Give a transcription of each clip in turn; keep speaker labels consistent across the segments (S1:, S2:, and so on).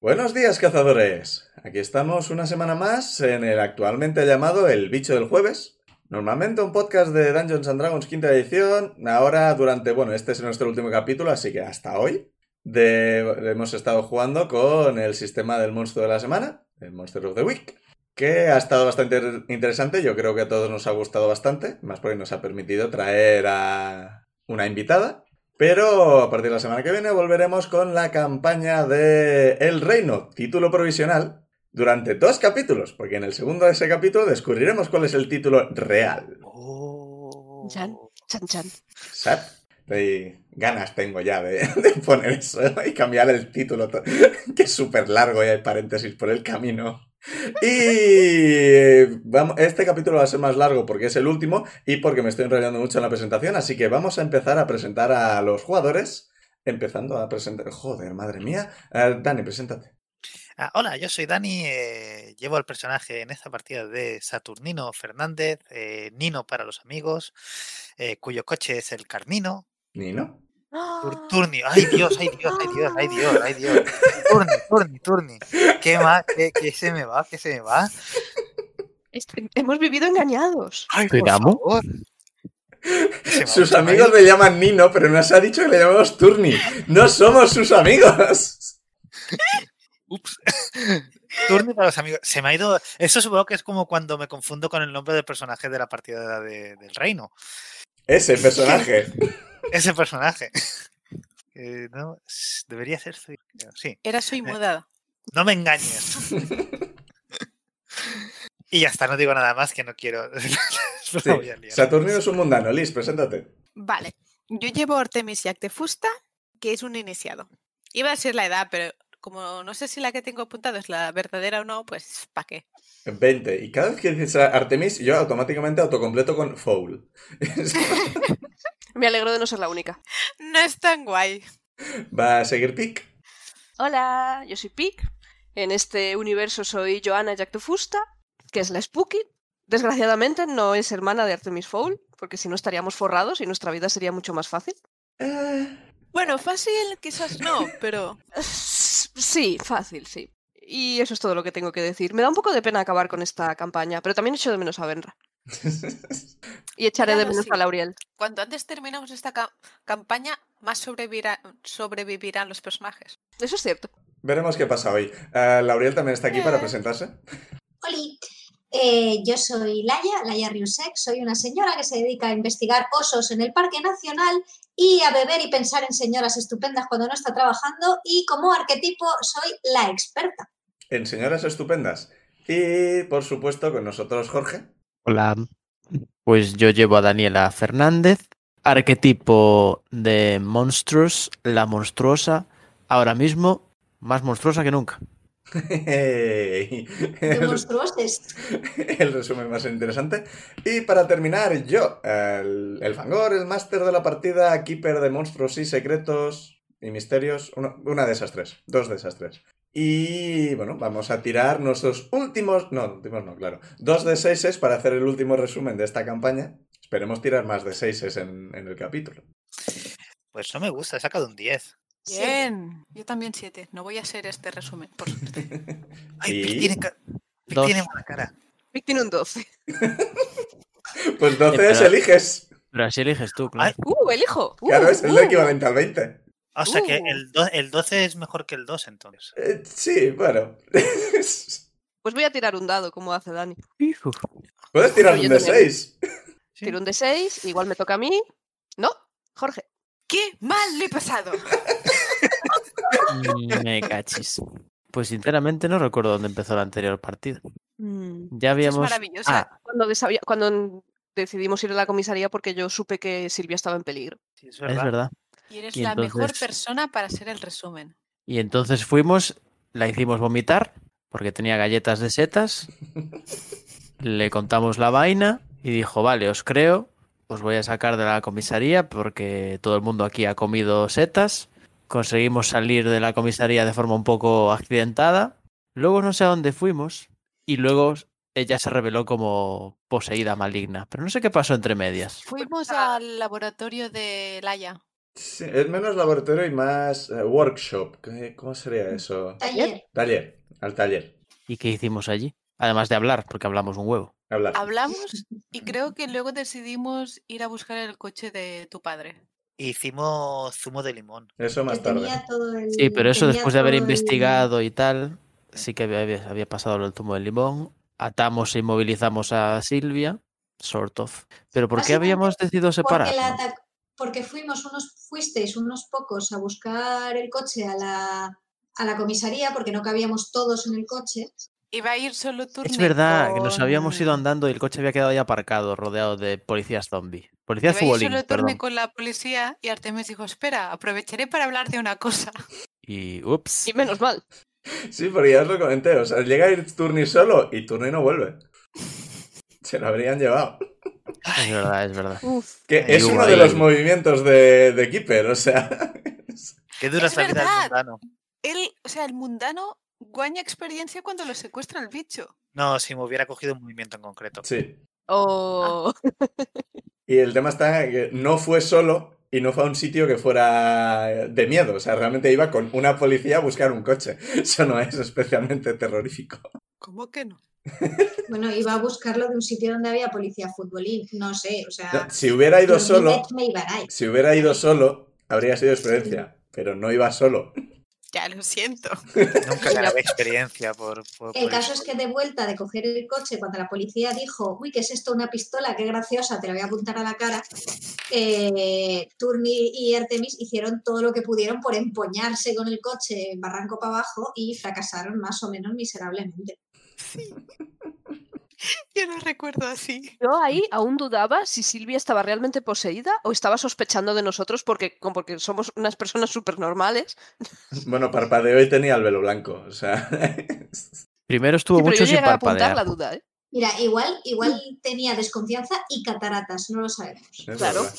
S1: Buenos días, cazadores. Aquí estamos una semana más en el actualmente llamado El Bicho del Jueves. Normalmente un podcast de Dungeons and Dragons quinta edición. Ahora, durante, bueno, este es nuestro último capítulo, así que hasta hoy. de- hemos estado jugando con el sistema del monstruo de la semana, el Monster of the Week, que ha estado bastante inter- interesante. Yo creo que a todos nos ha gustado bastante, más porque nos ha permitido traer a una invitada. Pero a partir de la semana que viene volveremos con la campaña de El Reino, título provisional, durante dos capítulos, porque en el segundo de ese capítulo descubriremos cuál es el título real.
S2: Oh.
S3: Jan. Chan, chan.
S1: Sad. Y ganas tengo ya de, de poner eso y cambiar el título, to- que es súper largo y hay paréntesis por el camino. Y vamos, este capítulo va a ser más largo porque es el último y porque me estoy enrollando mucho en la presentación, así que vamos a empezar a presentar a los jugadores. Empezando a presentar... Joder, madre mía. Eh, Dani, preséntate.
S2: Ah, hola, yo soy Dani, eh, llevo al personaje en esta partida de Saturnino Fernández, eh, Nino para los amigos, eh, cuyo coche es el Carmino,
S1: Nino.
S3: ¡Ah!
S2: Tur- Turni, ay Dios, ay Dios, ay Dios, ay Dios, ay Dios, Turni, Turni, Turni, ¿qué más? ¿Qué, qué se me va? ¿Qué se me va?
S3: Este- hemos vivido engañados.
S2: Ay, por
S4: ¿Turamo?
S2: favor. ¿Qué se me ha
S1: Sus
S2: puesto ahí?
S1: amigos le llaman Nino, pero nos ha dicho que le llamamos Turni. No somos sus amigos.
S2: Ups. Turni para los amigos. Se me ha ido. Eso supongo que es como cuando me confundo con el nombre del personaje de la partida de- del reino.
S1: Ese personaje.
S2: ese personaje. Eh, no, s- debería ser Zoe, creo, Sí,
S5: Era soy mudada.
S2: no me engañes. y ya está, no digo nada más que no quiero. No
S1: Sí.
S2: la voy a liar.
S1: Saturnino es un mundano. Liz, preséntate.
S5: Vale. Yo llevo Artemis y Actefusta, que es un iniciado. Iba a decir la edad, pero como no sé si la que tengo apuntado es la verdadera o no, pues ¿para qué?
S1: 20. Y cada vez que dices a Artemis, yo automáticamente autocompleto con Foul.
S3: Me alegro de no ser la única.
S5: No es tan guay.
S1: ¿Va a seguir Pic?
S3: Hola, yo soy Pic. En este universo soy Joana Jactofusta, que es la Spooky. Desgraciadamente no es hermana de Artemis Fowl, porque si no estaríamos forrados y nuestra vida sería mucho más fácil.
S1: Eh.
S5: Bueno, fácil quizás no, pero
S3: Sí, fácil, sí. Y eso es todo lo que tengo que decir. Me da un poco de pena acabar con esta campaña, pero también echo de menos a Benra. Y echaré de
S5: Claro,
S3: menos
S5: sí.
S3: a Lauriel.
S5: cuanto antes terminamos esta ca- campaña, más sobrevivirá- sobrevivirán los personajes.
S3: Eso es cierto.
S1: Veremos qué pasa hoy. Eh, Lauriel también está aquí para presentarse.
S6: Oli. Eh, yo soy Laia, Laia Riusek, soy una señora que se dedica a investigar osos en el Parque Nacional y a beber y pensar en señoras estupendas cuando no está trabajando y como arquetipo soy la experta.
S1: En Señoras Estupendas. Y, por supuesto, con nosotros Jorge.
S4: Hola. Pues yo llevo a Daniela Fernández, arquetipo de Monstrous, la monstruosa, ahora mismo más monstruosa que nunca.
S6: De
S1: el,
S6: monstruoses.
S1: el resumen más interesante. Y para terminar, yo, el, el Fangor, el máster de la partida, Keeper de monstruos y secretos y misterios. uno- una de esas tres, dos de esas tres. Y bueno, vamos a tirar nuestros últimos. No, últimos no, claro. Dos de seises para hacer el último resumen de esta campaña. Esperemos tirar más de seises en, en el capítulo.
S2: Pues no me gusta, he sacado un 10.
S6: Siete.
S5: Bien. Yo también siete. No voy a hacer este resumen. Por... suerte.
S2: Ay, Pic
S1: Y-
S2: tiene, ca- Pic
S4: Dos.
S2: tiene mala cara.
S3: Pic tiene un 12.
S1: Pues 12 es
S4: Espera.
S1: eliges.
S4: Pero así eliges tú, claro.
S3: ¡Uh, elijo! ¡Uh,
S1: Claro, es el
S3: uh!
S1: equivalente al 20.
S2: O sea que
S3: Uh.
S2: el, do- el 12 es mejor que el 2 entonces.
S1: Eh, sí, bueno.
S3: Pues voy a tirar un dado, como hace Dani.
S4: Hijo.
S1: Puedes tirar
S3: Yo
S1: un de
S3: también.
S1: 6.
S2: Sí.
S3: Tiro un de 6, igual me toca a mí. No, Jorge.
S5: ¡Qué mal le he pasado!
S4: Me cachis. Pues sinceramente no recuerdo dónde empezó la anterior partida.
S3: Mm.
S4: Ya
S5: Es
S4: habíamos.
S5: maravillosa.
S4: Ah,
S3: Cuando, desabia- cuando en- decidimos ir a la comisaría porque yo supe que Silvia estaba en peligro.
S2: Sí, eso
S4: es verdad.
S5: Y eres
S4: Y
S5: la mejor
S4: entonces-
S5: persona para hacer el resumen.
S4: Y entonces fuimos, la hicimos vomitar, porque tenía galletas de setas. Le contamos la vaina y dijo, vale, os creo, os voy a sacar de la comisaría porque todo el mundo aquí ha comido setas. Conseguimos salir de la comisaría de forma un poco accidentada. Luego no sé a dónde fuimos y luego ella se reveló como poseída maligna. Pero no sé qué pasó entre medias.
S5: Fuimos
S3: Ah.
S5: al laboratorio de Laia.
S1: Sí, es menos laboratorio y más eh, workshop. ¿Qué- ¿Cómo sería eso?
S6: Taller.
S1: Taller, al taller.
S4: ¿Y qué hicimos allí? Además de hablar, porque hablamos un huevo.
S1: Hablar.
S5: Hablamos y creo que luego decidimos ir a buscar el coche de tu padre.
S2: Hicimos zumo de limón.
S1: Eso
S6: que
S1: más tarde.
S6: tenía todo el-
S4: Sí, pero eso
S6: tenía
S4: después de haber
S6: todo el-
S4: investigado y tal, sí que había, había pasado lo del zumo del limón. Atamos e inmovilizamos a Silvia, sort of. Pero ¿por qué
S6: Básicamente
S4: habíamos decidido
S6: Porque, la
S4: separarnos?
S6: atac- porque fuimos unos, fuisteis unos pocos a buscar el coche a la, a la comisaría porque no cabíamos todos en el coche.
S5: Iba a ir solo tú.
S4: Es verdad que nos habíamos ido andando y el coche había quedado ahí aparcado, rodeado de policías zombie. Policías
S5: Iba a ir
S4: futbolín,
S5: solo turno
S4: perdón.
S5: con la policía y Artemis dijo, espera, aprovecharé para hablar de una cosa.
S4: Y ups.
S3: Y menos mal.
S1: Sí, porque ya os lo comenté. O sea, llega ir Turni solo y Turni no vuelve. Se lo habrían llevado.
S4: Es verdad, es verdad.
S1: Que
S2: Ay,
S1: es uno
S4: guay.
S1: de los movimientos de, de Keeper, o sea.
S2: Qué dura
S5: Es
S2: es la vida del
S5: verdad.
S2: mundano.
S5: Él, o sea, el mundano guaña experiencia cuando lo secuestra el bicho.
S2: No, si me hubiera cogido un movimiento en concreto.
S1: Sí.
S3: O
S1: Y el tema está que no fue solo y no fue a un sitio que fuera de miedo. O sea, realmente iba con una policía a buscar un coche. Eso no es especialmente terrorífico.
S5: ¿Cómo que no?
S6: Bueno, iba a buscarlo de un sitio donde había policía futbolín, no sé, o sea...
S1: Si hubiera ido
S6: los
S1: solo,
S6: Village me iban ahí.
S1: si hubiera ido solo, habría sido experiencia. Pero no iba solo.
S5: Ya lo siento.
S2: Nunca ganaba experiencia por. por-
S6: El
S2: por
S6: caso es
S2: eso.
S6: que de vuelta de coger el coche, cuando la policía dijo, uy, ¿qué es esto? Una pistola, qué graciosa, te la voy a apuntar a la cara, eh, Turni y Artemis hicieron todo lo que pudieron por empoñarse con el coche barranco para abajo y fracasaron más o menos miserablemente.
S5: Yo lo recuerdo así.
S3: yo ahí aún dudaba si Silvia estaba realmente poseída o estaba sospechando de nosotros porque, como porque somos unas personas súper normales.
S1: Bueno, parpadeó y tenía el velo blanco. O sea.
S4: Primero estuvo
S3: pero
S4: mucho
S3: yo
S4: sin
S3: llegué a apuntar
S4: parpadear.
S3: la duda, ¿eh?
S6: Mira, igual, igual
S1: Mm.
S6: tenía desconfianza y cataratas, no lo sabemos.
S1: es
S3: Claro.
S1: verdad.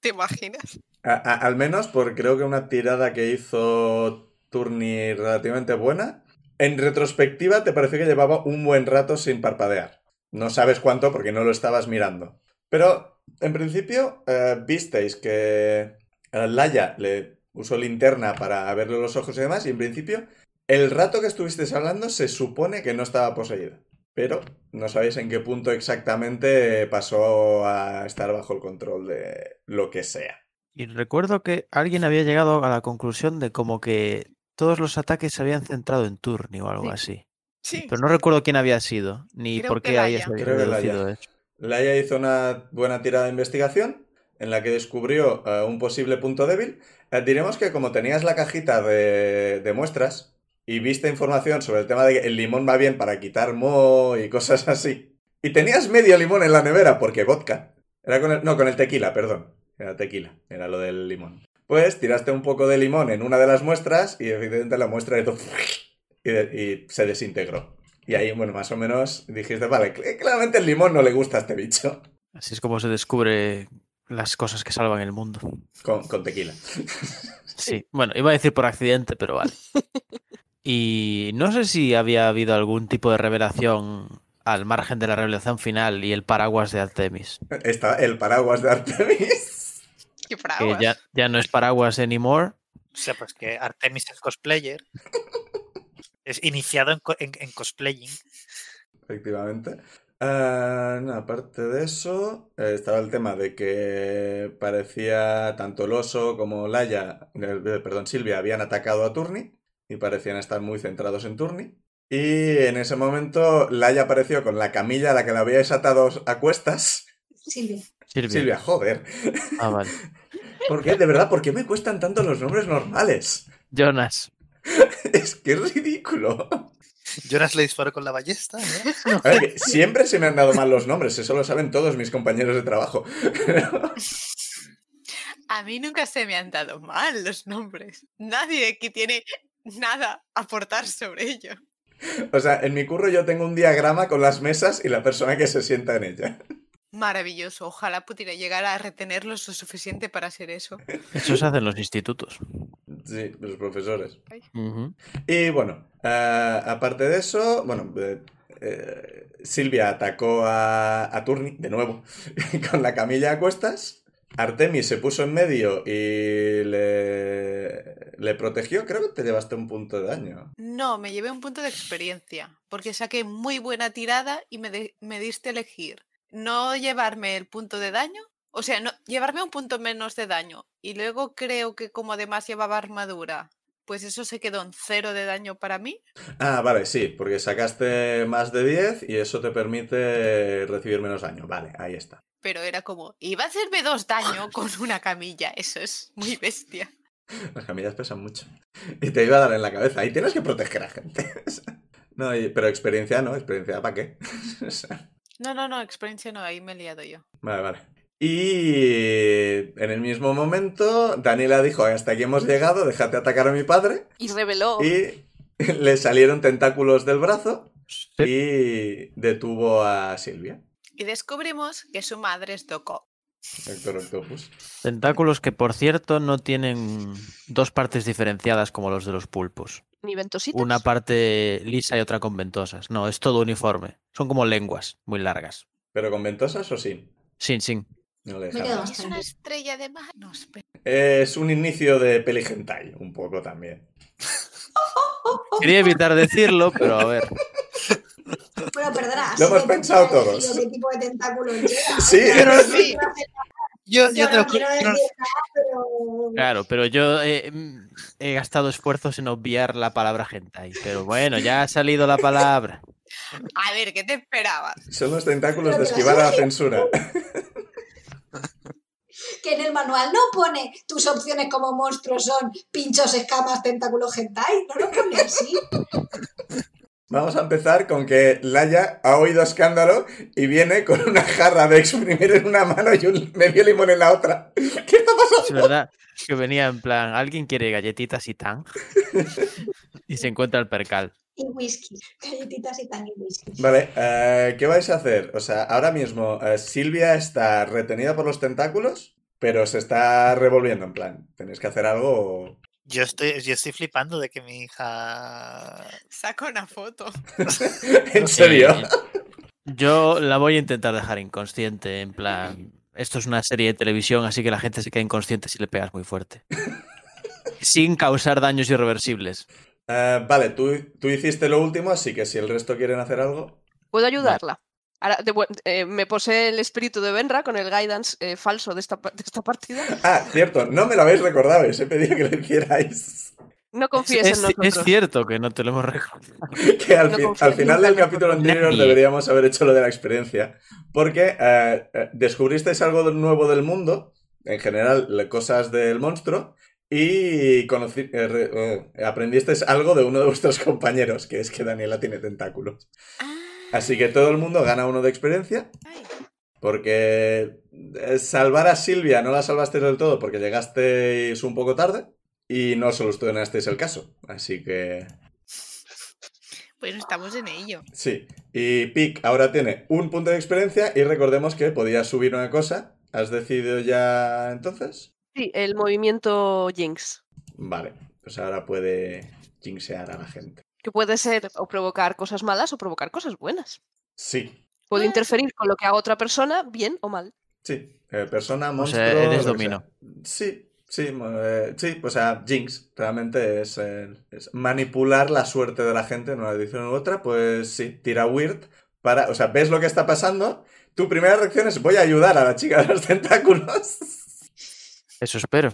S5: ¿Te imaginas?
S1: A- a- al menos por creo que una tirada que hizo Turni relativamente buena. En retrospectiva te pareció que llevaba un buen rato sin parpadear. No sabes cuánto porque no lo estabas mirando. Pero en principio eh, visteis que eh, Laia le usó linterna para verle los ojos y demás y en principio el rato que estuvisteis hablando se supone que no estaba poseída. Pero no sabéis en qué punto exactamente pasó a estar bajo el control de lo que sea.
S4: Y recuerdo que alguien había llegado a la conclusión de como que todos los ataques se habían centrado en Turni o algo
S5: Sí.
S4: así.
S5: Sí.
S4: Pero no recuerdo quién había sido, ni
S5: Creo
S4: por
S5: que
S4: qué había
S5: Laia.
S4: sido
S1: Creo que Laia.
S4: reducido eso.
S1: Laia hizo una buena tirada de investigación en la que descubrió eh, un posible punto débil. Eh, diremos que como tenías la cajita de, de muestras y viste información sobre el tema de que el limón va bien para quitar moho y cosas así, y tenías medio limón en la nevera porque vodka, era con el, no, con el tequila, perdón, era tequila, era lo del limón. Pues tiraste un poco de limón en una de las muestras y evidentemente la muestra hizo y, de- y se desintegró. Y ahí, bueno, más o menos dijiste, vale, cl- claramente el limón no le gusta a este bicho.
S4: Así es como se descubre las cosas que salvan el mundo.
S1: Con, con tequila.
S4: Sí, bueno, iba a decir por accidente, pero vale. Y no sé si había habido algún tipo de revelación al margen de la revelación final y el paraguas de Artemis.
S1: Está el paraguas de Artemis.
S5: Qué
S4: Que
S5: paraguas.
S4: ya, ya no es paraguas anymore.
S2: O sea, pues que Artemis es cosplayer. Es iniciado en, co- en- en cosplaying.
S1: Efectivamente. Ah, no, aparte de eso, eh, estaba el tema de que parecía tanto el oso como Laia, eh, perdón, Silvia, habían atacado a Turni y parecían estar muy centrados en Turni. Y en ese momento, Laia apareció con la camilla a la que la habíais atado a cuestas.
S6: Silvia.
S4: Silvia.
S1: Silvia, joder.
S4: Ah, vale.
S1: ¿Por qué? De verdad, ¿por qué me cuestan tanto los nombres normales?
S4: Jonas.
S1: Es que es ridículo.
S2: Jonas le disparó con la ballesta. ¿no?
S1: A ver, que siempre se me han dado mal los nombres, eso lo saben todos mis compañeros de trabajo.
S5: A mí nunca se me han dado mal los nombres. Nadie aquí tiene nada a aportar sobre ello.
S1: O sea, en mi curro yo tengo un diagrama con las mesas y la persona que se sienta en ella.
S5: Maravilloso. Ojalá pudiera llegar a retenerlos lo suficiente para hacer eso.
S4: Eso se hace en los institutos.
S1: Sí, los profesores.
S4: Ujú.
S1: Y bueno, eh, aparte de eso, bueno, eh, eh, Silvia atacó a, a Turni de nuevo con la camilla a cuestas Artemis se puso en medio y le, le protegió. Creo que te llevaste un punto de daño.
S5: No, me llevé un punto de experiencia, porque saqué muy buena tirada y me, de- me diste a elegir no llevarme el punto de daño, o sea, no, llevarme un punto menos de daño. Y luego creo que como además llevaba armadura, pues eso se quedó en cero de daño para mí.
S1: Ah, vale, sí, porque sacaste más de 10 y eso te permite recibir menos daño. Vale, ahí está.
S5: Pero era como, iba a hacerme dos daño con una camilla, eso es muy bestia.
S1: Las camillas pesan mucho. Y te iba a dar en la cabeza. Ahí tienes que proteger a gente. No, y- pero experiencia no, experiencia ¿para qué? O sea,
S5: No, no, no, experiencia no, ahí me he liado yo.
S1: vale, vale. Y en el mismo momento, Daniela dijo, hasta aquí hemos llegado, déjate atacar a mi padre.
S3: Y reveló.
S1: Y le salieron tentáculos del brazo
S4: Sí.
S1: y detuvo a Silvia.
S5: Y descubrimos que su madre es Doko.
S1: Doctor Octopus.
S4: Tentáculos que, por cierto, no tienen dos partes diferenciadas como los de los pulpos.
S3: Ni ventositas.
S4: Una parte lisa y otra con ventosas. No, es todo uniforme. Son como lenguas muy largas.
S1: ¿Pero con ventosas o sin?
S4: Sin, sin.
S1: No le
S6: Me
S1: dejaron.
S6: quedo
S5: Es una estrella de manos. pero-
S1: Es un inicio de peli hentai, un poco también.
S4: Quería evitar decirlo, pero a ver.
S6: Bueno, perdona.
S1: Lo hemos
S6: ¿qué tipo
S1: pensado
S6: de tejido,
S1: todos.
S6: ¿Qué tipo de tentáculos llega?
S1: Sí,
S2: Pero
S6: Yo
S2: sí. Yo, yo te
S6: no
S2: lo
S6: quiero
S2: cu-
S6: decir
S2: yo no-
S6: nada, pero...
S4: Claro, pero yo eh, mm, he, gastado esfuerzos en obviar la palabra hentai. Pero bueno, ya ha salido la palabra.
S5: A ver, ¿qué te esperabas?
S1: son los tentáculos de esquivar a la censura.
S6: que en el manual no pone tus opciones como monstruo son pinchos, escamas, tentáculos, hentai. No lo pone así.
S1: Vamos a empezar con que Laia ha oído escándalo y viene con una jarra de exprimir en una mano y un medio limón en la otra. ¿Qué está pasando?
S4: Es verdad que venía en plan, ¿alguien quiere galletitas y tan? Y se encuentra el percal.
S6: Y whisky. Galletitas y tan y whisky.
S1: Vale, eh, ¿qué vais a hacer? O sea, ahora mismo eh, Silvia está retenida por los tentáculos, pero se está revolviendo en plan. Tenéis que hacer algo. o-
S2: yo estoy, yo estoy flipando de que mi hija.
S5: Saca una foto.
S1: ¿En serio?
S4: Eh, yo la voy a intentar dejar inconsciente, en plan, esto es una serie de televisión, así que la gente se queda inconsciente si le pegas muy fuerte. Sin causar daños irreversibles.
S1: Eh, vale, tú, tú hiciste lo último, así que si el resto quieren hacer algo.
S3: Puedo ayudarla. Ahora, de bu- eh, me posee el espíritu de Benra con el guidance eh, falso de esta, pa- de esta partida.
S1: Ah, cierto, no me lo habéis recordado, os he pedido que lo hicierais.
S3: No
S4: Es,
S3: confíes
S4: es-
S3: en
S4: es
S3: nosotros.
S4: cierto que no te lo hemos recordado.
S1: Que al,
S3: No
S1: fi-
S3: confío
S1: al final
S3: nunca
S1: del
S3: en el
S1: capítulo
S4: propio
S1: anterior
S4: nadie.
S1: deberíamos haber hecho lo de la experiencia. Porque eh, eh, descubristeis algo nuevo del mundo, en general, le- cosas del monstruo, y conoci- eh, re- eh, aprendisteis algo de uno de vuestros compañeros, que es que Daniela tiene tentáculos.
S5: Ah.
S1: Así que todo el mundo gana uno de experiencia.
S5: Ay,
S1: Porque eh, salvar a Silvia no la salvasteis del todo porque llegasteis un poco tarde y no solucionasteis el caso. Así que
S5: Bueno, estamos en ello.
S1: sí. Y Pic ahora tiene un punto de experiencia y recordemos que podías subir una cosa. ¿Has decidido ya entonces?
S3: Sí, el movimiento Jinx.
S1: Vale, pues ahora puede jinxear a la gente.
S3: Que puede ser o provocar cosas malas o provocar cosas buenas.
S1: Sí,
S3: Puedo
S6: Bueno.
S3: interferir con lo que haga otra persona, bien o mal.
S1: sí. Eh, persona,
S4: O
S1: monstruo...
S4: sea, eres
S1: lo que
S4: domino.
S1: sea. Sí, sí, mo- eh, sí, o sea, Jinx realmente es, eh, es manipular la suerte de la gente en una edición u otra, pues sí, tira Weird para, o sea, ves lo que está pasando, tu primera reacción es voy a ayudar a la chica de los tentáculos.
S4: Eso espero.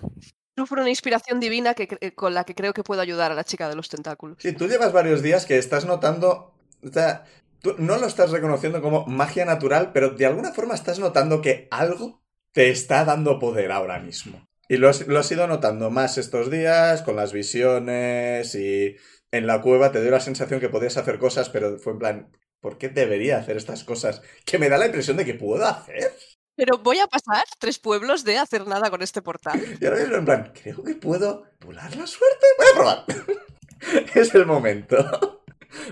S3: Sufro una inspiración divina que, cre- eh, con la que creo que puedo ayudar a la chica de los tentáculos.
S1: Sí, tú llevas varios días que estás notando, o sea, tú no lo estás reconociendo como magia natural, pero de alguna forma estás notando que algo te está dando poder ahora mismo. Y lo has, lo has ido notando más estos días, con las visiones y en la cueva te dio la sensación que podías hacer cosas, pero fue en plan, ¿por qué debería hacer estas cosas? Que me da la impresión de que puedo hacer.
S3: Pero voy a pasar tres pueblos de hacer nada con este portal.
S1: Y ahora mismo en plan, creo que puedo volar la suerte. Voy a probar. es el momento.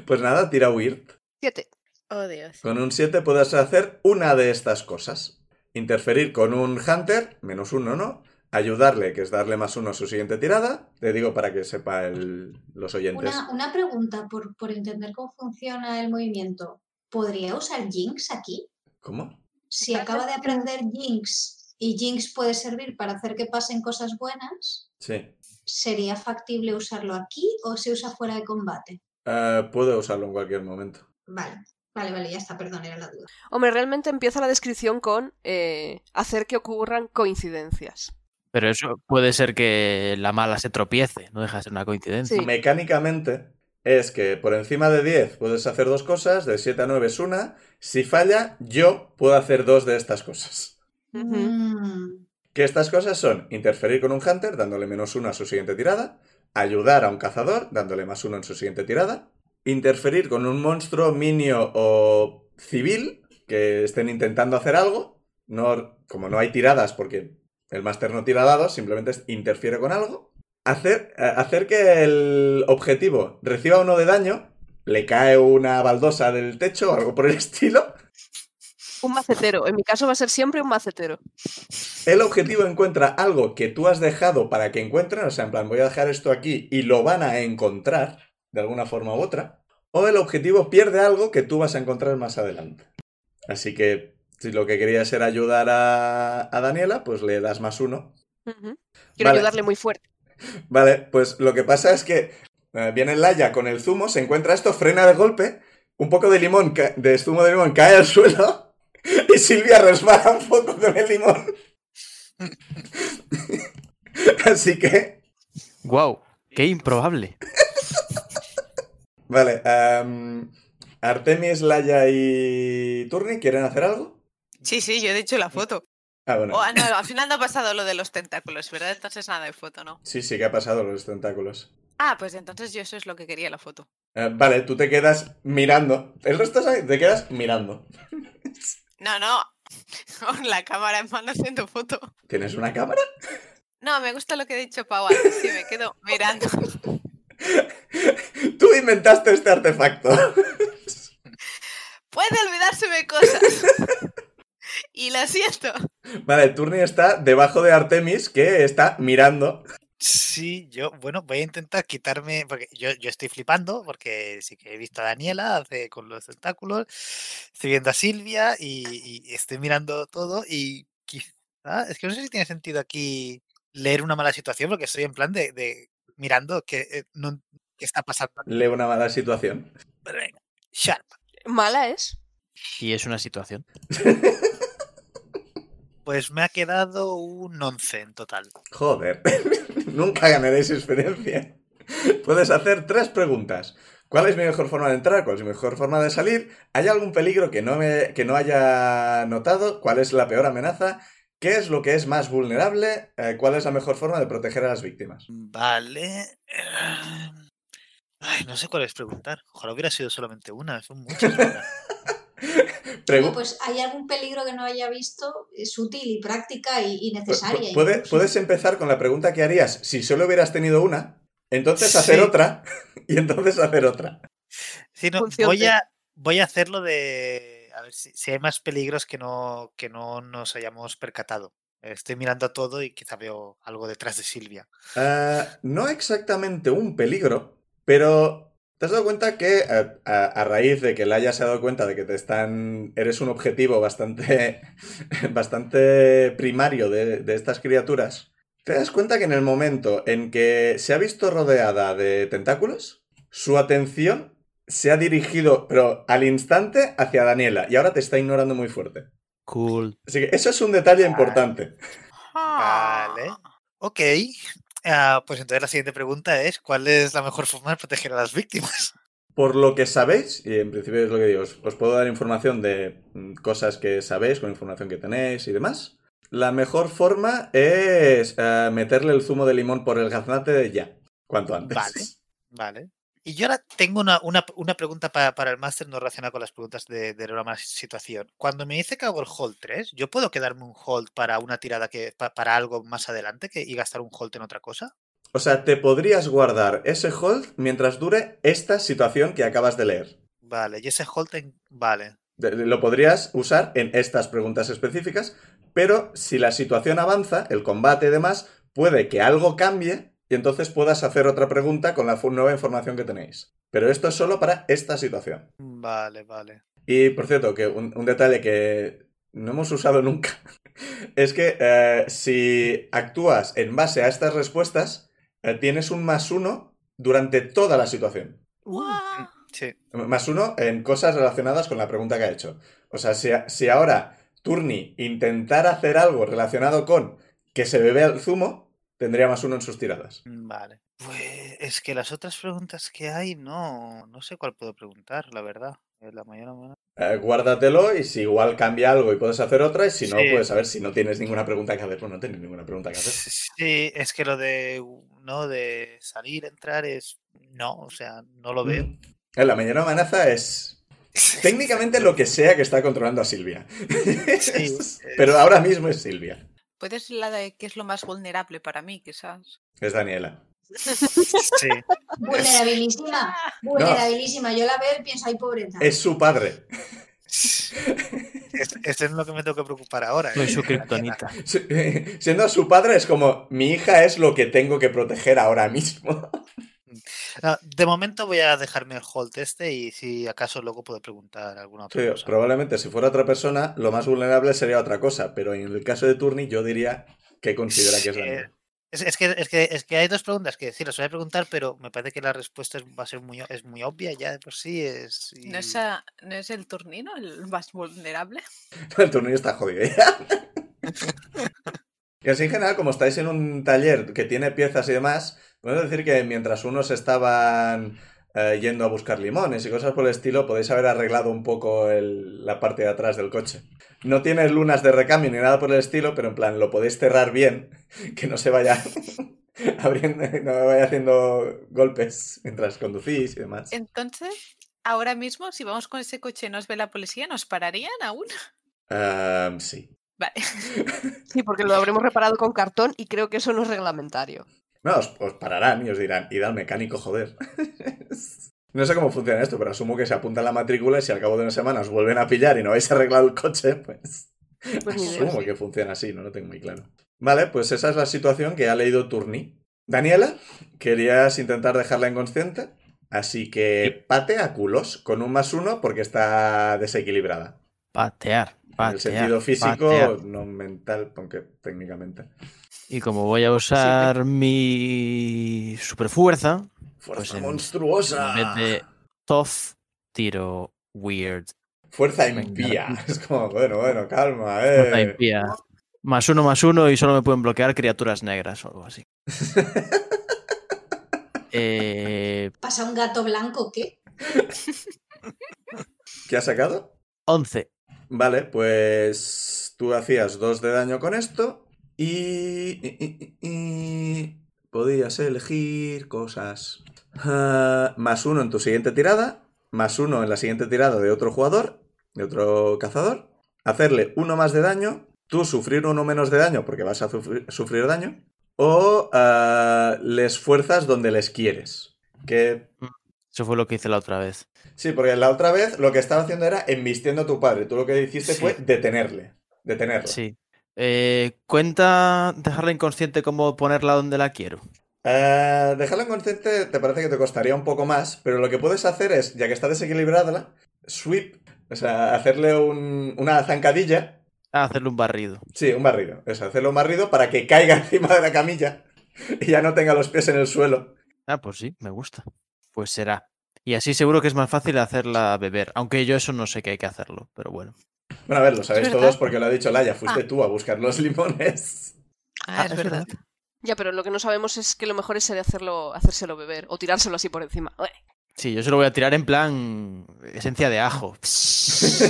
S1: Pues nada, tira Weird.
S3: Siete.
S5: Oh, Dios.
S1: Con un 7 puedes hacer una de estas cosas. Interferir con un Hunter, menos uno, ¿no? Ayudarle, que es darle más uno a su siguiente tirada. Te digo para que sepa el- los oyentes.
S6: Una, una pregunta por, por entender cómo funciona el movimiento. ¿Podría usar Jinx aquí?
S1: ¿Cómo?
S6: Si acaba de aprender Jinx, y Jinx puede servir para hacer que pasen cosas buenas,
S1: Sí.
S6: ¿sería factible usarlo aquí o se usa fuera de combate?
S1: Eh, puedo usarlo en cualquier momento.
S6: Vale, vale, vale, ya está, perdón, era la duda.
S3: Hombre, realmente empieza la descripción con eh, hacer que ocurran coincidencias.
S4: Pero eso puede ser que la mala se tropiece, no deja de ser una coincidencia.
S3: Sí.
S1: Mecánicamente es que por encima de 10 puedes hacer dos cosas, de 7 a 9 es una. Si falla, yo puedo hacer dos de estas cosas.
S3: Ujú.
S6: Mm,
S1: Que estas cosas son interferir con un hunter, dándole menos uno a su siguiente tirada, ayudar a un cazador, dándole más uno en su siguiente tirada, interferir con un monstruo, minio o civil que estén intentando hacer algo. No, como no hay tiradas porque el máster no tira dados, simplemente es- interfiere con algo. Hacer, eh, hacer que el objetivo reciba uno de daño, le cae una baldosa del techo o algo por el estilo.
S3: Un macetero. En mi caso va a ser siempre un macetero.
S1: El objetivo encuentra algo que tú has dejado para que encuentren, o sea, en plan, voy a dejar esto aquí y lo van a encontrar de alguna forma u otra. O el objetivo pierde algo que tú vas a encontrar más adelante. Así que si lo que querías era ayudar a, a Daniela, pues le das más uno.
S3: Ujú. Quiero
S1: Vale.
S3: ayudarle muy fuerte.
S1: Vale, pues lo que pasa es que eh, viene Laia con el zumo, se encuentra esto, frena de golpe, un poco de limón, ca- de zumo de limón cae al suelo y Silvia resbala un poco con el limón. Así que
S4: ¡Guau! ¡Qué improbable!
S1: Vale, am, Artemis, Laia y Turni, ¿quieren hacer algo?
S5: Sí, sí, yo he dicho la foto.
S1: Ah, bueno.
S5: Oh, ah, no, al final no ha pasado lo de los tentáculos, ¿verdad? Entonces nada de foto, ¿no?
S1: Sí, sí, que ha pasado los tentáculos.
S5: Ah, pues entonces yo eso es lo que quería la foto.
S1: Eh, vale, tú te quedas mirando. El resto ¿sabes? te quedas mirando.
S5: No, no. Con la cámara en mano haciendo foto.
S1: ¿Tienes una cámara?
S5: No, me gusta lo que ha dicho Pau antes. Sí, me quedo mirando.
S1: Tú inventaste este artefacto.
S5: Puede olvidárseme cosas. Y lo siento.
S1: Vale, Turni está debajo de Artemis, que está mirando.
S2: Sí, yo, bueno, voy a intentar quitarme, porque yo, yo estoy flipando, porque sí que he visto a Daniela hace, con los tentáculos, estoy viendo a Silvia y, y estoy mirando todo y quizá, es que no sé si tiene sentido aquí leer una mala situación, porque estoy en plan de, de mirando que eh, no, qué está pasando. aquí,
S1: Lee una mala situación.
S2: pero venga, sharp.
S3: Mala es.
S4: Y es una situación.
S2: Pues me ha quedado un 11 en total.
S1: Joder, nunca ganaréis experiencia. Puedes hacer tres preguntas. ¿Cuál es mi mejor forma de entrar? ¿Cuál es mi mejor forma de salir? ¿Hay algún peligro que no, me- que no haya notado? ¿Cuál es la peor amenaza? ¿Qué es lo que es más vulnerable? Eh, ¿Cuál es la mejor forma de proteger a las víctimas?
S2: Vale. eh, Ay, no sé cuál es preguntar. Ojalá hubiera sido solamente una, son muchas. ¿verdad?
S6: Oye,
S1: Pregu-
S6: pues hay algún peligro que no haya visto, es útil y práctica y, y
S1: pu- pu-
S6: necesaria.
S1: puede-
S6: incluso.
S1: puedes empezar con la pregunta que harías si solo hubieras tenido una, entonces hacer
S2: Sí.
S1: otra y entonces hacer otra.
S2: Sí, no,
S3: Función
S2: voy
S3: de-
S2: a, voy a hacerlo de. A ver si, si hay más peligros que no, que no nos hayamos percatado. Estoy mirando a todo y quizá veo algo detrás de Silvia.
S1: Ah, no exactamente un peligro, pero te has dado cuenta que a, a- a raíz de que Laia se ha dado cuenta de que te están. eres un objetivo bastante. bastante primario de, de estas criaturas. Te das cuenta que en el momento en que se ha visto rodeada de tentáculos, su atención se ha dirigido, pero al instante, hacia Daniela, y ahora te está ignorando muy fuerte.
S4: Cool.
S1: Así que eso es un detalle importante.
S2: Vale. Ok. ah, pues entonces la siguiente pregunta es: ¿cuál es la mejor forma de proteger a las víctimas?
S1: Por lo que sabéis, y en principio es lo que digo, os, os puedo dar información de mm, cosas que sabéis, con información que tenéis y demás. La mejor forma es eh, meterle el zumo de limón por el gaznate de ya, cuanto antes.
S2: Vale. Vale. Y yo ahora tengo una, una- una pregunta pa- para el máster no relacionada con las preguntas de, de la mala situación. Cuando me dice que hago el hold 3, ¿yo puedo quedarme un hold para una tirada que pa- para algo más adelante que, y gastar un hold en otra cosa?
S1: O sea, te podrías guardar ese hold mientras dure esta situación que acabas de leer.
S2: Vale, y ese hold en- Vale,
S1: De- de- Lo podrías usar en estas preguntas específicas, pero si la situación avanza, el combate y demás, puede que algo cambie y entonces puedas hacer otra pregunta con la fu- nueva información que tenéis. Pero esto es solo para esta situación.
S2: mm, vale, vale.
S1: Y por cierto, que un, un detalle que no hemos usado nunca. Es que eh, si actúas en base a estas respuestas, eh, tienes un más uno durante toda la situación.
S5: ¡Guau!
S2: Sí.
S1: Más uno en cosas relacionadas con la pregunta que ha hecho. O sea, si, a- si ahora Turni intentara hacer algo relacionado con que se bebe el zumo, tendría más uno en sus tiradas.
S2: mm, Vale. Pues es que las otras preguntas que hay, no, no sé cuál puedo preguntar, la verdad. Eh, La mañana
S1: Eh, guárdatelo y si igual cambia algo y puedes hacer otra, y si no,
S2: Sí.
S1: puedes saber si no tienes ninguna pregunta que hacer. Pues no tienes ninguna pregunta que hacer.
S2: Sí, es que lo de no de salir, entrar es no, o sea, no lo veo.
S1: Eh, La mañana amenaza es técnicamente lo que sea que está controlando a Silvia.
S2: Sí,
S1: Pero ahora mismo es Silvia.
S5: Puede ser la de que es lo más vulnerable para mí, quizás.
S1: Es Daniela.
S2: Sí.
S6: Vulnerabilísima. Vulnerabilísima. Yo la veo y pienso, ay, pobreza.
S1: Es su padre.
S2: Es, es en lo que me tengo que preocupar ahora.
S4: Soy
S2: eh,
S4: su
S2: Daniela.
S4: kriptonita.
S1: Sí, Siendo su padre es como, mi hija es lo que tengo que proteger ahora mismo.
S2: No, ah, de momento voy a dejarme el hold este y si acaso luego puedo preguntar alguna otra
S1: Sí,
S2: cosa.
S1: probablemente si fuera otra persona, lo más vulnerable sería otra cosa, pero en el caso de Turni yo diría que considera que es
S2: Sí,
S1: Daniela.
S2: Es, es que, es, que, es que hay dos preguntas que sí, las voy a preguntar, pero me parece que la respuesta es- va a ser muy, o- es muy obvia ya de por sí. Es, y-
S5: ¿No es, a- no es el turnino el más vulnerable?
S1: El Turni está jodido ya. Y así en general, como estáis en un taller que tiene piezas y demás, podemos decir que mientras unos estaban eh, yendo a buscar limones y cosas por el estilo, podéis haber arreglado un poco el- la parte de atrás del coche. No tiene lunas de recambio ni nada por el estilo, pero en plan, lo podéis cerrar bien, que no se vaya abriendo, no vaya haciendo golpes mientras conducís y demás.
S5: Entonces, ahora mismo, si vamos con ese coche y nos ve la policía, ¿nos pararían aún?
S1: Ah, sí.
S5: Vale.
S3: Sí, porque lo habremos reparado con cartón y creo que eso no es reglamentario.
S1: No, os, os pararán y os dirán, id al mecánico, joder. No sé cómo funciona esto, pero asumo que se apunta la matrícula y si al cabo de una semana os vuelven a pillar y no habéis arreglado el coche, pues,
S3: Pues ni idea.
S1: asumo que funciona así, no lo tengo muy claro. Vale, pues esa es la situación que ha leído Turni. Daniela, querías intentar dejarla inconsciente, así que pate a culos con un más uno porque está desequilibrada.
S4: Patear.
S1: en el
S4: patear,
S1: sentido físico,
S4: patear.
S1: no mental, aunque técnicamente.
S4: Y como voy a usar mi superfuerza,
S1: Fuerza
S4: Pues en-
S1: monstruosa.
S4: en vez de tough, tiro weird.
S1: Fuerza
S4: Venga.
S1: impía. Es como, bueno, bueno, calma,
S4: Fuerza
S1: eh.
S4: impía. Más uno, más uno y solo me pueden bloquear criaturas negras o algo así. Eh,
S6: Pasa un gato blanco, ¿qué?
S1: ¿Qué ha sacado?
S4: 11.
S1: Vale, pues tú hacías dos de daño con esto y... y- y- y- podías elegir cosas. Ah, más uno en tu siguiente tirada, más uno en la siguiente tirada de otro jugador, de otro cazador. Hacerle uno más de daño, tú sufrir uno menos de daño porque vas a sufrir, sufrir daño, o ah, les fuerzas donde les quieres. Que
S4: Eso fue lo que hice la otra vez.
S1: Sí, porque la otra vez lo que estaba haciendo era embistiendo a tu padre. Tú lo que hiciste
S4: Sí.
S1: fue detenerle. Detenerlo.
S4: Sí. Eh, ¿Cuenta dejarla inconsciente como ponerla donde la quiero?
S1: Eh, dejarlo inconsciente te parece que te costaría un poco más, pero lo que puedes hacer es, ya que está desequilibrada, sweep, o sea, hacerle un- una zancadilla.
S4: Ah, hacerle un barrido.
S1: Sí, un barrido. Es hacerle un barrido para que caiga encima de la camilla y ya no tenga los pies en el suelo.
S4: Ah, pues sí, me gusta. Pues será. Y así seguro que es más fácil hacerla beber. Aunque yo eso no sé que hay que hacerlo, pero bueno.
S1: Bueno, a ver, lo sabéis
S5: Es verdad.
S1: todos porque lo ha dicho Laia. Fuiste tú a buscar los limones.
S5: Ah, es, verdad.
S3: Ya, pero lo que no sabemos es que lo mejor es hacerlo, hacérselo beber o tirárselo así por encima. Ué.
S4: Sí, yo se lo voy a tirar en plan esencia de ajo. Sí,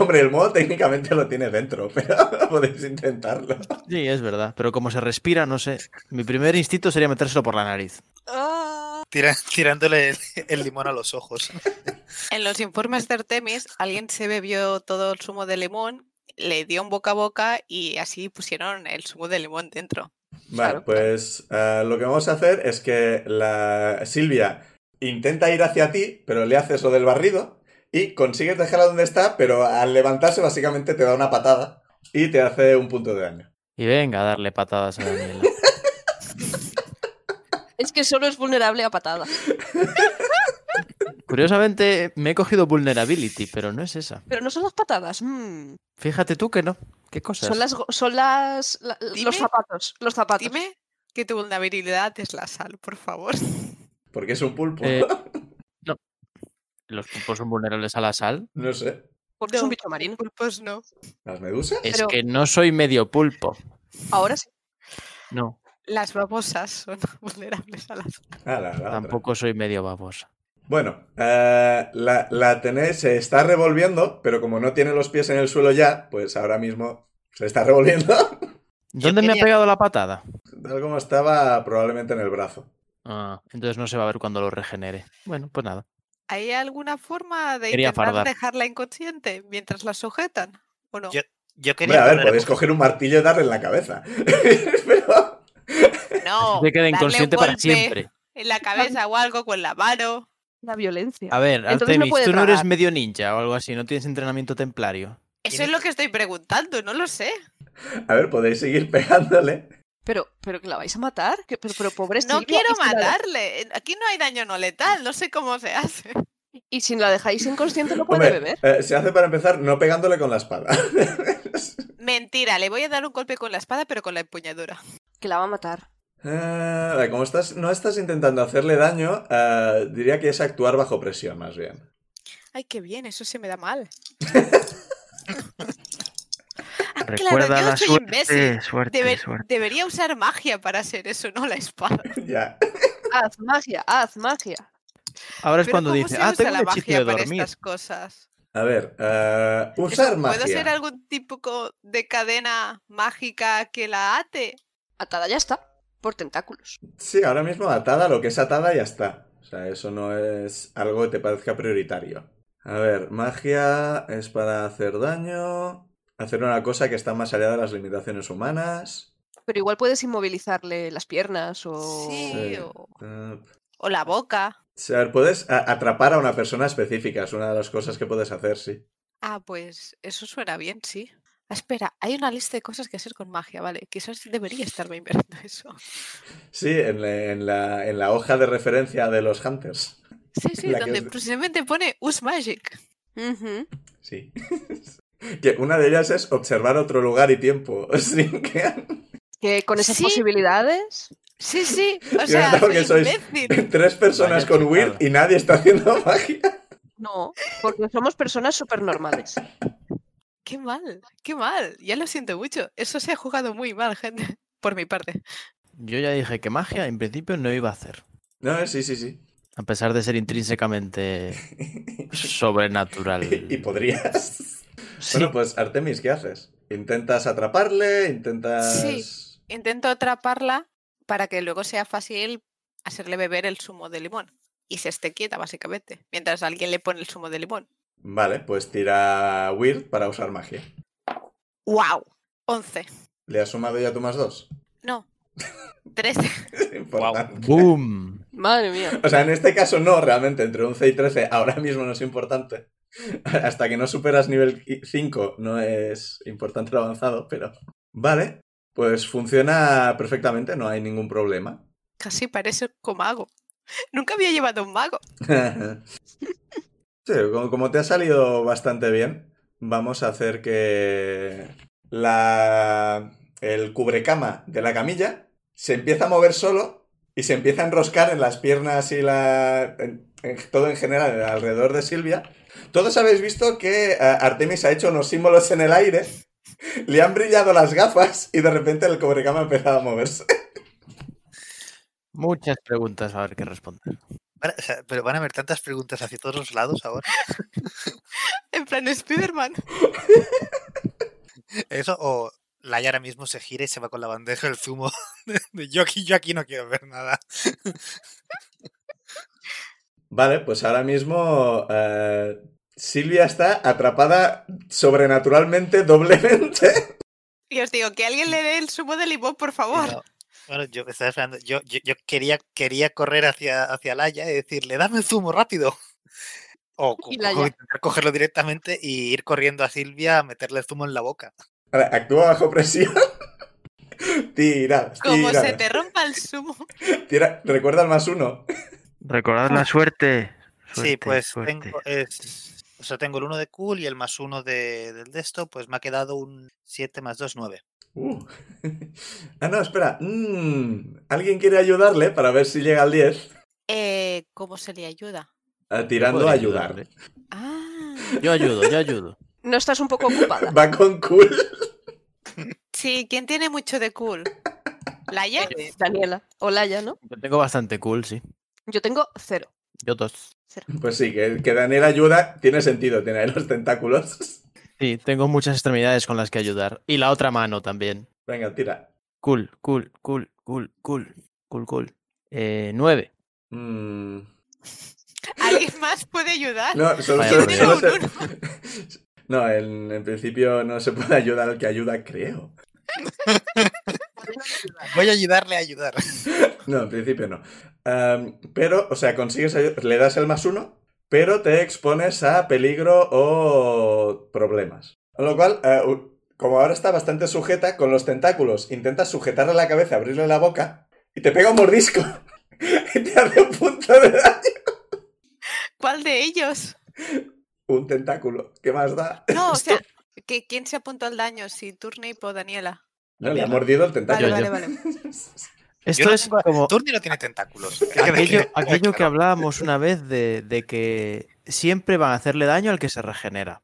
S1: Hombre, el modo técnicamente lo tiene dentro, pero podéis intentarlo.
S4: es verdad. Pero como se respira, no sé. Mi primer instinto sería metérselo por la nariz.
S2: Tira- tirándole el, el limón a los ojos.
S5: En los informes de Artemis, alguien se bebió todo el zumo de limón, le dio un boca a boca y así pusieron el zumo de limón dentro.
S1: Vale,
S3: Claro.
S1: pues eh, lo que vamos a hacer es que la Silvia intenta ir hacia ti, pero le haces lo del barrido y consigues dejarla donde está, pero al levantarse básicamente te da una patada y te hace un punto de daño.
S4: Y venga a darle patadas a Daniela.
S3: Es que solo es vulnerable a patadas.
S4: Curiosamente, me he cogido vulnerability, pero no es esa.
S3: Pero no son las patadas. mm.
S4: Fíjate tú que no. ¿Qué cosas?
S3: Son las, go- son las, la-
S5: Dime.
S3: los zapatos, los zapatos.
S5: Dime que tu vulnerabilidad es la sal, por favor.
S1: Porque es un pulpo.
S4: Eh, no. Los pulpos son vulnerables a la sal.
S1: No sé.
S3: Porque es un
S5: No,
S3: bicho marino.
S5: Pulpos no.
S1: ¿Las medusas?
S4: Es
S3: Pero-
S4: que no soy medio pulpo.
S3: Ahora sí.
S4: No,
S5: Las babosas son vulnerables a la sal.
S1: Ah, la- la otra.
S4: tampoco soy medio babosa.
S1: Bueno, eh, la, la tenéis, se está revolviendo, pero como no tiene los pies en el suelo ya, pues ahora mismo se está revolviendo.
S4: ¿Dónde me ha
S5: quería-
S4: pegado la patada?
S1: Tal como estaba, probablemente en el brazo.
S4: Ah, entonces no se va a ver cuando lo regenere. Bueno, pues nada.
S5: ¿Hay alguna forma de
S4: Quería
S5: intentar
S4: fardar.
S5: dejarla inconsciente mientras la sujetan? ¿O no?
S2: Yo- Yo
S1: Hombre,
S2: quería
S1: a ver,
S2: poner-
S1: podéis coger un martillo y darle en la cabeza. Pero-
S5: no.
S4: Se queda
S5: darle un
S4: inconsciente para
S5: golpe
S4: siempre.
S5: En la cabeza o algo con la mano.
S3: La violencia.
S4: A ver,
S3: Entonces no
S4: Artemis,
S3: puede
S4: tú no eres
S3: tragar.
S4: medio ninja o algo así, no tienes entrenamiento templario.
S5: Eso
S2: Tiene-
S5: es lo que estoy preguntando, no lo sé.
S1: A ver, podéis seguir pegándole.
S3: Pero, pero que la vais a matar. que- pero, pero pobre
S5: No
S3: Silvia,
S5: quiero
S3: y si la de-
S5: matarle. eh, Aquí no hay daño no letal, no sé cómo se hace.
S3: y si la dejáis inconsciente no puede
S1: Hombre,
S3: beber.
S1: eh, se hace para empezar no pegándole con la espada.
S5: Mentira, le voy a dar un golpe con la espada, pero con la empuñadura.
S3: Que la va a matar.
S1: Ah, como estás, no estás intentando hacerle daño, ah, diría que es actuar bajo presión, más bien.
S5: Ay, qué bien, eso se me da mal. Ah,
S4: Recuerda
S5: claro, yo
S4: la
S5: soy
S4: suerte,
S5: imbécil.
S4: suerte,
S5: Debe-
S4: suerte.
S5: Debería usar magia para hacer eso, no la espada.
S1: ya.
S3: Haz magia, haz magia.
S4: Ahora es
S5: Pero
S4: cuando
S5: ¿cómo
S4: dice,
S5: se
S4: ah,
S5: usa
S4: tengo
S5: la
S4: un hechizo de
S5: magia para
S4: dormir.
S5: estas cosas?
S1: A ver, ah,
S5: Eso,
S1: usar
S5: ¿Puedo hacer
S1: magia.
S5: algún típico de cadena mágica que la ate?
S3: Atada ya está. Por tentáculos.
S1: Sí, ahora mismo atada, lo que es atada ya está. O sea, eso no es algo que te parezca prioritario. A ver, magia es para hacer daño, hacer una cosa que está más allá de las limitaciones humanas.
S3: Pero igual puedes inmovilizarle las piernas o.
S5: Sí,
S1: Sí.
S5: o,
S1: Ah,
S5: o la boca.
S1: o sea, puedes a- atrapar a una persona específica, es una de las cosas que puedes hacer, sí.
S5: Ah, pues eso suena bien, sí. Ah, Espera, hay una lista de cosas que hacer con magia, vale. Quizás debería estarme inventando eso.
S1: Sí, en la, en la- en la hoja de referencia de los Hunters.
S5: Sí, sí,
S1: La que
S5: donde
S1: os-
S5: precisamente pone Use Magic.
S3: Ujú.
S1: Sí. que una de ellas es observar otro lugar y tiempo. Así que
S3: Que con esas
S5: Sí.
S3: posibilidades.
S5: Sí, sí. O
S1: Yo
S5: sea,
S1: notaba que
S5: soy
S1: sois-
S5: imbécil.
S1: tres personas
S4: Vaya
S1: con
S4: chorrada.
S1: Weird y nadie está haciendo magia.
S3: No, porque somos personas súper normales.
S5: Qué mal, qué mal. Ya lo siento mucho. Eso se ha jugado muy mal, gente. Por mi parte.
S4: Yo ya dije que magia en principio no iba a hacer,
S1: No, eh, sí, sí, sí.
S4: a pesar de ser intrínsecamente sobrenatural.
S1: Y, y podrías.
S4: Sí.
S1: Bueno, pues Artemis, ¿qué haces? ¿Intentas atraparle? ¿Intentas...?
S5: Sí. Intento atraparla para que luego sea fácil hacerle beber el zumo de limón. Y se esté quieta, básicamente. Mientras alguien le pone el zumo de limón.
S1: Vale, pues tira Weird para usar magia.
S5: ¡Wow! 11.
S1: ¿Le has sumado ya tú más dos?
S5: No. 13.
S4: pues,
S1: Importante.
S4: ¡Boom!
S3: Madre mía.
S1: O sea, en este caso no, realmente, entre 11 y 13 ahora mismo no es importante. Hasta que no superas nivel 5 no es importante lo avanzado, pero... Vale, pues funciona perfectamente, no hay ningún problema.
S5: Casi parece como mago. Nunca había llevado un mago.
S1: sí, como, como te ha salido bastante bien, vamos a hacer que la, el cubrecama de la camilla se empieza a mover solo y se empieza a enroscar en las piernas y la, en- en todo en general alrededor de Silvia. Todos habéis visto que eh, Artemis ha hecho unos símbolos en el aire, le han brillado las gafas y de repente el cubrecama ha empezado a moverse.
S4: Muchas preguntas a ver qué responder.
S2: Van a- o sea, pero van a haber tantas preguntas hacia todos los lados ahora.
S5: En plan Spiderman.
S2: Eso, o Laia ahora mismo se gira y se va con la bandeja del zumo. De, de yo, aquí, yo aquí no quiero ver nada.
S1: Vale, pues ahora mismo eh, Silvia está atrapada sobrenaturalmente doblemente.
S5: Y os digo, que alguien le dé el zumo de limón, por
S2: Y
S5: favor.
S2: no- bueno, yo estaba esperando. Yo, yo, yo quería, quería correr hacia, hacia Laia y decirle, dame el zumo rápido. O, co-
S3: Y
S2: co-
S3: Laia.
S2: intentar cogerlo directamente y ir corriendo a Silvia a meterle el zumo en la boca.
S1: Ahora, Actúa bajo presión. Tira,
S5: Como se
S1: tira,
S5: te rompa el zumo.
S1: tira. Recuerda el más uno.
S5: Ah.
S4: Recordad la suerte,
S2: sí,
S4: Suerte,
S2: pues
S4: suerte.
S2: tengo es- o sea, tengo el 1 de cool y el más 1 de, del de esto, pues me ha quedado un 7 más 2, 9.
S1: Uh. ah, no, espera. Mm, ¿Alguien quiere ayudarle para ver si llega al 10?
S5: Eh, ¿Cómo se le ayuda?
S1: Ah,
S4: Yo
S1: tirando a
S4: podría
S1: ayudar.
S4: ayudarle.
S5: Ah,
S4: Yo ayudo, yo ayudo.
S3: No estás un poco ocupada.
S1: Va con cool.
S5: sí, ¿quién tiene mucho de cool? ¿Laia?
S2: Eh,
S3: Daniela. O Laia, ¿no?
S4: Yo tengo bastante cool, sí.
S3: Yo tengo cero.
S4: Yo dos.
S1: Pues sí, que, que Daniel ayuda. Tiene sentido, tiene ahí los tentáculos.
S4: Sí, tengo muchas extremidades con las que ayudar. Y la otra mano también.
S1: Venga, tira.
S4: Cool, cool, cool, cool, cool, cool, cool. Eh, nueve.
S1: Mm,
S5: ¿Alguien más puede ayudar?
S1: No, solo,
S4: Vaya,
S1: solo-
S4: por
S1: solo
S5: Dios.
S1: se- No, en, en principio no se puede ayudar al que ayuda, creo.
S2: Voy a ayudarle a ayudar.
S1: No, en principio no. Am, pero, o sea, consigues, ayu- le das el más uno, pero te expones a peligro o problemas. Con lo cual, eh, u- como ahora está bastante sujeta con los tentáculos, intentas sujetarle la cabeza, abrirle la boca y te pega un mordisco. y te hace un punto de daño.
S5: ¿Cuál de ellos?
S1: Un tentáculo. ¿Qué más da?
S5: No, o sea, que ¿quién se apunta al daño? Si Turnip o Daniela.
S1: No, le ha mordido el
S5: Vale,
S1: tentáculo.
S4: Yo,
S5: vale,
S4: yo.
S5: vale.
S4: Esto
S2: no
S4: es
S2: tengo-
S4: como
S2: Turni no tiene tentáculos. que quede
S4: aquello,
S2: claro.
S4: aquello que hablábamos una vez de, de que siempre van a hacerle daño al que se regenera.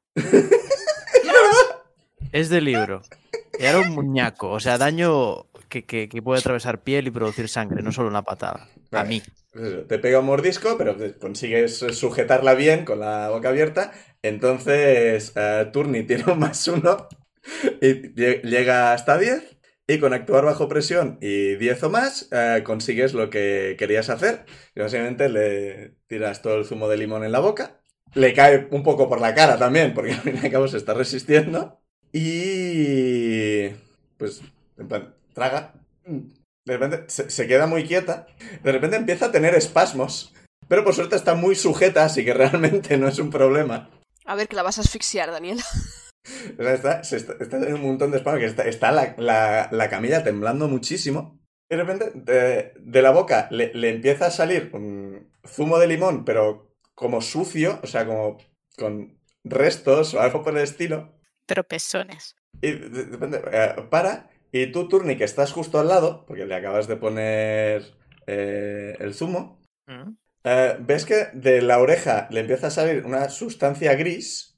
S4: Es de libro. Era un muñeco, o sea, daño que, que- que puede atravesar piel y producir sangre, no solo una patada. A
S1: Vale.
S4: mí.
S1: Pues eso, Te pega un mordisco, pero te- consigues sujetarla bien con la boca abierta. Entonces, eh, Turni tiene un más uno y lle- llega hasta 10. Y con actuar bajo presión y 10 o más, eh, consigues lo que querías hacer. Y básicamente le tiras todo el zumo de limón en la boca. Le cae un poco por la cara también, porque al fin y al cabo se está resistiendo. Y. Pues, en plan, traga. De repente se- se queda muy quieta. De repente empieza a tener espasmos. Pero por suerte está muy sujeta, así que realmente no es un problema.
S3: A ver, que la vas a asfixiar, Daniela.
S1: O sea, está, se está, está teniendo un montón de espasmos, que está, está la, la- la camilla temblando muchísimo. De repente, de, de la boca le, le empieza a salir un zumo de limón, pero como sucio, o sea, como con restos o algo por el estilo.
S5: Tropezones.
S1: Y de- de repente, eh, para, y tú, Turni, que estás justo al lado, porque le acabas de poner eh, el zumo,
S2: Mm.
S1: Eh, ¿Ves que de la oreja le empieza a salir una sustancia gris?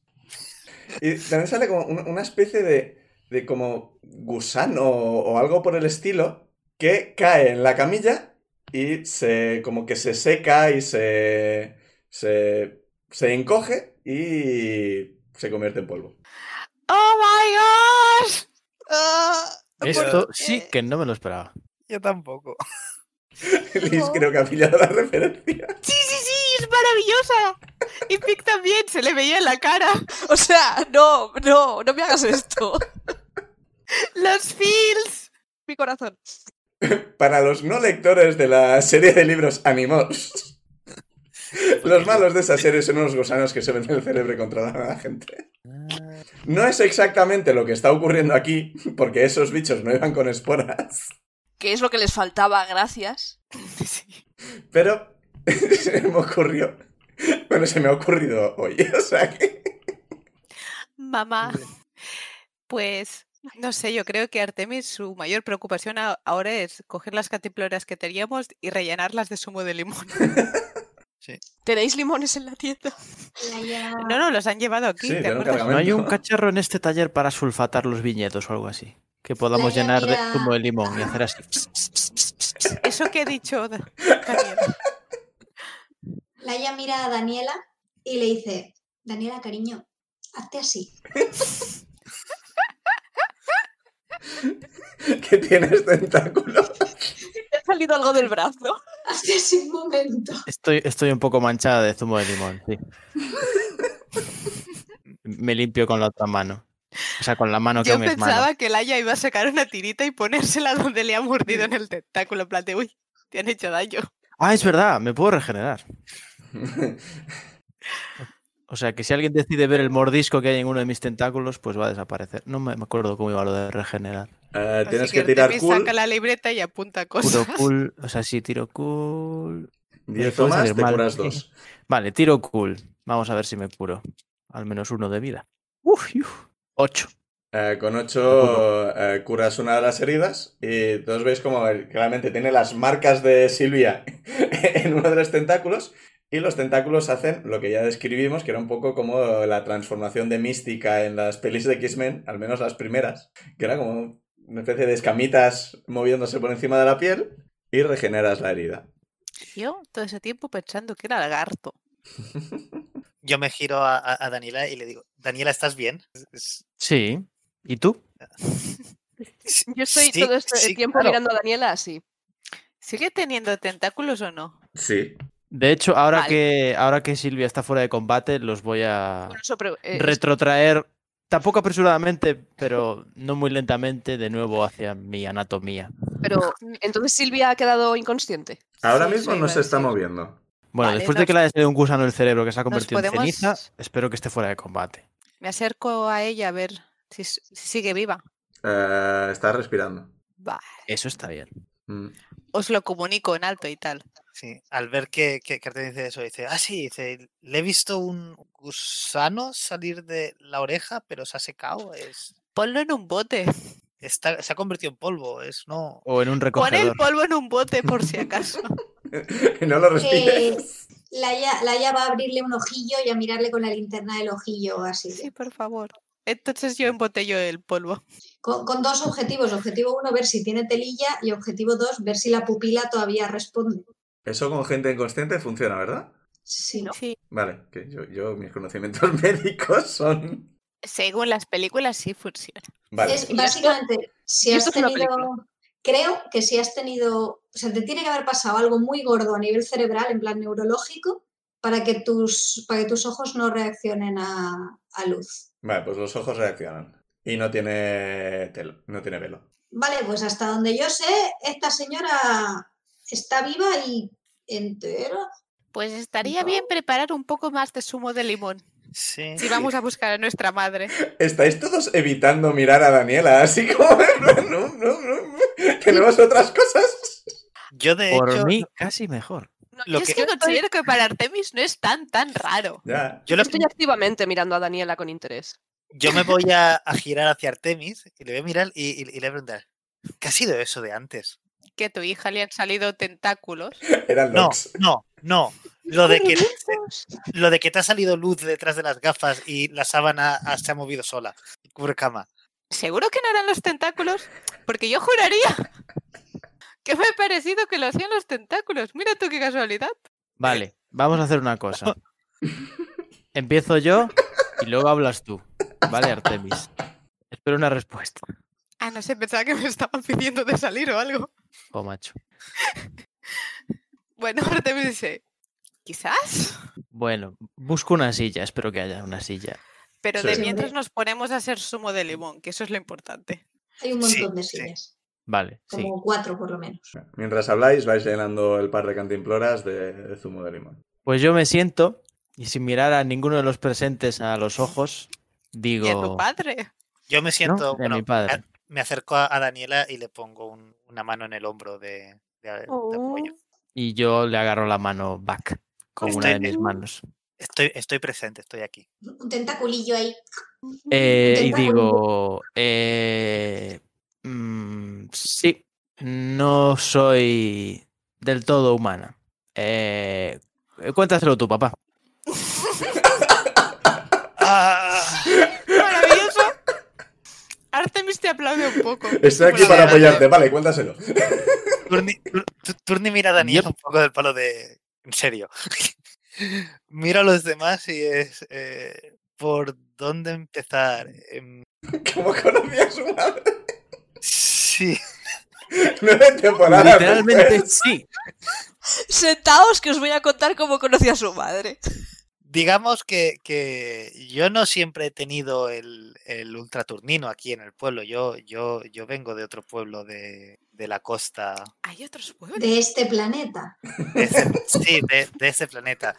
S1: Y también sale como un- una especie de, de como gusano o, o algo por el estilo que cae en la camilla y se como que se seca y se, se, se encoge y se convierte en polvo.
S5: ¡Oh my gosh! Ah, ¿por
S4: Esto
S5: qué?
S4: sí que no me lo esperaba.
S2: Yo tampoco.
S1: Liz creo que ha pillado la referencia.
S5: Sí, sí, sí, es maravillosa. Y Pic también, se le veía en la cara.
S3: O sea, no, no, no me hagas esto.
S5: Los feels.
S3: Mi corazón.
S1: Para los no lectores de la serie de libros Animals. Los malos de esa serie son unos gusanos que se ven el cerebro y controlan a la gente. No es exactamente lo que está ocurriendo aquí, porque esos bichos no iban con esporas,
S3: Que es lo que les faltaba, gracias.
S5: Sí.
S1: pero se me ocurrió. Bueno, se me ha ocurrido hoy, o sea que...
S5: Mamá. Pues, no sé, yo creo que Artemis su mayor preocupación a- ahora es coger las catiploras que teníamos y rellenarlas de zumo de limón.
S3: ¿Tenéis limones en la tienda?
S6: Laia-
S5: No, no, los han llevado aquí,
S1: Sí,
S5: ¿te
S1: tiene un
S5: acuerdas?
S1: cargamento.
S4: No hay un cacharro en este taller para sulfatar los viñedos o algo así. Que podamos
S6: Mira,
S4: llenar de
S6: mira.
S4: zumo de limón y hacer así.
S5: Eso que he dicho. da- Daniel.
S6: Laia mira a Daniela y le dice, Daniela, cariño, hazte así.
S1: que tienes tentáculos.
S3: Te ha salido algo del brazo.
S6: Hazte así un momento.
S4: Estoy, estoy un poco manchada de zumo de limón, sí. Me limpio con la otra mano. O sea, con la mano que
S5: Yo
S4: aún es mano.
S5: pensaba que Laia iba a sacar una tirita y ponérsela donde le ha mordido en el tentáculo. En plan de, uy, te han hecho daño.
S4: Ah, es verdad, me puedo regenerar.
S1: Eh,
S4: O sea, que si alguien decide ver el mordisco que hay en uno de mis tentáculos, pues va a desaparecer. No me me acuerdo cómo iba lo de regenerar.
S1: Eh,
S5: Así
S1: tienes que tirar
S5: Artemis
S1: cool.
S5: saca la libreta y apunta cosas.
S4: Tiro cool, o sea, sí, tiro cool.
S1: 10
S4: puede
S1: tomas,
S4: salir
S1: te
S4: mal.
S1: curas 2.
S4: Vale, tiro cool. Vamos a ver si me curo. Al menos uno de vida. Uf, uf. Ocho.
S1: Eh, con
S4: Ujú.
S1: 8 curas una de las heridas y todos veis como él claramente tiene las marcas de Silvia en uno de los tentáculos y los tentáculos hacen lo que ya describimos, que era un poco como la transformación de mística en las pelis de X-Men, al menos las primeras, que era como una especie de escamitas moviéndose por encima de la piel y regeneras la herida.
S5: Yo todo ese tiempo pensando que era lagarto.
S2: Yo me giro a, a- a Daniela y le digo, Daniela, ¿estás bien? Es-
S4: Sí. ¿Y tú?
S2: es-
S3: Yo estoy
S2: sí,
S3: todo este
S2: sí,
S3: tiempo
S2: claro.
S3: mirando a Daniela así.
S5: ¿Sigue teniendo tentáculos o no?
S1: Sí.
S4: De hecho, ahora,
S5: Vale.
S4: que, ahora que Silvia está fuera de combate, los voy a
S3: Bueno, eso, pero, eh,
S4: retrotraer, tampoco apresuradamente, pero no muy lentamente, de nuevo hacia mi anatomía.
S3: pero entonces Silvia ha quedado inconsciente.
S1: Ahora
S5: Sí,
S1: mismo
S5: eso
S1: no
S5: iba a
S1: se está
S5: decir.
S1: moviendo.
S4: Bueno,
S5: Vale,
S4: después de
S5: nos-
S4: que le haya salido un gusano en el cerebro que se ha convertido
S5: podemos-
S4: en ceniza, espero que esté fuera de combate.
S5: Me acerco a ella a ver si, s- si sigue viva.
S1: Eh, está respirando.
S5: Vale.
S4: Eso está bien.
S1: Mm.
S5: Os lo comunico en alto y tal.
S2: Sí, al ver que, que, que Artemio dice eso, dice, ah, sí, dice, le he visto un gusano salir de la oreja, pero se ha secado, es,
S5: Ponlo en un bote.
S2: está- se ha convertido en polvo, es, no,
S4: O en
S5: Pon
S4: un
S5: el
S4: recogedor.
S5: polvo en un bote por si acaso.
S1: no lo
S6: Eh,
S1: respires.
S6: Laia, Laia va a abrirle un ojillo y a mirarle con la linterna del ojillo, así.
S5: Sí, por favor. Entonces yo embotello el polvo.
S6: Con, con dos objetivos. Objetivo uno, ver si tiene telilla y objetivo dos, ver si la pupila todavía responde.
S1: Eso con gente inconsciente funciona, ¿verdad?
S6: Sí.
S5: Sí.
S1: Vale, que yo, yo- mis conocimientos médicos son...
S5: Según las películas sí funciona.
S1: Vale,
S6: Es
S3: Y
S6: básicamente, si
S3: y
S6: has
S3: esto es una
S6: tenido,
S3: película.
S6: creo que si has tenido, o sea, te tiene que haber pasado algo muy gordo a nivel cerebral, en plan neurológico, para que tus, para que tus ojos no reaccionen a, a luz.
S1: vale, pues los ojos reaccionan. Y no tiene tel- no tiene velo.
S6: Vale, pues hasta donde yo sé, esta señora está viva y entera.
S5: Pues estaría bien preparar un poco más de zumo de limón.
S2: sí.
S5: Si vamos a buscar a nuestra madre.
S1: Estáis todos evitando mirar a Daniela, así como... en plan, No, no, no, tenemos otras cosas.
S2: Yo de
S4: Por
S2: hecho,
S4: mí, casi mejor.
S3: No,
S2: Lo
S5: Yo es
S2: que-
S5: que
S3: estoy-
S5: considero que para Artemis no es tan, tan raro.
S1: Ya.
S2: yo,
S3: yo
S2: lo-
S3: estoy activamente mirando a Daniela con interés.
S2: yo me voy a, a girar hacia Artemis y le voy a mirar y, y- y le voy a preguntar, ¿qué ha sido eso de antes?
S5: Que a tu hija le han salido tentáculos.
S1: Eran
S2: No,
S1: locks.
S2: no, no. Lo de, que,
S3: Perritos.
S2: lo de que te ha salido luz detrás de las gafas y la sábana ah, se ha movido sola. Cubre cama.
S5: ¿Seguro que no eran los tentáculos? Porque yo juraría que me ha parecido que lo hacían los tentáculos. Mira tú qué casualidad. Eh,
S4: Vale, vamos a hacer una cosa. Empiezo yo y luego hablas tú. Vale, Artemis. Espero una respuesta.
S5: Ah, no sé, pensaba que me estaban pidiendo de salir o algo.
S4: Oh, macho.
S5: Bueno, Artemis dice, quizás.
S4: Bueno, busco una silla, espero que haya una silla.
S5: Pero
S1: Sí.
S5: de
S1: Sí,
S5: mientras
S6: hombre.
S5: nos ponemos a hacer zumo de limón, que eso es lo importante.
S6: Hay un
S2: Sí,
S6: montón de
S2: sí.
S6: sillas,
S4: Vale, sí.
S6: como cuatro por lo menos.
S1: Mientras habláis, vais llenando el par de cantimploras de, de zumo de limón.
S4: Pues yo me siento y sin mirar a ninguno de los presentes a los ojos, digo...
S5: Y a tu padre.
S2: Yo me siento.
S4: de
S2: bueno,
S4: mi padre.
S2: a- Me acerco a, a Daniela y le pongo un- una mano en el hombro de, de- de apoyo.
S4: Y yo le agarro la mano back
S5: Pues
S4: con una de
S2: Estoy-
S4: mis manos.
S2: Estoy, estoy presente, estoy aquí.
S6: Un tentaculillo ahí.
S4: Eh, y
S6: Intentar
S4: digo, eh, mm, sí, no soy del todo humana. Eh, eh, cuéntaselo tú, papá.
S2: Ah,
S5: Maravilloso. Artemis te aplaude un poco.
S1: Estoy aquí
S5: Bueno,
S1: para
S5: adelante.
S1: apoyarte. Vale, cuéntaselo.
S2: Turni, Tur- Tu- Turni mira a Daniela
S4: Yep.
S2: un poco del palo de. En serio. Miro a los demás y es. eh, ¿Por dónde empezar? Em,
S1: ¿Cómo conocías una
S2: sí.
S1: nueve temporadas?
S4: Literalmente
S3: pues.
S1: después?
S4: sí.
S3: Sentaos que os voy a contar cómo conocí a su madre.
S2: Digamos que, que yo no siempre he tenido el, el ultraturnino aquí en el pueblo. Yo, yo, yo vengo de otro pueblo de, de la costa
S5: Hay otros pueblos.
S6: de este planeta.
S2: de ese, sí, de, de ese planeta.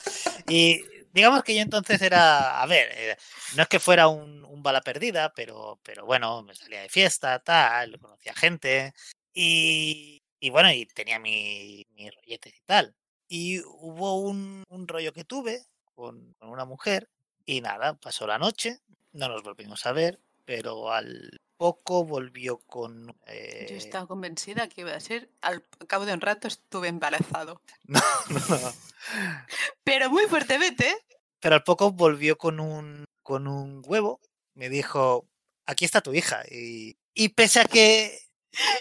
S2: Y digamos que yo entonces era, a ver, eh, no es que fuera un, un bala perdida, pero, pero bueno, me salía de fiesta, tal, conocía gente y, y bueno, y tenía mi, mi rollete y tal. y hubo un, un rollo que tuve con, con una mujer y nada, pasó la noche, no nos volvimos a ver, pero al poco volvió con... eh,
S5: Yo estaba convencida que iba a ser, al cabo de un rato estuve embarazado.
S2: no, no, no.
S5: Pero muy fuertemente, ¿eh?
S2: pero al poco volvió con un, con un huevo. Me dijo, aquí está tu hija. Y, y pese a que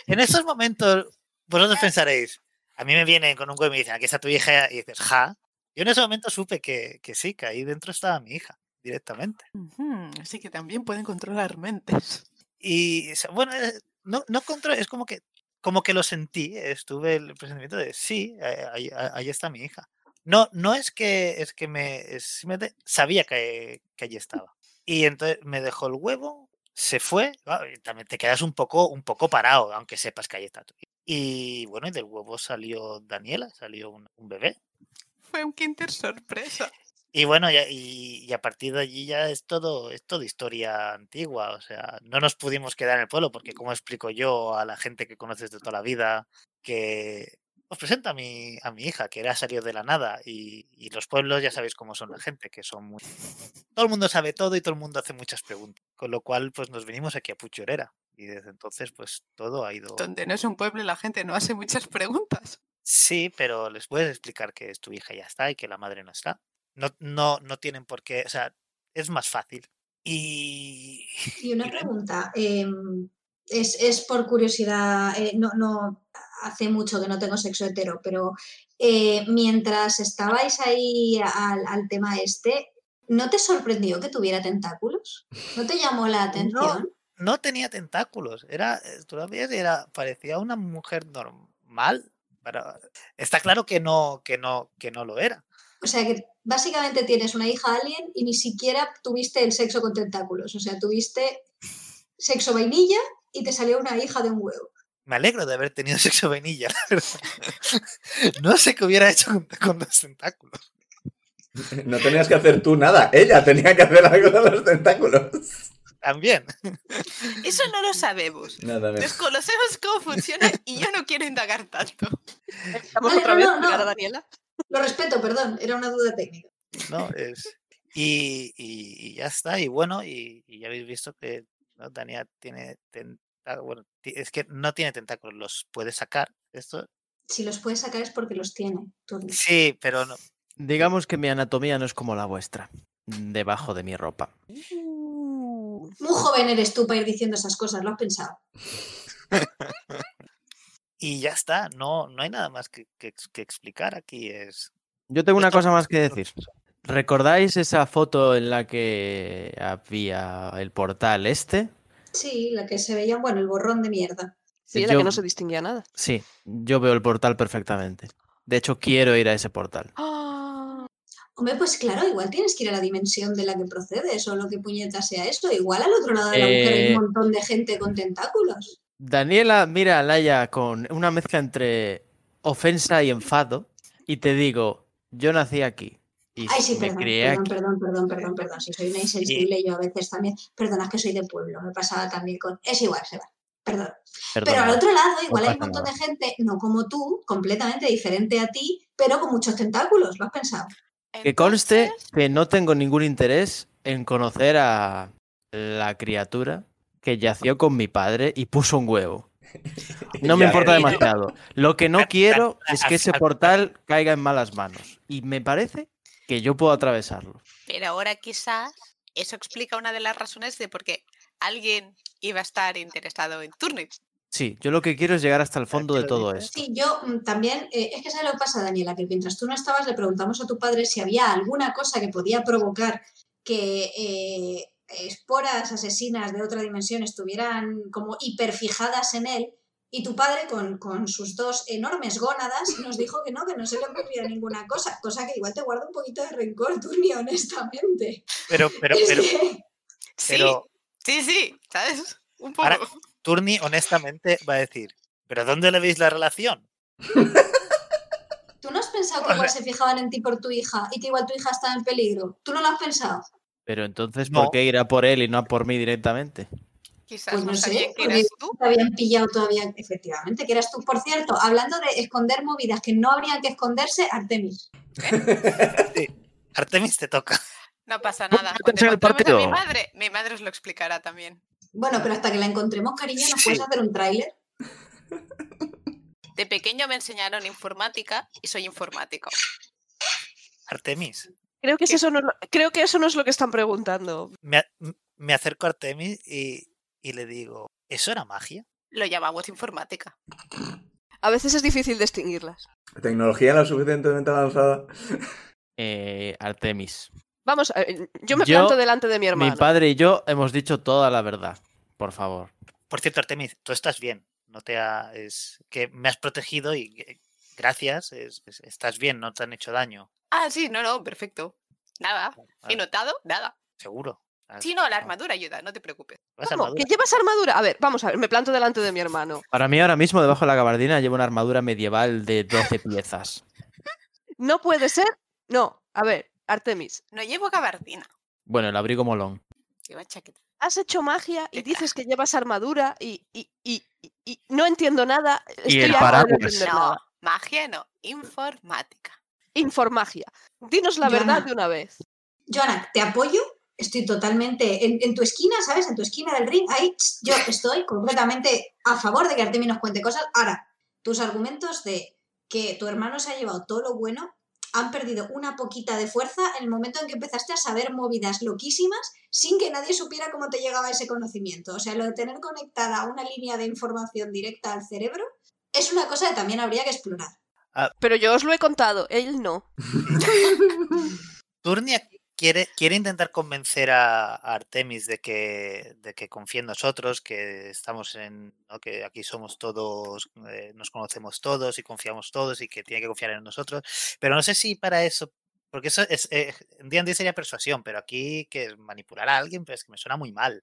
S2: en esos momentos vosotros pensaréis, a mí me vienen con un huevo y me dicen, aquí está tu hija. Y dices, ja. Yo en ese momento supe que, que sí, que ahí dentro estaba mi hija, directamente.
S5: Ujú, Así que también pueden controlar mentes.
S2: Y o sea, bueno, eh, no, no control, es como que, como que lo sentí, eh, estuve el presentimiento de sí, eh, ahí, ah, ahí está mi hija. No, no es que es que me es simplemente sabía que, que allí estaba. Y entonces me dejó el huevo, se fue, claro, y también te quedas un poco, un poco parado, aunque sepas que ahí está tu hija. Y bueno, y del huevo salió Daniela, salió un- un bebé.
S5: Fue un Kinder sorpresa.
S2: Y bueno, ya- y, y a partir de allí ya es todo, es todo historia antigua. O sea, no nos pudimos quedar en el pueblo, porque como explico yo a la gente que conoces de toda la vida, que os presento a mi, a mi hija, que era salió de la nada, y, y los pueblos ya sabéis cómo son la gente, que son muy... Todo el mundo sabe todo y todo el mundo hace muchas preguntas. Con lo cual, pues nos venimos aquí a Puchorera. Y desde entonces, pues todo ha ido...
S5: Donde no es un pueblo y la gente no hace muchas preguntas.
S2: Sí, pero les puedes explicar que es tu hija ya está y que la madre no está. No, no, no tienen por qué, o sea, es más fácil. Y
S6: Y una pregunta, em, es, es por curiosidad, eh, no, no hace mucho que no tengo sexo hetero, pero eh, mientras estabais ahí al, al tema este, ¿no te sorprendió que tuviera tentáculos? ¿No te llamó la atención?
S2: no tenía tentáculos, era, eh, tú la veías y era, parecía una mujer normal. Para... Está claro que no, que no, que no lo era.
S6: O sea que básicamente tienes una hija alien y ni siquiera tuviste el sexo con tentáculos, o sea, tuviste sexo vainilla y te salió una hija de un huevo.
S2: Me alegro de haber tenido sexo vainilla, la verdad. No sé qué hubiera hecho con, con los tentáculos.
S1: No tenías que hacer tú nada. Ella tenía que hacer algo con los tentáculos.
S2: También.
S5: Eso no lo sabemos.
S1: Nada, no.
S5: Desconocemos cómo funciona y yo no quiero indagar tanto.
S3: Estamos
S6: Vale,
S3: otra
S6: no,
S3: vez
S6: no,
S3: con cara
S6: no.
S3: Daniela.
S6: Lo respeto, perdón, era una duda técnica.
S2: ¿no? Es, y, y- y ya está, y bueno, y, y ya habéis visto que ¿no? Dania tiene tentáculos, bueno, ti- es que no tiene tentáculos, los puede sacar, esto,
S6: Si los puedes sacar es porque los tiene. tú.
S2: sí, pero no,
S4: Digamos que mi anatomía no es como la vuestra, mm, debajo de mi ropa.
S6: Muy joven eres tú para ir diciendo esas cosas, lo has pensado.
S2: y ya está, no, no hay nada más que, que ex- que explicar aquí, es...
S4: Yo tengo una
S2: esto-
S4: cosa más que decir. ¿Recordáis esa foto en la que había el portal este?
S6: Sí, la que se veía, bueno, el borrón de mierda.
S3: Sí, la
S4: Yo-
S3: que no se distinguía nada.
S4: Sí, yo veo el portal perfectamente. De hecho, quiero ir a ese portal.
S5: Ah,
S6: Hombre, pues claro, igual tienes que ir a la dimensión de la que procedes o lo que puñeta sea eso. Igual al otro lado del agujero hay
S4: Eh.
S6: un montón de gente con tentáculos.
S4: Daniela mira a Laia con una mezcla entre ofensa y enfado y te digo, yo nací aquí y
S6: Ay, sí,
S4: me
S6: perdón,
S4: crié
S6: perdón,
S4: aquí.
S6: perdón, perdón, perdón, perdón. Si soy una insensible yo a veces también. Perdona que soy de pueblo, me pasaba también con... Es igual, se va. Perdón. Pero al
S4: Perdona.
S6: otro lado, igual hay un
S4: pasa
S6: montón de gente, no como tú, completamente diferente a ti, pero con muchos tentáculos, lo has pensado.
S4: Que conste que no tengo ningún interés en conocer a la criatura que yació con mi padre y puso un huevo. No me
S1: Ya
S4: importa
S1: ves.
S4: demasiado. Lo que no quiero es que ese
S2: Hasta-
S4: portal caiga en malas manos. Y me parece que yo puedo atravesarlo.
S5: Pero ahora quizás eso explica una de las razones de por qué alguien iba a estar interesado en Turnip.
S4: Sí, yo lo que quiero es llegar hasta el fondo de
S2: lo
S4: todo
S2: dices.
S4: esto.
S6: Sí, yo mm, también, eh, es que sabes lo que pasa, Daniela, que mientras tú no estabas le preguntamos a tu padre si había alguna cosa que podía provocar que eh, esporas asesinas de otra dimensión estuvieran como hiperfijadas en él y tu padre con, con sus dos enormes gónadas nos dijo que no, que no se le ocurría ninguna cosa, cosa que igual te guarda un poquito de rencor, Turni, honestamente.
S2: Pero, pero,
S6: Es
S2: pero,
S6: que-
S5: Sí,
S2: pero,
S5: sí, sí, ¿sabes? Un poco.
S2: Ahora- Turni honestamente va a decir, ¿pero dónde le veis la relación?
S6: ¿Tú no has pensado
S2: O
S6: que igual se fijaban en ti por tu hija y que igual tu hija estaba en peligro? ¿Tú no lo has pensado?
S4: Pero entonces,
S2: No.
S4: ¿por qué ir a por él y no a por mí directamente?
S5: Quizás
S6: Pues
S5: no
S6: no sé,
S5: sabían que
S6: porque-
S5: eras tú.
S6: te habían pillado todavía, efectivamente, que eras tú. Por cierto, hablando de esconder movidas que no habrían que esconderse, Artemis.
S2: Artemis te toca.
S5: No pasa nada.
S4: Ponte a
S5: Cuando
S4: pensar el
S5: encontremos a mi
S4: partido.
S5: madre, mi madre os lo explicará también.
S6: Bueno, pero hasta que la encontremos, cariño, ¿nos puedes
S2: Sí.
S6: hacer un tráiler?
S5: De pequeño me enseñaron informática y soy informático.
S2: Artemis.
S3: Creo que, es
S5: ¿Qué?
S3: eso no, es lo- creo que eso no es lo que están preguntando.
S2: Me, a- me acerco a Artemis y, y le digo, ¿eso era magia?
S5: Lo llamamos informática.
S3: A veces es difícil distinguirlas.
S1: Tecnología lo suficientemente avanzada.
S4: Eh, Artemis.
S3: Vamos, eh, yo me
S4: Yo-
S3: planto delante de mi hermano.
S4: Mi padre y yo hemos dicho toda la verdad. Por favor.
S2: Por cierto, Artemis, tú estás bien. No te ha- es que me has protegido y eh, gracias, es- es- estás bien, no te han hecho daño.
S5: Ah, sí, no, no, perfecto. Nada.
S2: Ah,
S5: ¿He notado? Nada.
S2: Seguro. Ah,
S5: Sí, no, la
S2: ah,
S5: armadura ayuda, no te preocupes.
S2: vas
S3: ¿Cómo?
S2: armadura.
S3: ¿Que llevas armadura? A ver, vamos a ver, me planto delante de mi hermano.
S4: Para mí ahora mismo debajo de la gabardina llevo una armadura medieval de 12 piezas.
S3: No puede ser. No, a ver, Artemis,
S5: No llevo gabardina.
S4: Bueno, el abrigo molón.
S5: Llevo chaqueta.
S3: has hecho magia y
S5: Teta.
S3: dices que llevas armadura y, y- y- y- y no entiendo nada.
S4: Y
S3: estoy harta de
S4: el
S3: no
S4: paraguas.
S3: entender
S5: No,
S3: nada.
S5: magia no, informática.
S3: Informagia. Dinos la
S6: Yo
S3: verdad
S6: no.
S3: de una vez.
S6: Joana, te apoyo. Estoy totalmente en, en tu esquina, ¿sabes? En tu esquina del ring. Ahí ch, yo estoy completamente a favor de que Artemis nos cuente cosas. Ahora, tus argumentos de que tu hermano se ha llevado todo lo bueno han perdido una poquita de fuerza en el momento en que empezaste a saber movidas loquísimas sin que nadie supiera cómo te llegaba ese conocimiento. O sea, lo de tener conectada una línea de información directa al cerebro es una cosa que también habría que explorar.
S3: Pero yo os lo he contado, él no.
S2: Turnia quiere, quiere intentar convencer a, a Artemis de que, de que confíe en nosotros, que estamos en, ¿no? que aquí somos todos, eh, nos conocemos todos y confiamos todos y que tiene que confiar en nosotros. Pero no sé si para eso, porque eso es, eh, en D&D sería persuasión, pero aquí que manipular a alguien, pues que me suena muy mal.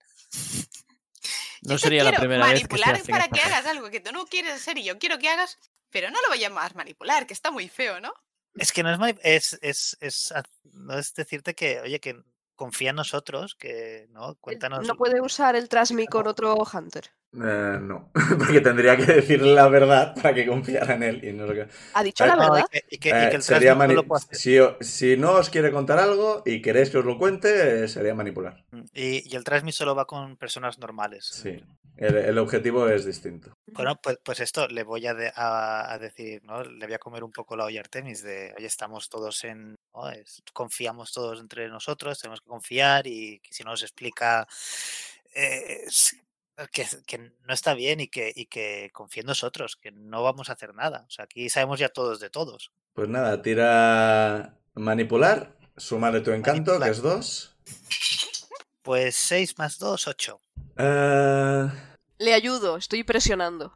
S4: No
S5: Yo te
S4: sería la
S5: quiero
S4: primera vez que se
S5: manipular
S4: hacen
S5: para
S4: estas
S5: que
S4: cosas.
S5: hagas algo que tú no quieres hacer y yo quiero que hagas, pero no lo voy a llamar manipular, que está muy feo, ¿no?
S2: Es que no es, mani- es, es, es haz- no es decirte que, oye, que confía en nosotros, que, ¿no?
S3: Él
S2: Cuéntanos.
S3: No puede usar el Trasmi con otro Hunter.
S1: Eh, no, porque tendría que decirle la verdad para que confiara en él. Y no lo que...
S3: ¿Ha dicho
S1: Eh,
S3: la
S1: no,
S2: No, y
S3: verdad?
S2: que- y que- y
S1: Eh,
S2: que el
S1: sería
S2: transmit no lo
S1: mani-
S2: puede hacer.
S1: si, o- si no os quiere contar algo y queréis que os lo cuente, eh, sería manipular.
S2: Mm, Y, y el transmit solo va con personas normales.
S1: Sí. El, el objetivo es distinto.
S2: Bueno, pues, pues esto le voy a, de- a- a decir, ¿no? Le voy a comer un poco la olla a Artemis de, oye, estamos todos en, ¿no? Es- confiamos todos entre nosotros, tenemos que confiar y que si no nos explica eh, s- que, es- que no está bien y que, y que confíe en nosotros, que no vamos a hacer nada. O sea, aquí sabemos ya todos de todos.
S1: Pues nada, tira manipular, sumarle tu encanto,
S2: Manipular.
S1: que es 2.
S2: Pues 6 más 2, 8.
S1: Eh,
S3: Le ayudo, estoy presionando.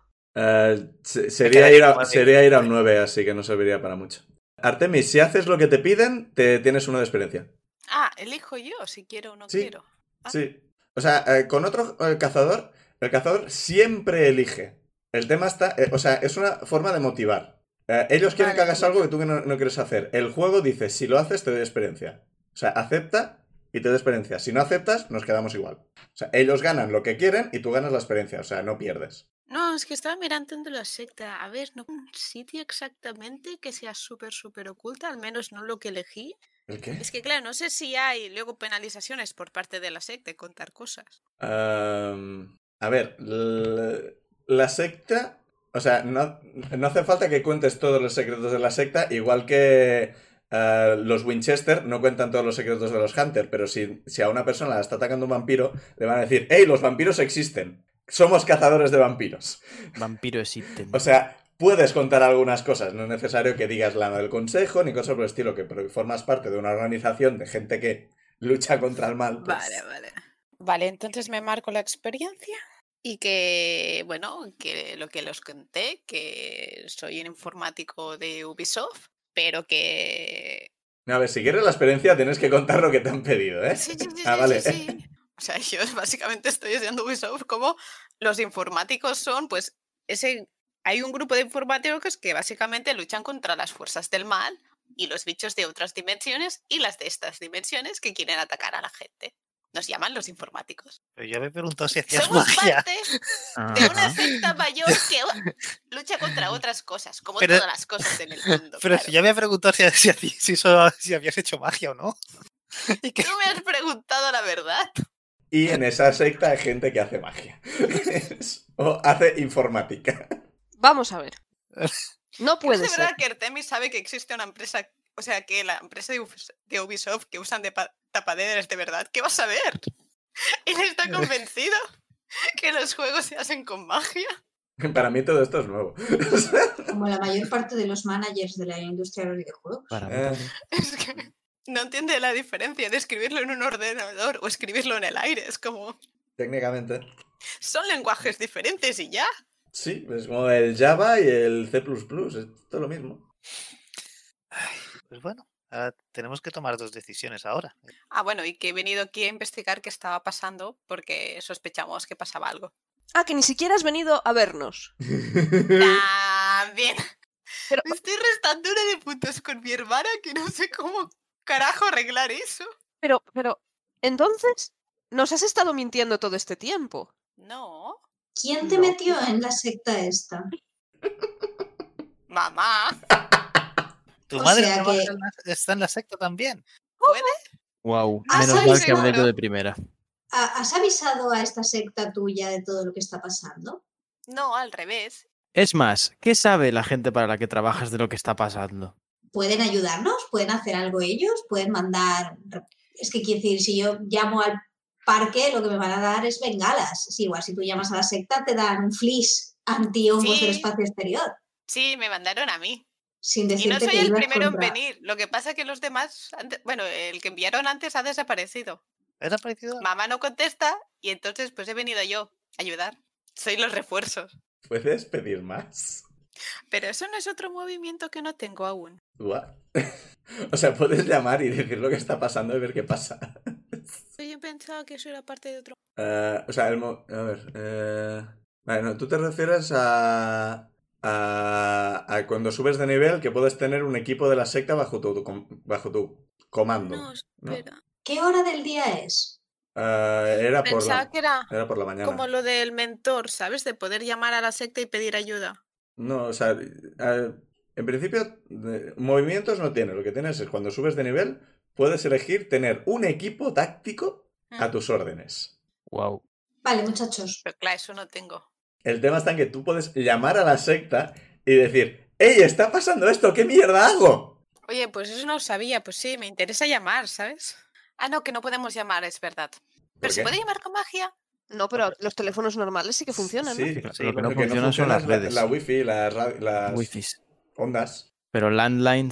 S1: sería,
S2: quedaría
S1: ir a,
S2: nueve.
S1: sería ir a un 9, así que no serviría para mucho. Artemis, si haces lo que te piden, te tienes uno de experiencia.
S5: Ah, elijo yo si quiero o no
S1: Sí.
S5: quiero. Ah.
S1: Sí. O sea, eh, con otro eh, cazador, el cazador siempre elige. El tema está, eh, o sea, es una forma de motivar. Eh, ellos quieren
S5: Vale,
S1: que hagas
S5: sí.
S1: algo que tú que no, no quieres hacer. El juego dice, si lo haces, te doy experiencia. O sea, acepta y te doy experiencia. Si no aceptas, nos quedamos igual. O sea, ellos ganan lo que quieren y tú ganas la experiencia. O sea, no pierdes.
S5: No, es que estaba mirando en la secta. A ver, no un sitio exactamente que sea súper, súper oculta, al menos no lo que elegí.
S1: ¿El qué?
S5: Es que, claro, no sé si hay luego penalizaciones por parte de la secta y contar cosas.
S1: Am, a ver, l- la secta, o sea, no, no hace falta que cuentes todos los secretos de la secta, igual que eh, los Winchester no cuentan todos los secretos de los Hunter, pero si, si a una persona la está atacando un vampiro, le van a decir, hey, los vampiros existen, somos cazadores de vampiros.
S4: Vampiro existen.
S1: O sea, puedes contar algunas cosas, no es necesario que digas nada del consejo ni cosas por el estilo, que pero formas parte de una organización de gente que lucha contra el mal. pues,
S5: vale. Vale, entonces me marco la experiencia y que, bueno, que lo que los conté, que soy un informático de Ubisoft, pero que...
S1: A ver, si quieres la experiencia, tienes que contar lo que te han pedido, ¿eh?
S5: Sí, sí, sí,
S1: Ah,
S5: sí,
S1: vale.
S5: sí, sí. O sea, yo básicamente estoy estudiando Ubisoft como los informáticos son, pues, ese... Hay un grupo de informáticos que básicamente luchan contra las fuerzas del mal y los bichos de otras dimensiones y las de estas dimensiones que quieren atacar a la gente. Nos llaman los informáticos.
S2: Pero yo me he preguntado si hacías
S5: Somos
S2: magia.
S5: parte de una
S4: Ajá.
S5: secta mayor que lucha contra otras cosas, como
S2: Pero-
S5: todas las cosas en el mundo.
S2: Pero
S5: claro.
S2: si yo me he preguntado si, si, hacías- si eso- si habías hecho magia o no. Y que-
S5: Tú me has preguntado la verdad.
S1: Y en esa secta hay gente que hace magia. o hace informática.
S3: Vamos a ver. No
S5: ¿Crees
S3: puede
S5: de verdad
S3: ser.
S5: que Artemis sabe que existe una empresa, o sea, que la empresa de Ubis- de Ubisoft que usan de pa- tapaderas de verdad? ¿Qué vas a ver? ¿Él está convencido que los juegos se hacen con magia?
S1: Para mí todo esto es nuevo.
S6: Como la mayor parte de los managers de la industria de los videojuegos.
S4: Para mí
S1: Eh.
S4: también.
S5: Es que no entiende la diferencia de escribirlo en un ordenador o escribirlo en el aire. Es como,
S1: Técnicamente.
S5: son lenguajes diferentes y ya.
S1: Sí, es como el Java y el C++, es todo lo mismo.
S2: Pues bueno, ahora tenemos que tomar dos decisiones ahora.
S5: Ah, bueno, y que he venido aquí a investigar qué estaba pasando porque sospechamos que pasaba algo.
S3: Ah, que ni siquiera has venido a vernos.
S5: También.
S3: Pero-
S5: Me Eh. estoy restando una de puntos con mi hermana que no sé cómo carajo arreglar eso.
S3: Pero, pero, entonces, nos has estado mintiendo todo este tiempo.
S5: No.
S6: ¿Quién te
S3: No.
S6: metió en la secta esta?
S5: Mamá.
S2: Tu
S6: O
S2: madre
S6: sea
S2: tu madre
S6: que-
S2: en la- está en la secta también.
S4: Guau,
S6: Ah,
S4: menos
S6: ¿sabes
S4: mal que hablé
S5: seguro?
S4: yo de primera.
S6: ¿Ha- ¿Has avisado a esta secta tuya de todo lo que está pasando?
S5: No, al revés.
S4: Es más, ¿qué sabe la gente para la que trabajas de lo que está pasando?
S6: ¿Pueden ayudarnos? ¿Pueden hacer algo ellos? ¿Pueden mandar...? Es que quiero decir, si yo llamo al parque, lo que me van a dar es bengalas. Sí, igual si tú llamas a la secta te dan un flis antihongos del
S5: Sí.
S6: espacio exterior.
S5: Sí, me mandaron a mí.
S6: Sin
S5: Y no
S6: decirte
S5: soy
S6: que
S5: el
S6: ibas
S5: primero en
S6: contra-
S5: venir. Lo que pasa que los demás, ante- bueno, el que enviaron antes ha desaparecido.
S2: ¿Era parecido?
S5: Mamá no contesta y entonces pues he venido yo a ayudar. Soy los refuerzos.
S1: ¿Puedes pedir más?
S5: Pero eso no es otro movimiento que no tengo aún.
S1: Guau. O sea, puedes llamar y decir lo que está pasando y ver qué pasa.
S5: Pues Yo pensaba que eso era parte de otro.
S1: Eh, o sea, el mo- a ver. eh, Vale, no, tú te refieres a, a. a cuando subes de nivel que puedes tener un equipo de la secta bajo tu, tu com- bajo tu comando.
S5: No,
S1: ¿no?
S5: espera.
S6: ¿Qué hora del día es?
S1: Eh, era, por
S5: Pensaba
S1: la,
S5: que era
S1: era por la mañana.
S5: como lo del mentor, ¿sabes? De poder llamar a la secta y pedir ayuda.
S1: No, o sea, eh, en principio, de- movimientos no tienes. Lo que tienes es cuando subes de nivel, puedes elegir tener un equipo táctico a
S5: Mm.
S1: tus órdenes.
S4: Wow.
S6: Vale, muchachos.
S5: Pero claro, eso no tengo.
S1: El tema está en que tú puedes llamar a la secta y decir: ¡Ey, está pasando esto! ¿Qué mierda hago?
S5: Oye, pues eso no lo sabía. Pues sí, me interesa llamar, ¿sabes? Ah, no, que no podemos llamar, es verdad.
S1: ¿Por
S5: Pero se
S1: qué?
S5: puede llamar con magia.
S3: No, pero los teléfonos normales sí que funcionan, ¿no?
S1: Sí,
S4: Lo
S1: sí,
S4: que no
S1: lo
S4: funciona son las
S1: es la-
S4: redes.
S1: La, wifi, la ra- las
S4: Wifi.
S1: ondas.
S4: Pero landline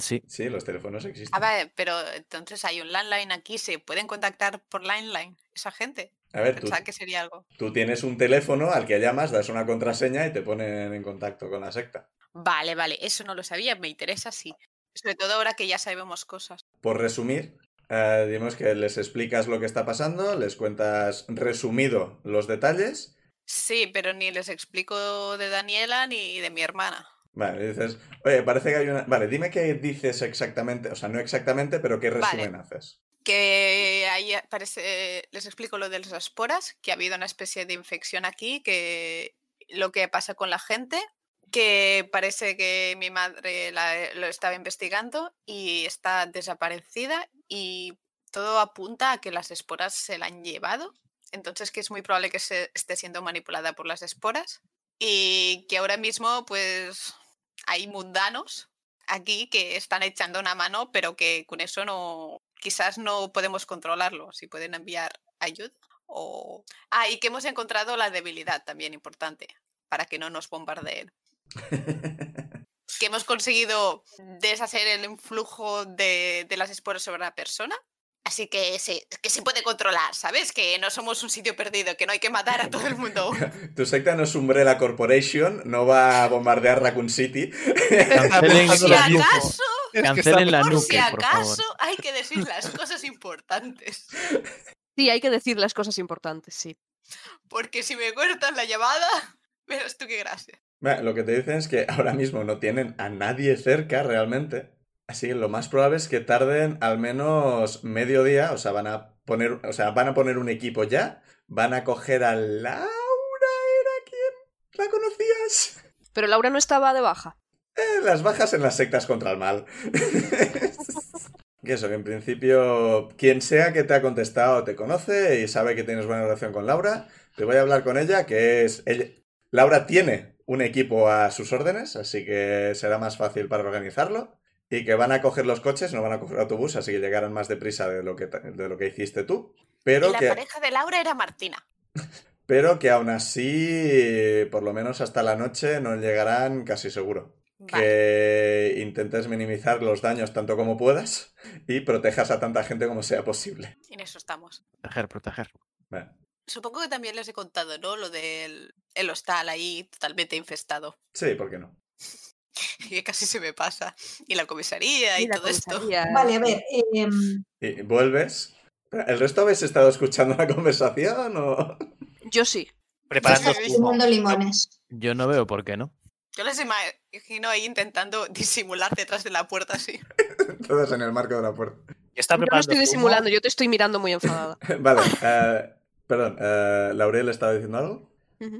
S4: sí.
S1: Sí, los teléfonos existen.
S5: Ah, vale, pero entonces hay un landline aquí, se pueden contactar por landline esa gente.
S1: A ver, tú,
S5: Pensaba que sería algo.
S1: tú tienes un teléfono al que llamas, das una contraseña y te ponen en contacto con la secta.
S5: Vale, vale, eso no lo sabía, me interesa, sí. Sobre todo ahora que ya sabemos cosas.
S1: Por resumir, eh, digamos que les explicas lo que está pasando, les cuentas resumido los detalles.
S5: Sí, pero ni les explico de Daniela ni de mi hermana.
S1: Vale, y dices, oye, parece que hay una... Vale, dime qué dices exactamente, o sea, no exactamente, pero qué resumen haces.
S5: Que ahí parece, les explico lo de las esporas, que ha habido una especie de infección aquí, que lo que pasa con la gente, que parece que mi madre la- eh, lo estaba investigando y está desaparecida y todo apunta a que las esporas se la han llevado, entonces que es muy probable que se esté siendo manipulada por las esporas y que ahora mismo pues hay mundanos aquí que están echando una mano, pero que con eso no, quizás no podemos controlarlo, si pueden enviar ayuda o... Ah, y que hemos encontrado la debilidad también importante, para que no nos bombardeen. Que hemos conseguido deshacer el influjo de, de las esporas sobre la persona. Así que se, que se puede controlar, ¿sabes? Que no somos un sitio perdido, que no hay que matar a todo el mundo.
S1: Tu secta no es Umbrella Corporation, no va a bombardear Raccoon City.
S4: Cancelen,
S5: Por
S2: Eso
S5: si
S2: lo mismo.
S5: acaso,
S2: Es que
S4: cancelen
S2: está-
S4: la
S5: por
S4: nuke,
S5: si
S4: por favor.
S5: acaso, hay que decir las cosas importantes.
S3: Sí, hay que decir las cosas importantes, sí.
S5: Porque si me cortan la llamada, verás tú qué gracia.
S1: Bueno, lo que te dicen es que ahora mismo no tienen a nadie cerca realmente. Así que lo más probable es que tarden al menos medio día, o sea, van a poner, o sea, van a poner un equipo ya, van a coger a Laura, ¿era quién? ¿La conocías?
S3: Pero Laura no estaba de baja.
S1: Eh, las bajas en las sectas contra el mal. Y eso, que en principio, quien sea que te ha contestado te conoce y sabe que tienes buena relación con Laura, te voy a hablar con ella, que es... ella- Laura tiene un equipo a sus órdenes, así que será más fácil para organizarlo. Y que van a coger los coches, no van a coger autobús, así que llegarán más deprisa de lo que, ta- de lo que hiciste tú. Pero
S5: Y la
S1: que,
S5: pareja de Laura era Martina.
S1: pero que aún así, por lo menos hasta la noche, no llegarán casi seguro
S5: Vale.
S1: que intentes minimizar los daños tanto como puedas y protejas a tanta gente como sea posible.
S5: En eso estamos.
S4: Proteger, proteger.
S1: Vale.
S5: Supongo que también les he contado, ¿no? Lo del el hostal ahí totalmente infestado.
S1: Sí, ¿por qué no?
S5: Que casi se me pasa. Y la comisaría y,
S3: la
S5: todo esto.
S3: comisaría.
S6: Vale, a ver. em,
S1: Y vuelves. ¿El resto habéis estado escuchando la conversación o...?
S3: Yo sí.
S2: Preparando
S5: Sí, sí, sí.
S2: zumo.
S6: Segundo limones.
S4: Yo no veo por qué no.
S5: Yo les imagino ahí intentando disimular detrás de la puerta así.
S1: Todos en el marco de la puerta.
S2: Yo estaba
S3: Yo no
S2: preparando
S3: estoy
S2: zumo.
S3: disimulando, yo te estoy mirando muy enfadada.
S1: Vale, eh, perdón, eh, ¿Laurel estaba diciendo algo?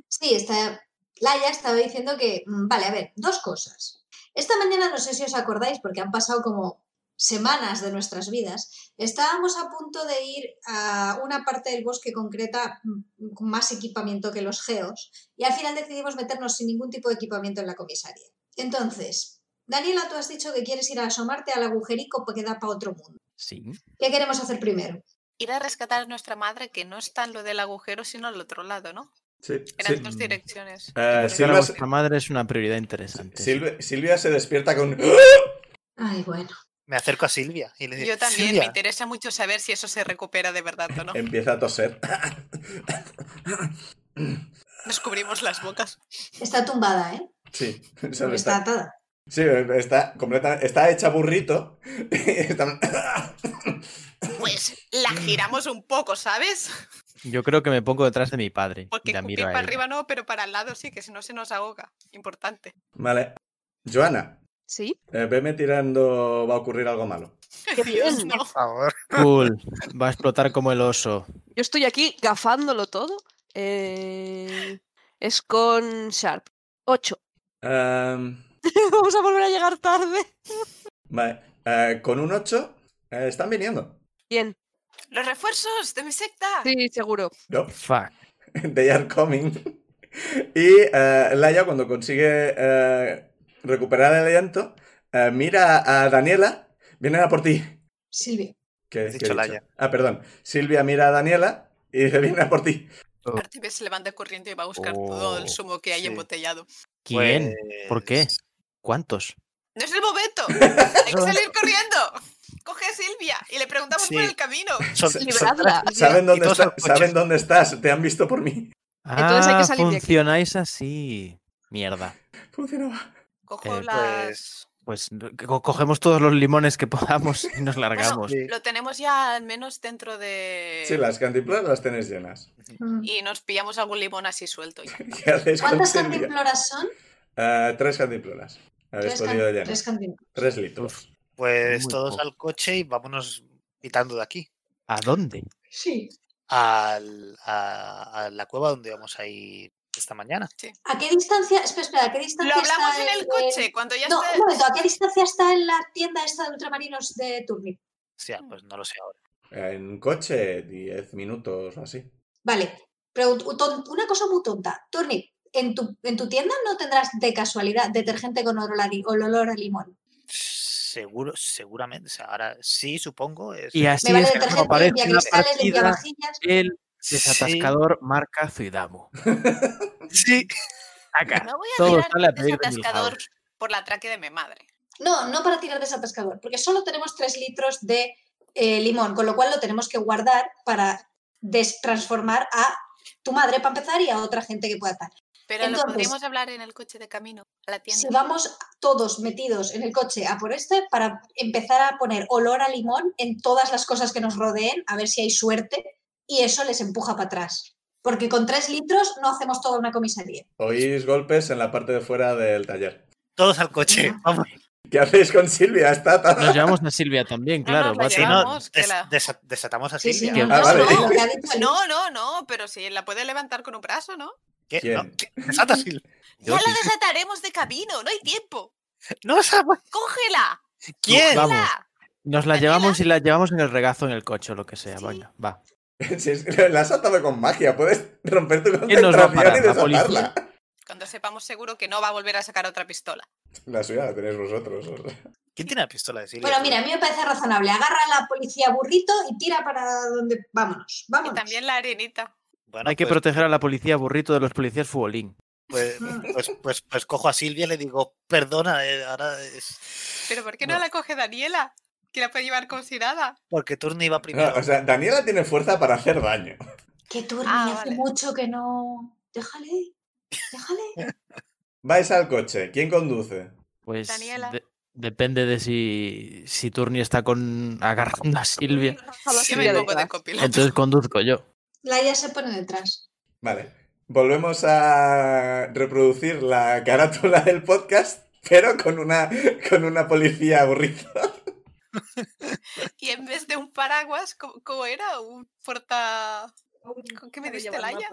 S6: Sí, está, Laia estaba diciendo que, mm, vale, a ver, dos cosas. Esta mañana, no sé si os acordáis, porque han pasado como semanas de nuestras vidas, estábamos a punto de ir a una parte del bosque concreta mm, con más equipamiento que los geos y al final decidimos meternos sin ningún tipo de equipamiento en la comisaría. Entonces, Daniela, tú has dicho que quieres ir a asomarte al agujerico que da para otro mundo.
S4: Sí.
S6: ¿Qué queremos hacer primero?
S5: Ir a rescatar a nuestra madre, que no está en lo del agujero, sino al otro lado, ¿no?
S1: Sí.
S5: En
S1: sí.
S5: las dos direcciones.
S1: Eh,
S5: diferentes.
S1: sí,
S4: Buscar a
S1: lo has-
S4: vuestra madre es una prioridad interesante.
S1: Silvia, Silvia se despierta con...
S6: Ay, bueno.
S2: Me acerco a Silvia y le digo,
S5: Yo también me
S2: "Silvia,
S5: interesa mucho saber si eso se recupera de verdad o no.
S1: Empieza a toser.
S5: Nos cubrimos las bocas.
S6: Está tumbada, ¿eh?
S1: Sí.
S6: Porque
S1: solo
S6: está
S1: está.
S6: atada.
S1: Sí, está, completa, está hecha burrito. Está-
S5: Pues la giramos un poco, ¿sabes?
S4: Yo creo que me pongo detrás de mi padre y
S5: Porque
S4: la
S5: escupir
S4: miro a
S5: para
S4: ella.
S5: arriba no, pero para el lado sí, que si no se nos ahoga. Importante.
S1: Vale. Joana,
S3: ¿Sí?
S1: eh, veme tirando, va a ocurrir algo malo.
S5: Dios,
S3: bien.
S5: no.
S2: por favor.
S4: Cool. Va a explotar como el oso.
S3: Yo estoy aquí gafándolo todo. Eh, Es con Sharp. 8.
S1: Em,
S3: Vamos a volver a llegar tarde.
S1: vale. Eh, con un 8 eh, están viniendo.
S3: Bien,
S5: ¡Los refuerzos de mi secta!
S3: sí, seguro.
S1: No,
S4: Fuck.
S1: they are coming. Y eh, Laia, cuando consigue eh, recuperar el aliento, eh, mira a Daniela, vienen a por ti.
S6: Silvia.
S1: ¿Qué-
S2: Has
S1: qué he
S2: dicho Laia.
S1: Ah, perdón. Silvia mira a Daniela y dice, vienen a por ti.
S5: Artemis se levanta corriendo y va a buscar todo el
S4: Oh,
S5: zumo que hay
S2: sí.
S5: embotellado.
S4: ¿Quién? ¿Por qué?
S2: Pues,
S4: ¿Cuántos?
S5: ¡No es el momento! ¡Hay que salir corriendo! Coge a Silvia y le preguntamos por
S2: Sí.
S5: el camino.
S2: son- son
S3: Libradla.
S2: tres Silvia
S1: ¿Saben
S2: y
S1: dónde,
S2: todos
S1: está-
S2: los coches.
S1: ¿Saben dónde estás? Te han visto por mí.
S3: Entonces hay que
S4: Ah,
S3: salir de aquí.
S4: funcionáis así. Mierda.
S1: Funcionaba.
S5: Cojo
S4: Eh,
S5: las...
S4: Pues co- cogemos todos los limones que podamos y nos largamos.
S2: Sí.
S5: Lo tenemos ya al menos dentro
S2: Eh.
S5: de...
S1: Sí, las cantimploras las tenéis llenas.
S6: Mm.
S5: Y nos pillamos algún limón así suelto. ya.
S1: ¿Qué hacéis con
S6: ¿Cuántas
S1: Silvia?
S6: cantimploras son?
S1: Ah, tres cantimploras. Habéis
S6: Tres
S1: podido
S6: can-
S1: llenar.
S6: tres
S1: Tres,
S6: cantimploras.
S1: litros.
S2: Pues
S4: Muy
S2: todos
S4: poco.
S2: al coche y vámonos pitando de aquí.
S4: ¿A dónde?
S6: Sí.
S2: al- a, a la cueva donde vamos a ir esta mañana.
S6: ¿A qué distancia? Espera, espera, ¿a qué distancia
S5: Lo hablamos
S6: está
S5: en el coche, cuando ya
S6: No,
S5: está...
S6: un momento, ¿a qué distancia está en la tienda esta de ultramarinos de Turnip?
S2: O sea, pues no lo sé ahora.
S1: En coche, 10 minutos o así.
S6: Vale, pero u- ton- una cosa muy tonta. Turnip, ¿en tu, en tu tienda no tendrás de casualidad detergente con olor a, li- ol- olor a limón?
S2: Seguro, seguramente. o sea, ahora sí, supongo. es-
S4: Y así
S6: Me vale
S4: es como
S6: detergente,
S4: aparece
S6: limpia
S4: la
S6: cristales, limpia
S4: partida
S6: vajillas.
S4: el
S2: sí,
S4: desatascador marca Zuidamu.
S2: Sí,
S4: Acá.
S5: No voy a
S4: Todo
S5: tirar
S4: sale a
S5: el
S4: pedir de
S5: desatascador
S4: Milhouse.
S5: por la traque de mi madre.
S6: No, no para tirar desatascador, porque solo tenemos tres litros de eh, limón, con lo cual lo tenemos que guardar para destransformar a tu madre para empezar y a otra gente que pueda estar.
S5: Pero
S6: Entonces-
S5: lo podríamos hablar en el coche de camino a la tienda.
S6: si vamos todos metidos en el coche a por este para empezar a poner olor a limón en todas las cosas que nos rodeen, a ver si hay suerte, y eso les empuja para atrás. Porque con tres litros no hacemos toda una comisaría.
S1: Oís golpes en la parte de fuera del taller.
S2: todos al coche. Vamos.
S1: ¿Qué hacéis con Silvia? Está atada.
S4: Nos llevamos a Silvia también, claro.
S5: nos la
S4: va a
S2: Si
S4: tener-
S5: llevamos.
S2: no,
S5: que
S2: des-
S5: la-
S2: desa- desatamos a
S6: Sí, sí,
S2: Silvia.
S6: no,
S4: ¿Quién?
S6: no,
S1: Ah, vale.
S6: no, lo que ha dicho
S5: Pues No, no, no, pero si la puede levantar con un brazo, ¿no?
S2: ¿Qué?
S1: ¿Quién?
S2: No, ¿qué? Desata a Silvia.
S4: Yo
S5: ya
S4: sí.
S5: la desataremos de camino, no hay tiempo.
S2: No, esa-
S5: ¡Cógela!
S2: ¿Quién?
S4: Vamos.
S5: ¡Cógela!
S4: Nos la
S5: Daniela.
S4: llevamos y la llevamos en el regazo, en el coche o lo que sea.
S5: Sí.
S4: Venga, va.
S1: Si es que la has atado con magia, puedes romper tu
S4: ¿Quién nos va
S1: concentración
S4: a parar?
S1: y
S4: ¿La policía?
S1: desatarla.
S5: Cuando sepamos seguro que no va a volver a sacar otra pistola.
S1: La suya la tenéis vosotros. o sea.
S2: ¿Quién tiene la pistola de Silvia?
S6: Bueno, mira, a mí me parece razonable. Agarra a la policía burrito y tira para donde. Vámonos,
S5: Y
S6: vámonos.
S5: también la arenita.
S2: Bueno,
S4: Hay que
S2: pues-
S4: proteger a la policía burrito de los policías futbolín.
S2: Pues,
S6: Mm.
S2: pues, pues, pues cojo a Silvia y le digo, perdona, eh, ahora es...
S5: ¿Pero por qué no,
S2: No.
S5: la coge Daniela? Que la puede llevar como si nada.
S2: Porque Turni
S4: Ah,
S2: va
S1: No,
S2: primero.
S1: o sea, Daniela tiene fuerza para hacer daño.
S6: Que tú
S5: Ah,
S6: hace
S5: vale.
S6: mucho que no. Déjale, déjale.
S1: Vais al coche. ¿Quién conduce?
S4: Pues
S5: Daniela.
S4: de- depende de si, si Turni está con agarrando a Silvia.
S3: Habla
S5: Sí,
S3: Silvia
S5: me pongo de
S3: detrás.
S5: copiloto.
S4: Entonces conduzco yo.
S6: Laia se pone detrás.
S1: Vale. Volvemos a reproducir la carátula del podcast, pero con una, con una policía burrito.
S5: Y en vez de un paraguas, co- ¿cómo, era? Un porta... ¿Qué me diste, Laia?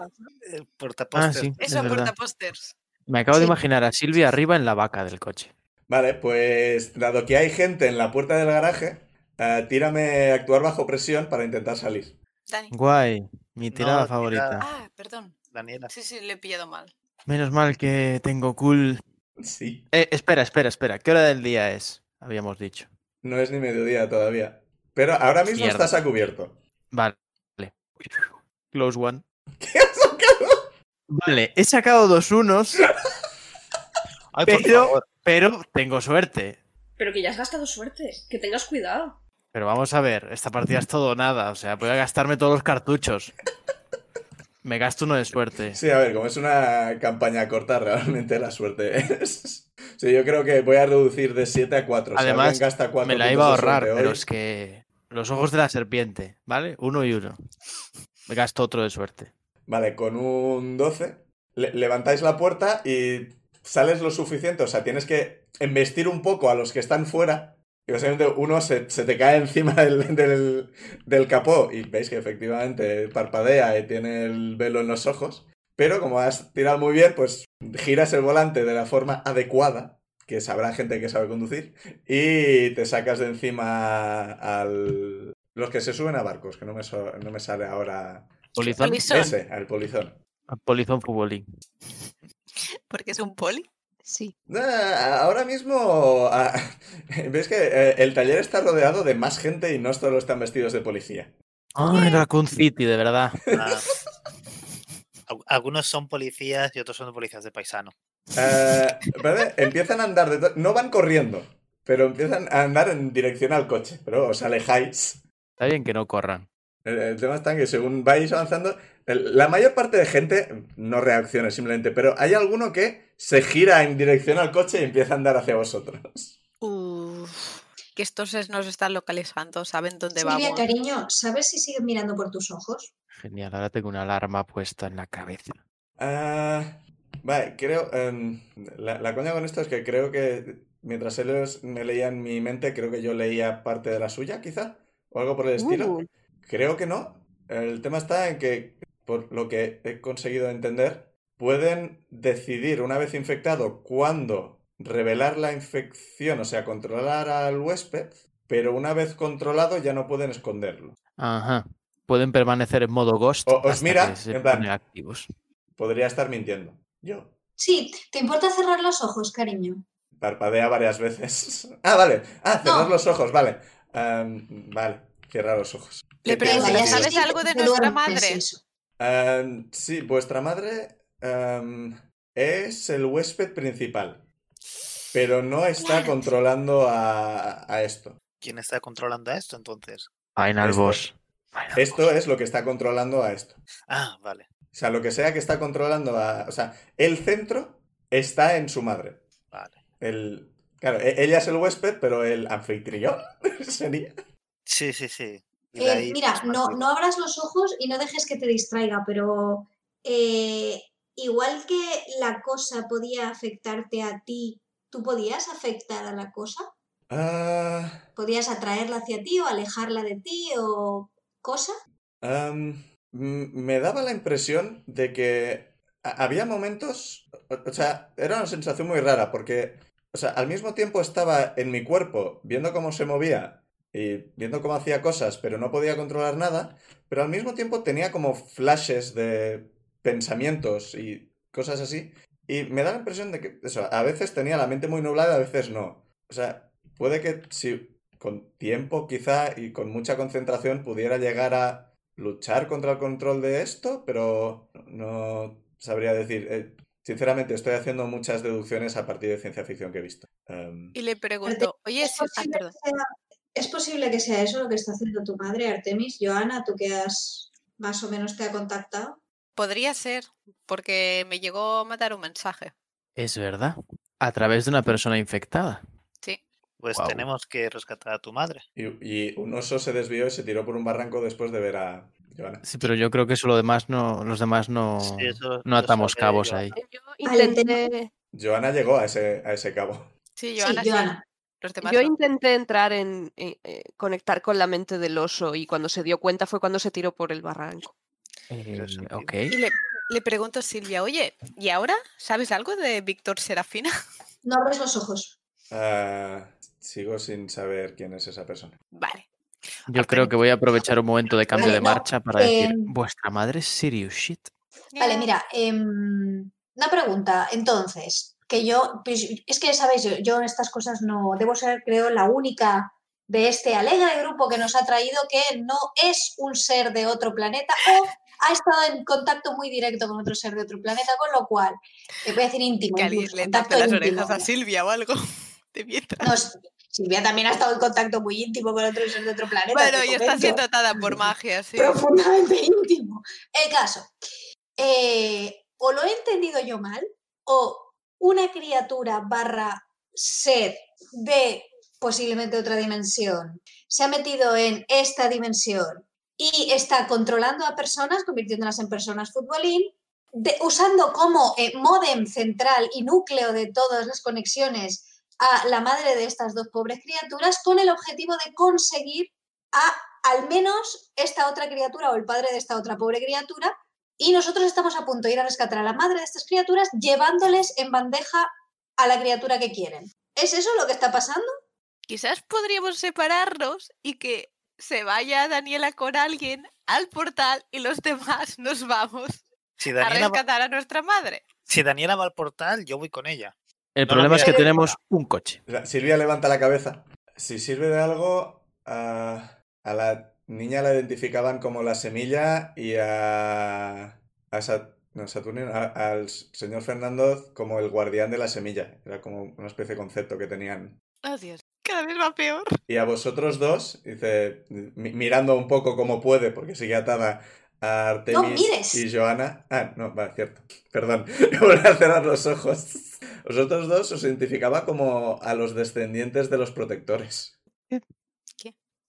S2: El
S4: Ah,
S2: portapóster.
S4: sí, es
S5: Eso,
S4: verdad.
S5: portapósters.
S4: Me acabo de
S6: Sí.
S4: imaginar a Silvia arriba en la vaca del coche.
S1: Vale, pues dado que hay gente en la puerta del garaje, eh, tírame a actuar bajo presión para intentar salir.
S5: Dani.
S4: Guay, mi
S2: No,
S4: tirada
S2: tirada.
S4: favorita.
S5: Ah, perdón.
S2: Daniela.
S5: Sí, sí, le he pillado mal.
S4: Menos mal que tengo cool.
S1: Sí.
S4: Eh, espera, espera, espera. ¿Qué hora del día es? Habíamos dicho.
S1: No es ni mediodía todavía. Pero ahora mismo
S4: Mierda.
S1: estás a cubierto.
S4: Vale. Close one.
S1: ¿Qué has sacado?
S4: Vale, he sacado dos unos,
S2: Ay, por
S4: pero,
S2: favor.
S4: pero tengo suerte.
S7: Pero que ya has gastado suerte. Que tengas cuidado.
S4: Pero vamos a ver, esta partida es todo o nada. O sea, voy a gastarme todos los cartuchos. Me gasto uno de suerte.
S1: Sí, a ver, como es una campaña corta, realmente la suerte es. Sí, yo creo que voy a reducir de 7 a 4.
S4: Además,
S1: gasta cuatro
S4: Me la
S1: puntos
S4: iba a
S1: de
S4: ahorrar,
S1: suerte
S4: pero
S1: hoy,
S4: es que. Los ojos de la serpiente, ¿vale? Uno y uno. Me gasto otro de suerte.
S1: Vale, con un 12 le- levantáis la puerta y sales lo suficiente. O sea, tienes que embestir un poco a los que están fuera. Y básicamente uno se, se te cae encima del, del- del capó y veis que efectivamente parpadea y tiene el velo en los ojos. Pero como has tirado muy bien, pues giras el volante de la forma adecuada, que sabrá gente que sabe conducir, y te sacas de encima al... Los que se suben a barcos, que no me, so- no me sale ahora
S4: Polizón, eh,
S5: Polizón.
S1: ese, al polizón.
S4: polizón futbolín.
S5: Porque es un poli.
S3: Sí.
S1: Nah, ahora mismo ah, ves que eh, el taller está rodeado de más gente y no solo están vestidos de policía.
S4: Ay, Raccoon City, de verdad.
S2: Ah. Al- Algunos son policías y otros son policías de paisano.
S1: Eh, ¿vale? Empiezan a andar, de to- no van corriendo, pero empiezan a andar en dirección al coche, pero os alejáis.
S4: Está bien que no corran.
S1: El, el tema está en que según vais avanzando, el- la mayor parte de gente no reacciona simplemente, pero hay alguno que se gira en dirección al coche y empieza a andar hacia vosotros.
S5: Uf, que estos es- nos están localizando, saben dónde
S6: Silvia,
S5: vamos.
S6: cariño, ¿sabes si sigues mirando por tus ojos?
S4: Genial, ahora tengo una alarma puesta en la cabeza.
S1: Ah, vale, creo. em, la, la coña con esto es que creo que mientras ellos me leían mi mente, creo que yo leía parte de la suya, quizá, o algo por el estilo.
S3: Uh,
S1: Creo que no. El tema está en que, por lo que he conseguido entender, pueden decidir una vez infectado cuándo revelar la infección, o sea, controlar al huésped, pero una vez controlado ya no pueden esconderlo.
S4: Ajá. Pueden permanecer en modo ghost.
S1: O- os
S4: hasta
S1: mira,
S4: que se
S1: en plan-
S4: ponen activos.
S1: Podría estar mintiendo. Yo.
S6: Sí, ¿te importa cerrar los ojos, cariño?
S1: Parpadea varias veces. Ah, vale. Ah, cerrar
S6: No.
S1: los ojos, vale. Am, vale, cierra los ojos.
S5: Le
S1: Tiene
S5: pregunto,
S1: sentido.
S5: ¿sabes algo de
S6: Te
S5: nuestra
S6: duermes,
S5: madre?
S6: eso.
S1: Am, sí, vuestra madre am, es el huésped principal. Pero no está
S5: What?
S1: controlando a, a esto.
S2: ¿Quién está controlando a esto entonces?
S4: Final
S1: Esto-
S4: boss. Final
S1: Esto
S4: boss.
S1: es lo que está controlando a esto.
S2: Ah, vale.
S1: O sea, lo que sea que está controlando a. O sea, el centro está en su madre.
S2: Vale.
S1: El, claro, e- ella es el huésped, pero el anfitrión sería.
S2: Sí, sí, sí. Y de
S6: Eh,
S2: ahí,
S6: mira,
S2: pues,
S6: no,
S2: mantiene.
S6: no abras los ojos y no dejes que te distraiga, pero eh, igual que la cosa podía afectarte a ti ¿Tú podías afectar a la cosa?
S1: Ah,
S6: ¿Podías atraerla hacia ti o alejarla de ti o cosa?
S1: am, m- me daba la impresión de que a- había momentos, o, o sea, era una sensación muy rara porque, o sea, al mismo tiempo estaba en mi cuerpo viendo cómo se movía y eh, viendo cómo hacía cosas, pero no podía controlar nada, pero al mismo tiempo tenía como flashes de pensamientos y cosas así. Y me da la impresión de que, eso, a veces tenía la mente muy nublada, a veces no. O sea, puede que si con tiempo quizá y con mucha concentración pudiera llegar a luchar contra el control de esto, pero no sabría decir. Eh, sinceramente, estoy haciendo muchas deducciones a partir de ciencia ficción que he visto. Em,
S5: Y le pregunto, oye,
S6: ¿Es
S5: Sil- ah,
S6: posible,
S5: perdón.
S6: que sea, es posible que sea eso lo que está haciendo tu madre, Artemis? Joana, tú que has más o menos te ha contactado.
S5: podría ser, porque me llegó a mandar un mensaje.
S4: Es verdad. A través de una persona infectada.
S2: Pues
S4: Guau.
S2: tenemos que rescatar a tu madre.
S1: y, y un oso se desvió y se tiró por un barranco después de ver a Joana.
S4: Sí, pero yo creo que eso lo demás no, los demás no,
S2: Sí, eso lo
S4: no atamos
S2: sabe
S4: cabos
S2: yo.
S4: ahí.
S3: Yo
S6: Vale,
S3: intenté,
S1: Joana llegó a ese, a ese cabo.
S5: Sí,
S6: Sí,
S5: Joana. sí,
S6: Joana.
S5: Los demás
S3: yo
S5: no.
S3: intenté entrar en eh, eh, conectar con la mente del oso y cuando se dio cuenta fue cuando se tiró por el barranco.
S2: Pero
S4: Eh,
S2: eso no
S4: ok.
S5: Y le, le pregunto a Silvia, oye, ¿y ahora sabes algo de Víctor Serafina?
S6: No abres los ojos.
S1: Ah, sigo sin saber quién es esa persona.
S5: Vale.
S4: Yo creo que voy a aprovechar un momento de cambio de
S6: Vale, no,
S4: marcha para decir,
S6: em,
S4: vuestra madre es serious shit.
S6: Vale, mira, em, una pregunta. Entonces, que yo, pues, es que sabéis, yo, yo en estas cosas no, debo ser, creo, la única de este alegre grupo que nos ha traído que no es un ser de otro planeta o ha estado en contacto muy directo con otro ser de otro planeta, con lo cual, te voy a decir íntimo.
S5: Que
S6: incluso,
S5: le
S6: contacto
S5: tape las
S6: íntimo.
S5: orejas a Silvia o algo. De mientras.
S6: No, S- Silvia también ha estado en contacto muy íntimo con otro ser de otro planeta.
S5: Bueno,
S6: te
S5: y está
S6: comento.
S5: siendo atada por magia, sí.
S6: profundamente íntimo. El caso, eh, o lo he entendido yo mal, o una criatura barra ser de posiblemente otra dimensión se ha metido en esta dimensión y está controlando a personas, convirtiéndolas en personas futbolín, de- usando como eh, módem central y núcleo de todas las conexiones a la madre de estas dos pobres criaturas con el objetivo de conseguir a al menos esta otra criatura o el padre de esta otra pobre criatura. Y nosotros estamos a punto de ir a rescatar a la madre de estas criaturas llevándoles en bandeja a la criatura que quieren. ¿Es eso lo que está pasando?
S5: Quizás podríamos separarnos y que se vaya Daniela con alguien al portal y los demás nos vamos
S2: Si
S5: a
S2: Daniela, va,
S5: rescatar a nuestra madre.
S2: si Daniela va al portal, yo voy con ella.
S4: El
S2: no,
S4: problema es que
S2: mira,
S4: tenemos un coche.
S1: La- Silvia levanta la cabeza. Si sirve de algo, a, a la niña la identificaban como la semilla y a, a Sat- no, Saturnino, a- al s- señor Fernández como el guardián de la semilla. Era como una especie de concepto que tenían.
S5: Oh, Dios. Cada vez va peor.
S1: Y a vosotros dos, dice, mi- mirando un poco como puede, porque sigue atada a Artemis
S6: mires.
S1: y Joana. Ah, no, vale, cierto. Perdón, voy a cerrar los ojos. Vosotros dos os identificaba como a los descendientes de los protectores.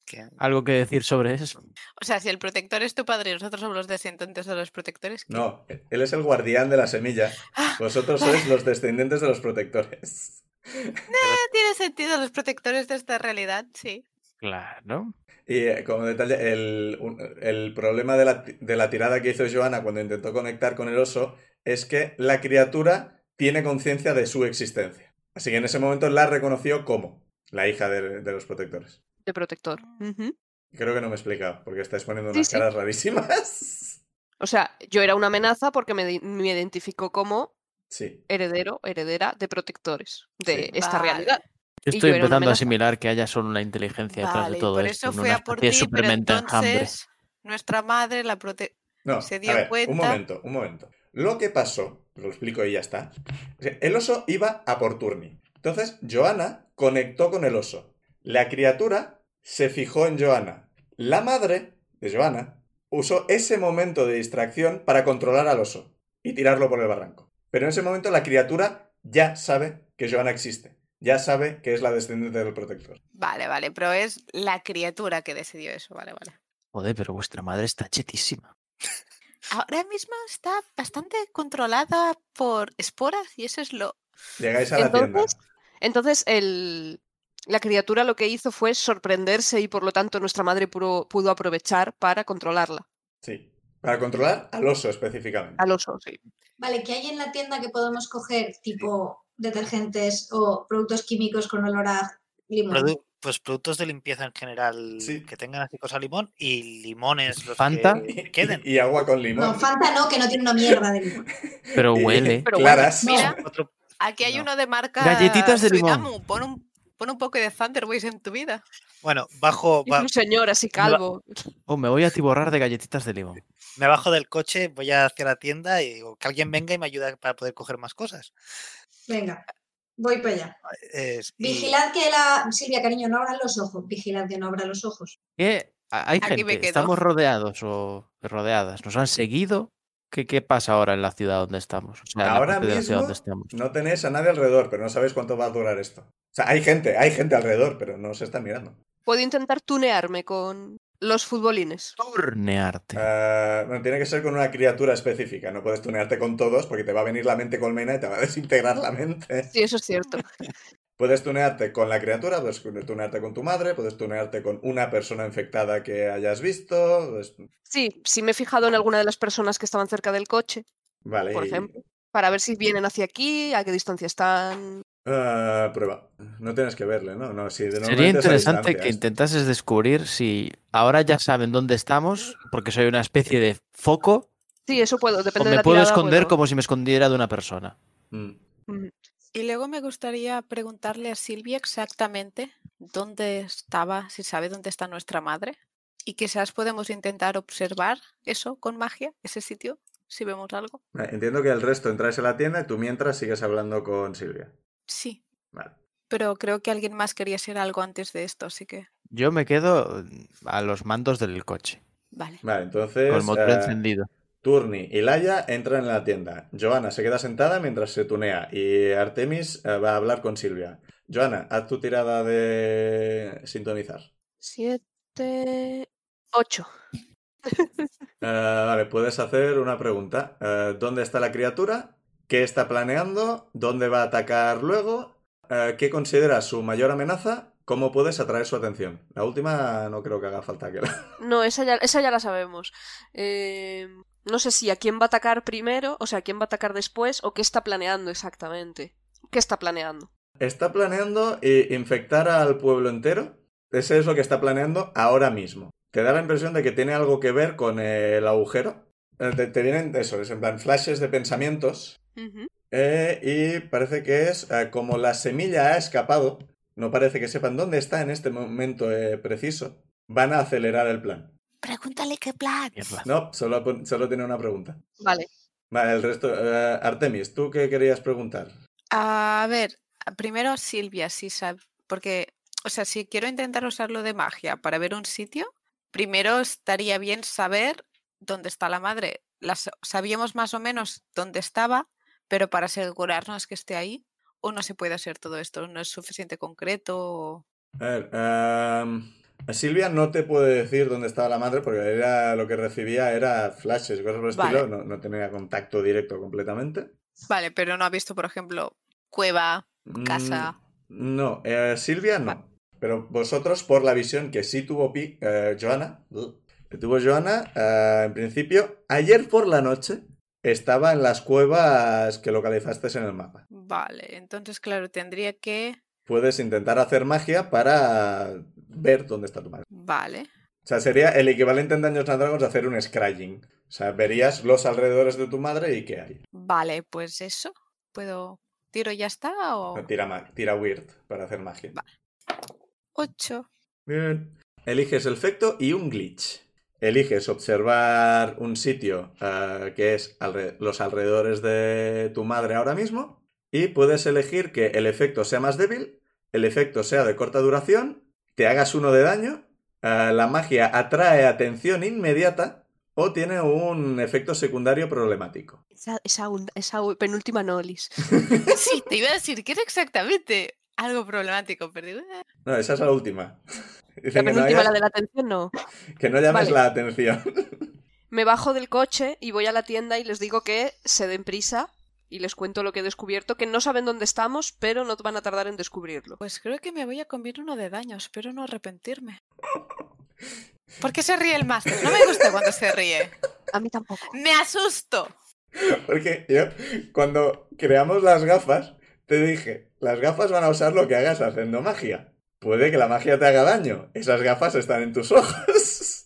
S2: Que
S4: ¿Algo que decir sobre eso?
S5: O sea, si el protector es tu padre y nosotros somos los descendientes de los protectores. ¿qué?
S1: No, él es el guardián de la semilla.
S5: Ah,
S1: Vosotros sois los descendientes de los protectores.
S5: tiene sentido los protectores de esta realidad, sí.
S4: Claro.
S1: Y eh, como detalle, el, un- el problema de la, ti- de la tirada que hizo Joana cuando intentó conectar con el oso es que la criatura tiene conciencia de su existencia. Así que en ese momento la reconoció como la hija de, de los protectores.
S3: De protector. Ujú.
S1: Creo que no me he explicado, porque estáis poniendo
S3: Sí,
S1: unas
S3: sí.
S1: caras rarísimas.
S3: O sea, yo era una amenaza porque me, di- me identificó como
S1: Sí.
S3: heredero, heredera de protectores de
S1: Sí.
S3: esta
S5: Vale.
S3: realidad.
S4: Yo
S3: Y
S4: estoy
S3: yo era una
S4: empezando a
S3: amenaza.
S4: asimilar que haya solo una inteligencia detrás
S5: Vale,
S4: de
S5: y
S4: todo
S5: por eso
S4: esto. no
S5: fue
S4: una
S5: a por
S4: especie de
S5: ti, pero
S4: supermente enjambre.
S5: entonces nuestra madre, la prote...
S1: No,
S5: Se
S1: a
S5: dio
S1: ver,
S5: cuenta.
S1: un momento, un momento. Lo que pasó, lo explico y ya está. El oso iba a por Turni. Entonces, Joana conectó con el oso. La criatura se fijó en Joana. La madre de Joana usó ese momento de distracción para controlar al oso y tirarlo por el barranco. Pero en ese momento la criatura ya sabe que Joana existe. Ya sabe que es la descendiente del protector.
S5: Vale, vale, pero es la criatura que decidió eso, vale, vale.
S4: Joder, pero vuestra madre está chetísima.
S5: Ahora mismo está bastante controlada por esporas y eso es lo...
S1: Llegáis a la tienda.
S3: Entonces, Entonces, el- la criatura lo que hizo fue sorprenderse y por lo tanto nuestra madre puro- pudo aprovechar para controlarla.
S1: Sí. Para controlar al oso específicamente.
S3: Al oso, sí.
S6: Vale, que hay en la tienda que podemos coger tipo detergentes o productos químicos con olor a limón.
S2: Produ- pues productos de limpieza en general
S1: Sí.
S2: que tengan así cosa limón y limones los
S4: Fanta.
S2: que queden.
S1: Y, y agua con limón.
S6: No, Fanta no, que no tiene una mierda de limón.
S4: Pero
S1: Y-
S4: huele.
S3: Pero bueno,
S1: claras.
S5: mira.
S2: Otro-
S5: Aquí hay
S2: No.
S5: uno de marca.
S4: Galletitas de limón.
S5: Suidamu, Pon un, pon un poco de Thunderways en tu vida.
S2: bueno, bajo,
S3: y
S2: ba-
S3: un señor así calvo.
S4: Oh, me voy a tiborrar de galletitas de limón.
S2: me bajo del coche, voy hacia la tienda y digo, que alguien venga y me ayuda para poder coger más cosas.
S6: Venga, voy para allá.
S2: Es- y-
S6: Vigilad que la. Silvia, cariño, no abran los ojos. Vigilad que no abran los ojos.
S4: ¿Qué? Ha- Hay
S5: Aquí me
S4: gente,
S5: quedo.
S4: estamos rodeados o rodeadas, nos han seguido. ¿Qué, qué pasa ahora en la ciudad donde estamos? O sea, en la
S1: Ahora
S4: parte de la ciudad
S1: mismo-
S4: donde estamos.
S1: No tenéis a nadie alrededor, pero no sabéis cuánto va a durar esto. O sea, hay gente, hay gente alrededor, pero no se están mirando.
S3: Puedo intentar tunearme con los futbolines.
S4: Turnearte.
S1: Ah, bueno, tiene que ser con una criatura específica. No puedes tunearte con todos porque te va a venir la mente colmena y te va a desintegrar la mente.
S3: Sí, eso es cierto.
S1: Puedes tunearte con la criatura, puedes tunearte con tu madre, puedes tunearte con una persona infectada que hayas visto. pues,
S3: Sí, sí me he fijado en alguna de las personas que estaban cerca del coche,
S1: vale.
S3: por
S1: y-
S3: ejemplo, para ver si vienen hacia aquí, a qué distancia están.
S1: Ah, prueba. No tienes que verle, ¿no? no sí, de-
S4: Sería
S1: normalmente es a
S4: interesante que
S1: distancias.
S4: intentases descubrir si ahora ya saben dónde estamos, porque soy una especie de foco,
S3: Sí, eso puedo,
S4: o
S3: depende de
S4: Pues me
S3: la
S4: puedo
S3: tirada,
S4: esconder
S3: puedo.
S4: como si me escondiera de una persona.
S1: Mm.
S3: Mm,
S5: Y luego me gustaría preguntarle a Silvia exactamente dónde estaba, si sabe dónde está nuestra madre. Y quizás podemos intentar observar eso con magia, ese sitio, si vemos algo.
S1: Vale, Entiendo que el resto entráis a la tienda y tú mientras sigues hablando con Silvia.
S5: Sí,
S1: Vale.
S5: pero creo que alguien más quería hacer algo antes de esto, así que
S4: Yo me quedo eh, a los mandos del coche,
S5: vale.
S1: Vale, entonces.
S4: con el motor
S1: eh,
S4: encendido.
S1: Turni y Laia entran en la tienda. Joana se queda sentada mientras se tunea y Artemis eh, va a hablar con Silvia. Joana, haz tu tirada de sintonizar.
S3: Siete, ocho.
S1: Eh, vale, puedes hacer una pregunta. Eh, ¿Dónde está la criatura? ¿Qué está planeando? ¿Dónde va a atacar luego? Eh, ¿Qué considera su mayor amenaza? ¿Cómo puedes atraer su atención? La última no creo que haga falta que la...
S3: No, esa ya, esa ya la sabemos. Eh, no sé si a quién va a atacar primero, o sea, a quién va a atacar después, o qué está planeando exactamente. ¿Qué está planeando?
S1: Está planeando eh, infectar al pueblo entero. Ese es lo que está planeando ahora mismo. Te da la impresión de que tiene algo que ver con eh, el agujero. Eh, Te, te vienen eso, es en plan flashes de pensamientos.
S3: Ujú.
S1: eh, y parece que es eh, como la semilla ha escapado. No parece que sepan dónde está en este momento eh, preciso. Van a acelerar el plan.
S5: Pregúntale qué
S6: Ah,
S5: plan.
S4: Mierda.
S1: No, solo, pon- solo tiene una pregunta.
S3: Vale.
S1: Vale, el resto. eh, Artemis, ¿tú qué querías preguntar?
S5: A ver, a- primero a Silvia, si sabe, porque, o sea, si quiero intentar usar lo de magia para ver un sitio, primero estaría bien saber dónde está la madre. La sa- sabíamos más o menos dónde estaba, pero para asegurarnos que esté ahí, o no se puede hacer todo esto, no es suficiente concreto. o-
S1: A ver, am, Silvia no te puede decir dónde estaba la madre porque era lo que recibía era flashes, cosas por el
S5: Vale.
S1: estilo, no, no tenía contacto directo completamente.
S5: Vale, pero no ha visto, por ejemplo, cueva. Casa.
S1: Mm, no, eh, Silvia no. Pero vosotros, por la visión que sí tuvo Pi, eh, Joana, uh, que tuvo Joana, eh, en principio, ayer por la noche estaba en las cuevas que localizaste en el mapa.
S5: Vale, entonces, claro, tendría que...
S1: Puedes intentar hacer magia para ver dónde está tu madre.
S5: Vale.
S1: O sea, sería el equivalente en Dungeons and Dragons a hacer un scrying. O sea, verías los alrededores de tu madre y qué hay.
S5: Vale, pues eso. ¿Puedo... ¿Tiro y ya está? O...
S1: Tira, ma- tira weird para hacer magia.
S5: Va. Ocho.
S1: Bien. Eliges el efecto y un glitch. Eliges observar un sitio eh, que es alre- los alrededores de tu madre ahora mismo y puedes elegir que el efecto sea más débil, el efecto sea de corta duración, te hagas uno de daño, eh, la magia atrae atención inmediata o tiene un efecto secundario problemático.
S3: Esa, esa un- esa u- penúltima nolis.
S5: Sí, te iba a decir que era exactamente algo problemático, pero eh,
S1: No, esa es la última.
S3: La
S1: Dicen que no,
S4: ¿eh?
S3: penúltima, la
S1: hayas-
S3: de la atención, no.
S1: que no llames
S3: Vale.
S1: la atención.
S3: Me bajo del coche y voy a la tienda y les digo que se den prisa y les cuento lo que he descubierto, que no saben dónde estamos, pero no van a tardar en descubrirlo.
S5: Pues creo que me voy a comer uno de daño, espero no arrepentirme. ¿Por qué se ríe el máster? No me gusta cuando se ríe.
S3: A mí tampoco.
S5: Me asusto.
S1: Porque yo, cuando creamos las gafas, te dije, las gafas van a usar lo que hagas haciendo magia. Puede que la magia te haga daño. Esas gafas están en tus ojos.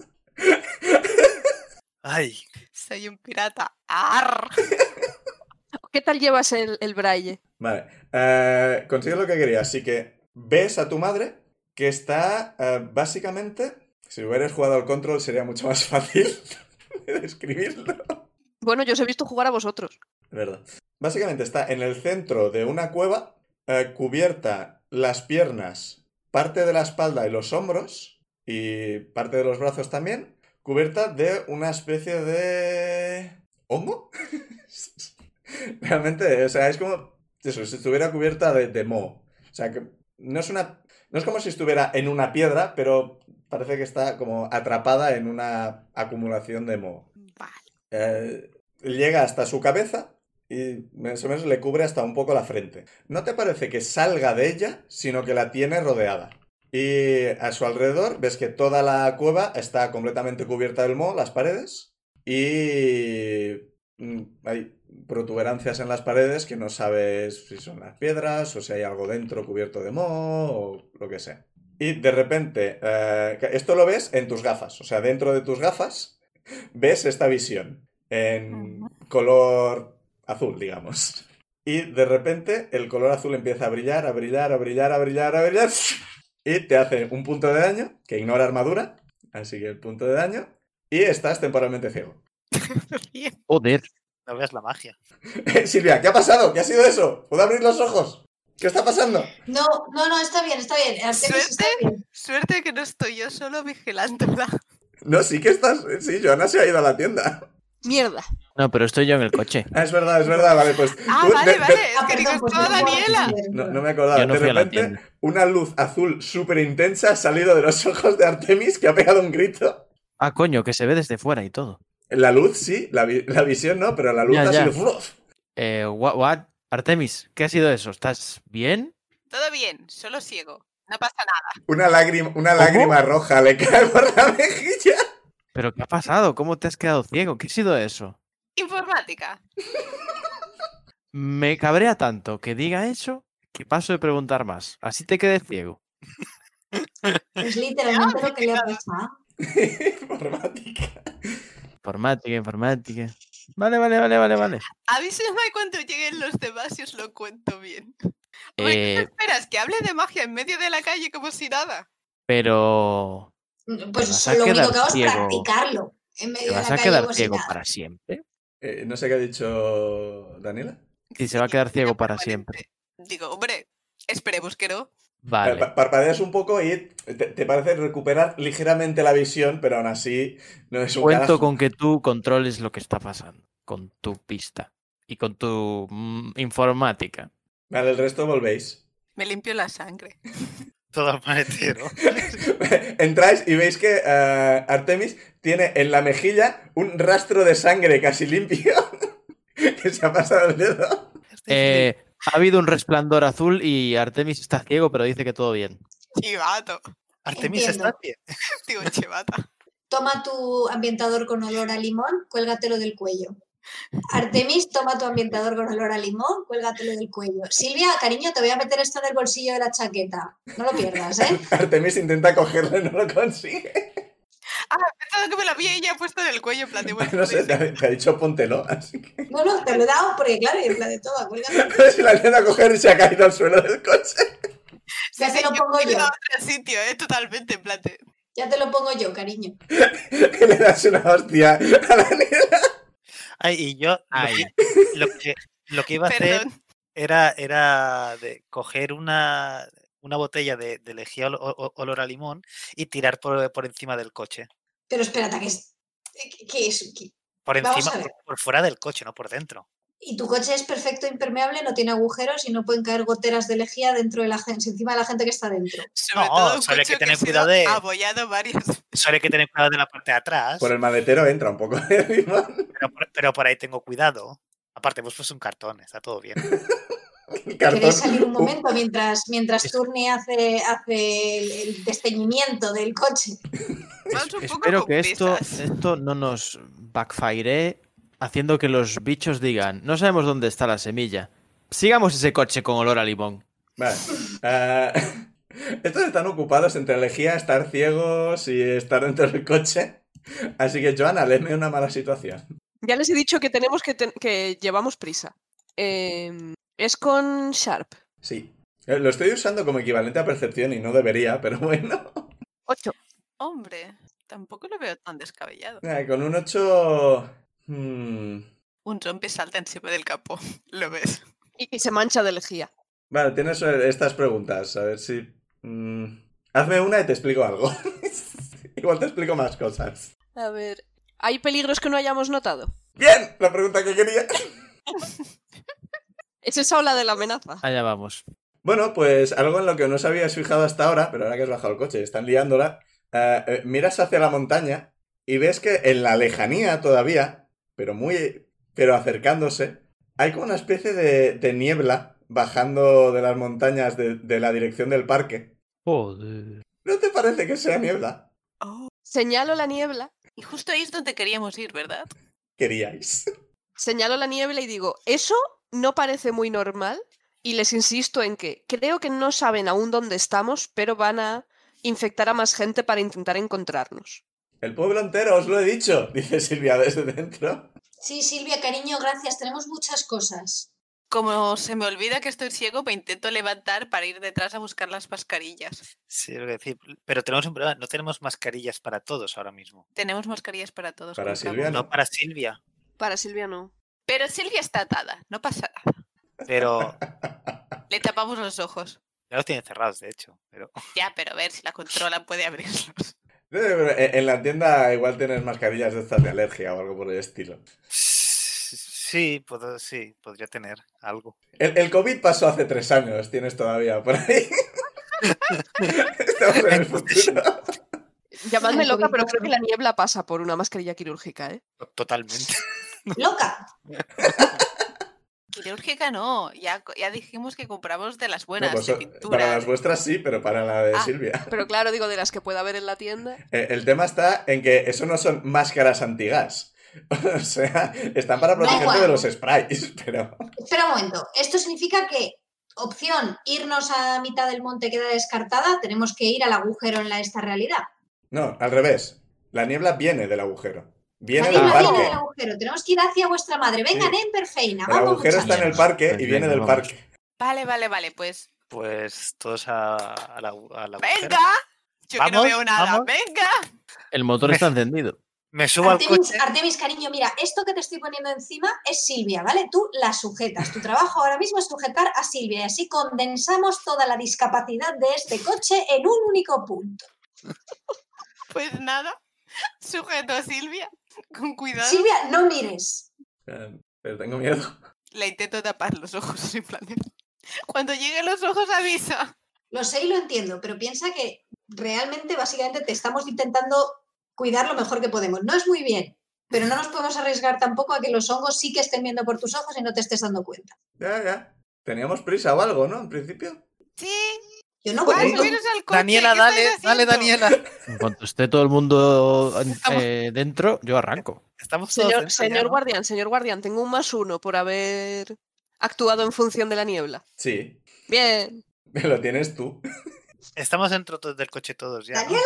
S2: Ay,
S5: Soy un pirata. Arr.
S3: ¿Qué tal llevas el, el braille?
S1: Vale. eh, consigues lo que querías. Así que ves a tu madre que está eh, básicamente. Si hubieras jugado al control sería mucho más fácil de describirlo.
S3: Bueno, yo os he visto jugar a vosotros.
S1: Es verdad. Básicamente está en el centro de una cueva, eh, cubierta las piernas, parte de la espalda y los hombros, y parte de los brazos también, cubierta de una especie de... ¿Hongo? Realmente, o sea, es como... Eso, si estuviera cubierta de, de moho. O sea, que no es una... No es como si estuviera en una piedra, pero parece que está como atrapada en una acumulación de moho.
S5: Vale.
S1: Eh, llega hasta su cabeza y más o menos le cubre hasta un poco la frente. No te parece que salga de ella, sino que la tiene rodeada. Y a su alrededor ves que toda la cueva está completamente cubierta del moho, las paredes, y mm, hay protuberancias en las paredes que no sabes si son las piedras o si hay algo dentro cubierto de moho o lo que sea. Y de repente, eh, esto lo ves en tus gafas, o sea, dentro de tus gafas ves esta visión en color azul, digamos. Y de repente el color azul empieza a brillar, a brillar, a brillar, a brillar, a brillar. Y te hace un punto de daño, que ignora armadura, así que el punto de daño. Y estás temporalmente ciego.
S5: Bien.
S4: Joder.
S2: no veas la magia.
S1: Silvia, ¿qué ha pasado? ¿Qué ha sido eso? ¿Puedo abrir los ojos? ¿Qué está pasando?
S6: No, no, no, está bien, está bien. Artemis está
S5: ¿Suerte?
S6: bien.
S5: Suerte que no estoy yo solo vigilándola.
S1: No, sí que estás... Sí, Joana se ha ido a la tienda.
S3: Mierda.
S4: No, pero estoy yo en el coche.
S1: Ah, es verdad, es verdad, vale, pues...
S5: Ah,
S1: tú-
S5: vale,
S1: de-
S5: vale.
S1: de-
S5: Es que digo, es
S6: pues
S5: toda
S6: no puedo
S5: Daniela.
S6: decir.
S1: No, no me acordaba.
S4: Yo no
S1: de
S4: fui a la
S1: repente,
S4: tienda.
S1: una luz azul súper intensa ha salido de los ojos de Artemis, que ha pegado un grito.
S4: Ah, coño, que se ve desde fuera y todo.
S1: La luz sí, la, vi- la visión no, pero la luz
S4: Ya,
S1: ha
S4: ya.
S1: sido ¡fruf!
S4: Eh, what, what? Artemis, ¿qué ha sido eso? ¿Estás bien?
S5: Todo bien, solo ciego. No pasa nada.
S1: una lágrima, una
S4: ¿Cómo?
S1: lágrima roja le cae por la mejilla.
S4: ¿Pero qué ha pasado? ¿Cómo te has quedado ciego? ¿Qué ha sido eso?
S5: Informática.
S4: Me cabrea tanto que diga eso que paso de preguntar más. Así te quedes ciego. Pues
S6: Es literalmente lo que le ha pasado.
S1: Informática.
S4: Informática, informática. Vale, vale, vale, vale, vale.
S5: Avísenme cuando lleguen los demás y os lo cuento bien. Oye, ¿qué te
S4: Eh,
S5: esperas? ¿Que hable de magia en medio de la calle como si nada?
S4: pero
S6: Pues
S4: vas
S6: eso,
S4: a
S6: lo único
S4: quedar
S6: que hago es
S4: ciego.
S6: practicarlo. En medio
S4: te
S6: de la
S4: vas a
S6: calle
S4: quedar
S6: como si
S4: ciego
S6: nada.
S4: para siempre.
S1: Eh, no sé qué ha dicho Daniela.
S4: Y se va a
S5: Sí,
S4: quedar
S5: era
S4: ciego para
S5: permanente.
S4: siempre.
S5: Digo, hombre, esperemos que no.
S1: Pa-
S4: Vale.
S1: pa- Parpadeas un poco y te, te parece recuperar ligeramente la visión, pero aún así no es un
S4: Cuento
S1: carajo.
S4: con que tú controles lo que está pasando con tu pista y con tu mm, informática.
S1: Vale, el resto volvéis.
S5: Me limpio la sangre.
S2: Todo el maletero.
S1: Entráis y veis que eh, Artemis tiene en la mejilla un rastro de sangre casi limpio que se ha pasado el dedo.
S5: Estoy
S4: Eh, ha habido un resplandor azul y Artemis está ciego, pero dice que todo bien.
S5: chivato.
S2: Artemis
S6: Entiendo.
S2: está a pie.
S5: Digo, chivata.
S6: Toma tu ambientador con olor a limón, cuélgatelo del cuello. Artemis, toma tu ambientador con olor a limón, cuélgatelo del cuello. Silvia, cariño, te voy a meter esto en el bolsillo de la chaqueta. No lo pierdas, ¿eh?
S1: Artemis intenta cogerlo y no lo consigue.
S5: Pensaba que me lo había ya puesto en el cuello en plan de bueno,
S1: No sé,
S5: pues,
S1: te ha, te ha dicho póntelo, así que...
S6: No, no, te lo he dado porque, claro, es la de toda, cuélgatelo.
S1: Si la intenta coger y se ha caído al suelo del coche.
S5: sí,
S6: Ya te
S5: sí,
S6: lo
S5: yo
S6: pongo
S5: me he ido
S6: yo,
S5: a otro sitio, eh, totalmente en plan de-
S6: ya te lo pongo yo, cariño.
S1: Y le das una hostia a Daniela.
S2: Ay, y yo lo
S4: Ay.
S2: que- Lo, que, lo que iba a hacer
S5: Perdón.
S2: era, era de coger una, una botella de, de lejía ol- o- o- olor a limón y tirar por, por encima del coche.
S6: Pero espérate, que es... que- que es que-
S2: Por
S6: Vamos
S2: encima,
S6: a
S2: por,
S6: ver.
S2: por fuera del coche, no por dentro.
S6: Y tu coche es perfecto, impermeable, no tiene agujeros y no pueden caer goteras de lejía dentro de la gente, encima de la gente que está dentro.
S5: Sobre
S2: No,
S5: todo un
S2: solo hay que
S5: coche
S2: tener
S5: ha sido
S2: cuidado de-
S5: Abollado varias
S2: Solo hay que tener cuidado de la parte de atrás,
S1: Por el maletero entra un poco de limón.
S2: pero, por- pero por ahí tengo cuidado. Aparte, hemos puesto un cartón, está todo bien.
S1: El
S6: ¿Queréis salir un
S1: Uh,
S6: momento mientras, mientras Turni hace, hace el, el desteñimiento del coche?
S5: Vamos un poco
S4: Espero
S5: con
S4: que esto,
S5: prisas.
S4: esto no nos backfire haciendo que los bichos digan, no sabemos dónde está la semilla. Sigamos ese coche con olor a limón.
S1: Vale. Ah, estos están ocupados entre elegir estar ciegos y estar dentro del coche. Así que, Joana, léeme una mala situación.
S3: Ya les he dicho que tenemos que, ten- que llevamos prisa. Em, es con Sharp.
S1: Sí. Eh, Lo estoy usando como equivalente a percepción y no debería, pero bueno.
S3: 8.
S5: Hombre, tampoco lo veo tan descabellado.
S1: Ah, Con un hmm. 8...
S5: Un zombie salta encima del capó, lo ves.
S3: Y, y se mancha de lejía.
S1: Vale, tienes eh, estas preguntas. A ver si... mm, Hazme una y te explico algo. Igual te explico más cosas.
S3: A ver. ¿Hay peligros que no hayamos notado?
S1: Bien, la pregunta que quería.
S3: Es esa la de la amenaza.
S4: Allá vamos.
S1: Bueno, pues algo en lo que no os habíais fijado hasta ahora, pero ahora que has bajado el coche, están liándola, eh, eh, miras hacia la montaña y ves que en la lejanía todavía, pero muy, pero acercándose, hay como una especie de, de niebla bajando de las montañas de, de la dirección del parque.
S4: Joder.
S1: ¿No te parece que sea niebla?
S3: Señalo la niebla.
S5: Oh, Y justo ahí es donde queríamos ir, ¿verdad?
S1: Queríais.
S3: Señalo la niebla y digo, eso no parece muy normal. Y les insisto en que creo que no saben aún dónde estamos, pero van a infectar a más gente para intentar encontrarnos.
S1: El pueblo entero, os lo he dicho, dice Silvia desde dentro.
S6: Sí, Silvia, cariño, gracias. Tenemos muchas cosas.
S5: Como se me olvida que estoy ciego, me intento levantar para ir detrás a buscar las mascarillas.
S2: Sí, lo que decir. Pero tenemos un problema, no tenemos mascarillas para todos ahora mismo.
S5: Tenemos mascarillas para todos.
S1: Para
S5: como Camus.
S1: Silvia,
S2: No para Silvia,
S3: Para Silvia no.
S5: Pero Silvia está atada, no pasa nada.
S2: pero
S5: Le tapamos los ojos.
S2: ya los tienen cerrados, de hecho. Pero
S5: Ya, pero a ver si la controlan puede abrirlos.
S1: No, pero Eh, En en la tienda igual tienes mascarillas de estas de alergia o algo por el estilo.
S2: sí, puedo, sí, podría tener algo.
S1: El, el COVID pasó hace tres años, tienes todavía por ahí. Estamos en el futuro.
S3: Llamadme
S6: Ay,
S3: loca, pero
S6: pobrecita.
S3: creo que la niebla pasa por una mascarilla quirúrgica, ¿eh?
S2: To- Totalmente.
S6: Loca.
S5: Quirúrgica no, ya, co- ya dijimos que compramos de las
S1: No,
S5: buenas,
S1: pues,
S5: de pintura.
S1: para las
S5: de-
S1: vuestras sí, pero para la de
S5: Ah.
S1: Silvia.
S3: Pero claro, digo, de las que pueda haber en la tienda.
S1: Eh, El tema está en que eso no son máscaras antigas. O sea, están para protegerte
S6: igual.
S1: de los sprays, pero.
S6: Espera un momento. Esto significa que opción irnos a mitad del monte queda descartada. Tenemos que ir al agujero en la, esta realidad.
S1: No, al revés. La niebla viene del agujero. Viene
S6: La
S1: del
S6: niebla viene
S1: parque.
S6: del agujero. Ah, Tenemos que ir hacia vuestra madre. Vengan,
S1: Sí.
S6: en perfeina.
S1: El
S6: Vamos,
S1: agujero
S6: muchachos.
S1: está en el parque y
S4: Pues
S1: viene
S4: venga,
S1: del
S4: vamos.
S1: parque.
S5: Vale, vale, vale, pues.
S2: Pues todos a, a la, a la agujera.
S5: ¡Venga! Yo que no
S2: Vamos,
S5: veo nada,
S2: vamos.
S5: ¡venga!
S4: El motor está encendido.
S2: Me subo al
S6: Artemis,
S2: coche.
S6: Artemis, cariño, mira, esto que te estoy poniendo encima es Silvia, ¿vale? Tú la sujetas. Tu trabajo ahora mismo es sujetar a Silvia y así condensamos toda la discapacidad de este coche en un único punto.
S5: Pues nada, sujeto a Silvia, con cuidado.
S6: Silvia, no mires.
S1: Eh, Pero tengo miedo.
S5: La intento tapar los ojos, en plan. de, Cuando lleguen los ojos, avisa.
S6: Lo sé y lo entiendo, pero piensa que realmente, básicamente, te estamos intentando cuidar lo mejor que podemos. No es muy bien, pero no nos podemos arriesgar tampoco a que los hongos sí que estén viendo por tus ojos y no te estés dando cuenta.
S1: Ya, ya. Teníamos prisa o algo, ¿no? En principio.
S5: Sí,
S6: Yo no
S5: guay,
S6: cuento.
S5: subiros al coche.
S2: Pues, Daniela,
S5: ¿qué estáis
S2: dale, dale,
S5: haciendo?
S2: Daniela.
S4: En cuanto esté todo el mundo
S2: Estamos-
S4: eh, dentro, yo arranco.
S2: Estamos todos
S3: Señor,
S2: dentro ya,
S3: señor
S2: ¿no?
S3: guardián, señor guardián, tengo un más uno por haber actuado en función de la niebla.
S1: Sí.
S3: Bien.
S1: Lo tienes tú.
S2: Estamos dentro to- del coche todos ya. ¿no?
S6: Daniela,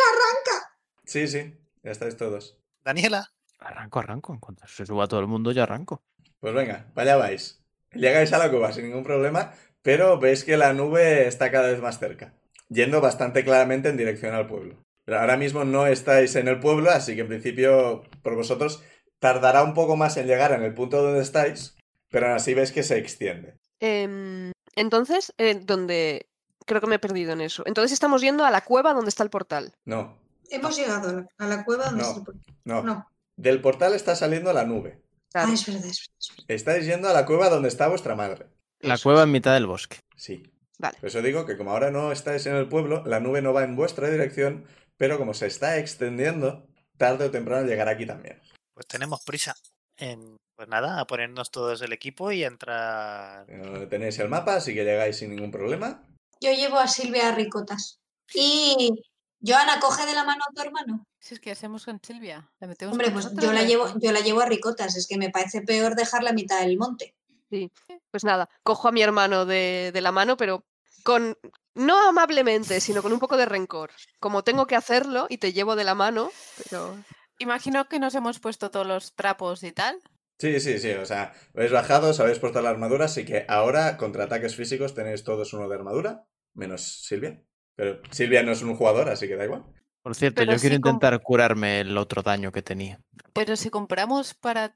S1: Sí, sí, ya estáis todos.
S2: Daniela.
S4: Arranco, arranco. En cuanto se suba todo el mundo, yo arranco.
S1: Pues venga, para allá vais. Llegáis a la cueva sin ningún problema, pero veis que la nube está cada vez más cerca, yendo bastante claramente en dirección al pueblo. Pero ahora mismo no estáis en el pueblo, así que en principio, por vosotros, tardará un poco más en llegar en el punto donde estáis, pero aún así veis que se extiende.
S3: Em, entonces, eh, donde... Creo que me he perdido en eso. Entonces estamos yendo a la cueva donde está el portal.
S1: No,
S6: Hemos llegado a la, a la cueva
S1: No.
S6: donde está el portal.
S1: no.
S6: No.
S1: Del portal está saliendo la nube.
S6: Ah,
S3: Claro.
S6: es verdad, es verdad.
S1: Estáis yendo a la cueva donde está vuestra madre.
S4: La
S3: Eso
S4: cueva en mitad del bosque.
S1: Sí.
S3: Vale.
S1: Por eso digo que como ahora no estáis en el pueblo, la nube no va en vuestra dirección, pero como se está extendiendo, tarde o temprano llegará aquí también.
S2: Pues tenemos prisa. Em, Pues nada, a ponernos todos el equipo y a entrar.
S1: Eh, Tenéis el mapa, así que llegáis sin ningún problema.
S6: Yo llevo a Silvia a Ricotas. Y Joana, coge de la mano a tu hermano.
S5: Si es que hacemos con Silvia, la metemos
S6: Hombre,
S5: con
S6: pues
S5: nosotros,
S6: yo la
S5: ¿no?
S6: llevo, yo la llevo a Ricotas. Es que me parece peor dejarla a mitad del monte.
S3: Pues nada, cojo a mi hermano de, de la mano, pero con no amablemente, sino con un poco de rencor. Como tengo que hacerlo y te llevo de la mano, pero
S5: Imagino que nos hemos puesto todos los trapos y tal.
S1: Sí, sí, sí, o sea, habéis bajado, os habéis puesto la armadura, así que ahora contra ataques físicos tenéis todos uno de armadura, menos Silvia. Pero Silvia no es un jugador, así que da igual.
S4: Por cierto,
S5: Pero
S4: yo quiero
S5: sí con-
S4: intentar curarme el otro daño que tenía.
S5: Pero si compramos para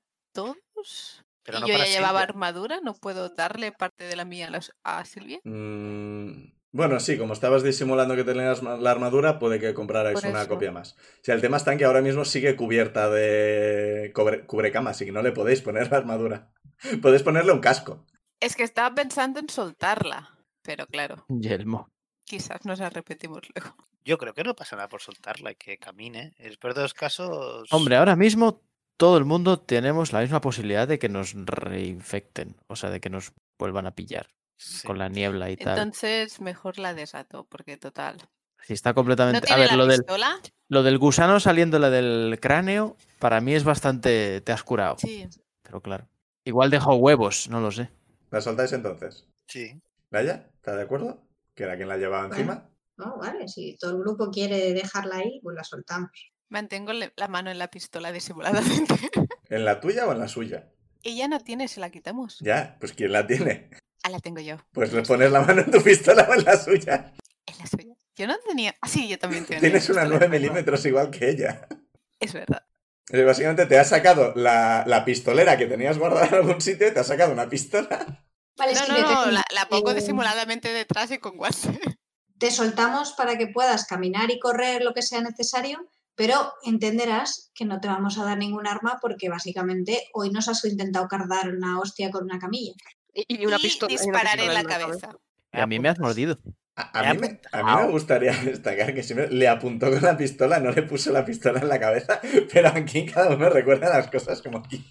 S5: todos.
S2: Pero
S5: y
S2: no
S5: yo ya
S2: para
S5: llevaba
S2: Silvia.
S5: armadura, no puedo darle parte de la mía a, los- a Silvia.
S1: Mm, bueno, sí, como estabas disimulando que tenías ma- la armadura, puede que comprarais
S5: Por
S1: una
S5: eso.
S1: copia más. O sea, el tema está en que ahora mismo sigue cubierta de cobre- cubrecama, así que no le podéis poner la armadura. Podéis ponerle un casco.
S5: Es que estaba pensando en soltarla, pero claro,
S4: Yelmo.
S5: quizás nos la repetimos luego.
S2: Yo creo que no pasa nada por soltarla y que camine. En el peor de los casos.
S4: Hombre, ahora mismo todo el mundo tenemos la misma posibilidad de que nos reinfecten, o sea, de que nos vuelvan a pillar
S2: sí.
S4: con la niebla y tal.
S5: Entonces, mejor la desato, porque total.
S4: si está
S5: ¿No
S4: completamente... a
S5: tiene
S4: ver,
S5: la
S4: lo del,
S5: pistola?
S4: lo del gusano saliéndole del cráneo, para mí es bastante... Te has curado,
S5: Sí.
S4: pero claro. Igual dejó huevos, no lo sé.
S1: ¿La soltáis entonces?
S2: Sí.
S1: ¿Vaya? ¿Está de acuerdo? Que era quien la llevaba encima.
S6: No, vale, si todo el grupo quiere dejarla ahí, pues la soltamos.
S5: Mantengo le- la mano en la pistola disimuladamente.
S1: ¿En la tuya o en la suya?
S5: Ella no tiene, se la quitamos.
S1: Ya, pues ¿quién la tiene?
S5: Ah, la tengo yo.
S1: Pues le pones la mano en tu pistola o en la suya.
S5: Es la suya. Yo no tenía. Ah, sí, yo también tenía.
S1: Tienes una
S5: pistola.
S1: 9 milímetros igual que ella.
S5: Es verdad.
S1: O sea, Básicamente te has sacado la, la pistolera que tenías guardada en algún sitio y te has sacado una pistola.
S6: Vale, es
S5: No,
S6: que
S5: no,
S6: te-
S5: no, la, la pongo
S6: eh,
S5: disimuladamente detrás y con guante.
S6: Te soltamos para que puedas caminar y correr lo que sea necesario, pero entenderás que no te vamos a dar ningún arma porque básicamente hoy nos has intentado cardar una hostia con una camilla.
S3: y, y una pistola. y una
S5: disparar en
S3: pistola
S5: la cabeza.
S4: Y a mí me
S5: pues.
S4: has
S2: apuntas.
S4: mordido.
S1: A, a
S2: Le ha
S1: mí me, a mí me
S2: apuntado.
S1: gustaría destacar que siempre le apuntó con la pistola, no le puso la pistola en la cabeza, pero aquí cada uno recuerda las cosas como aquí.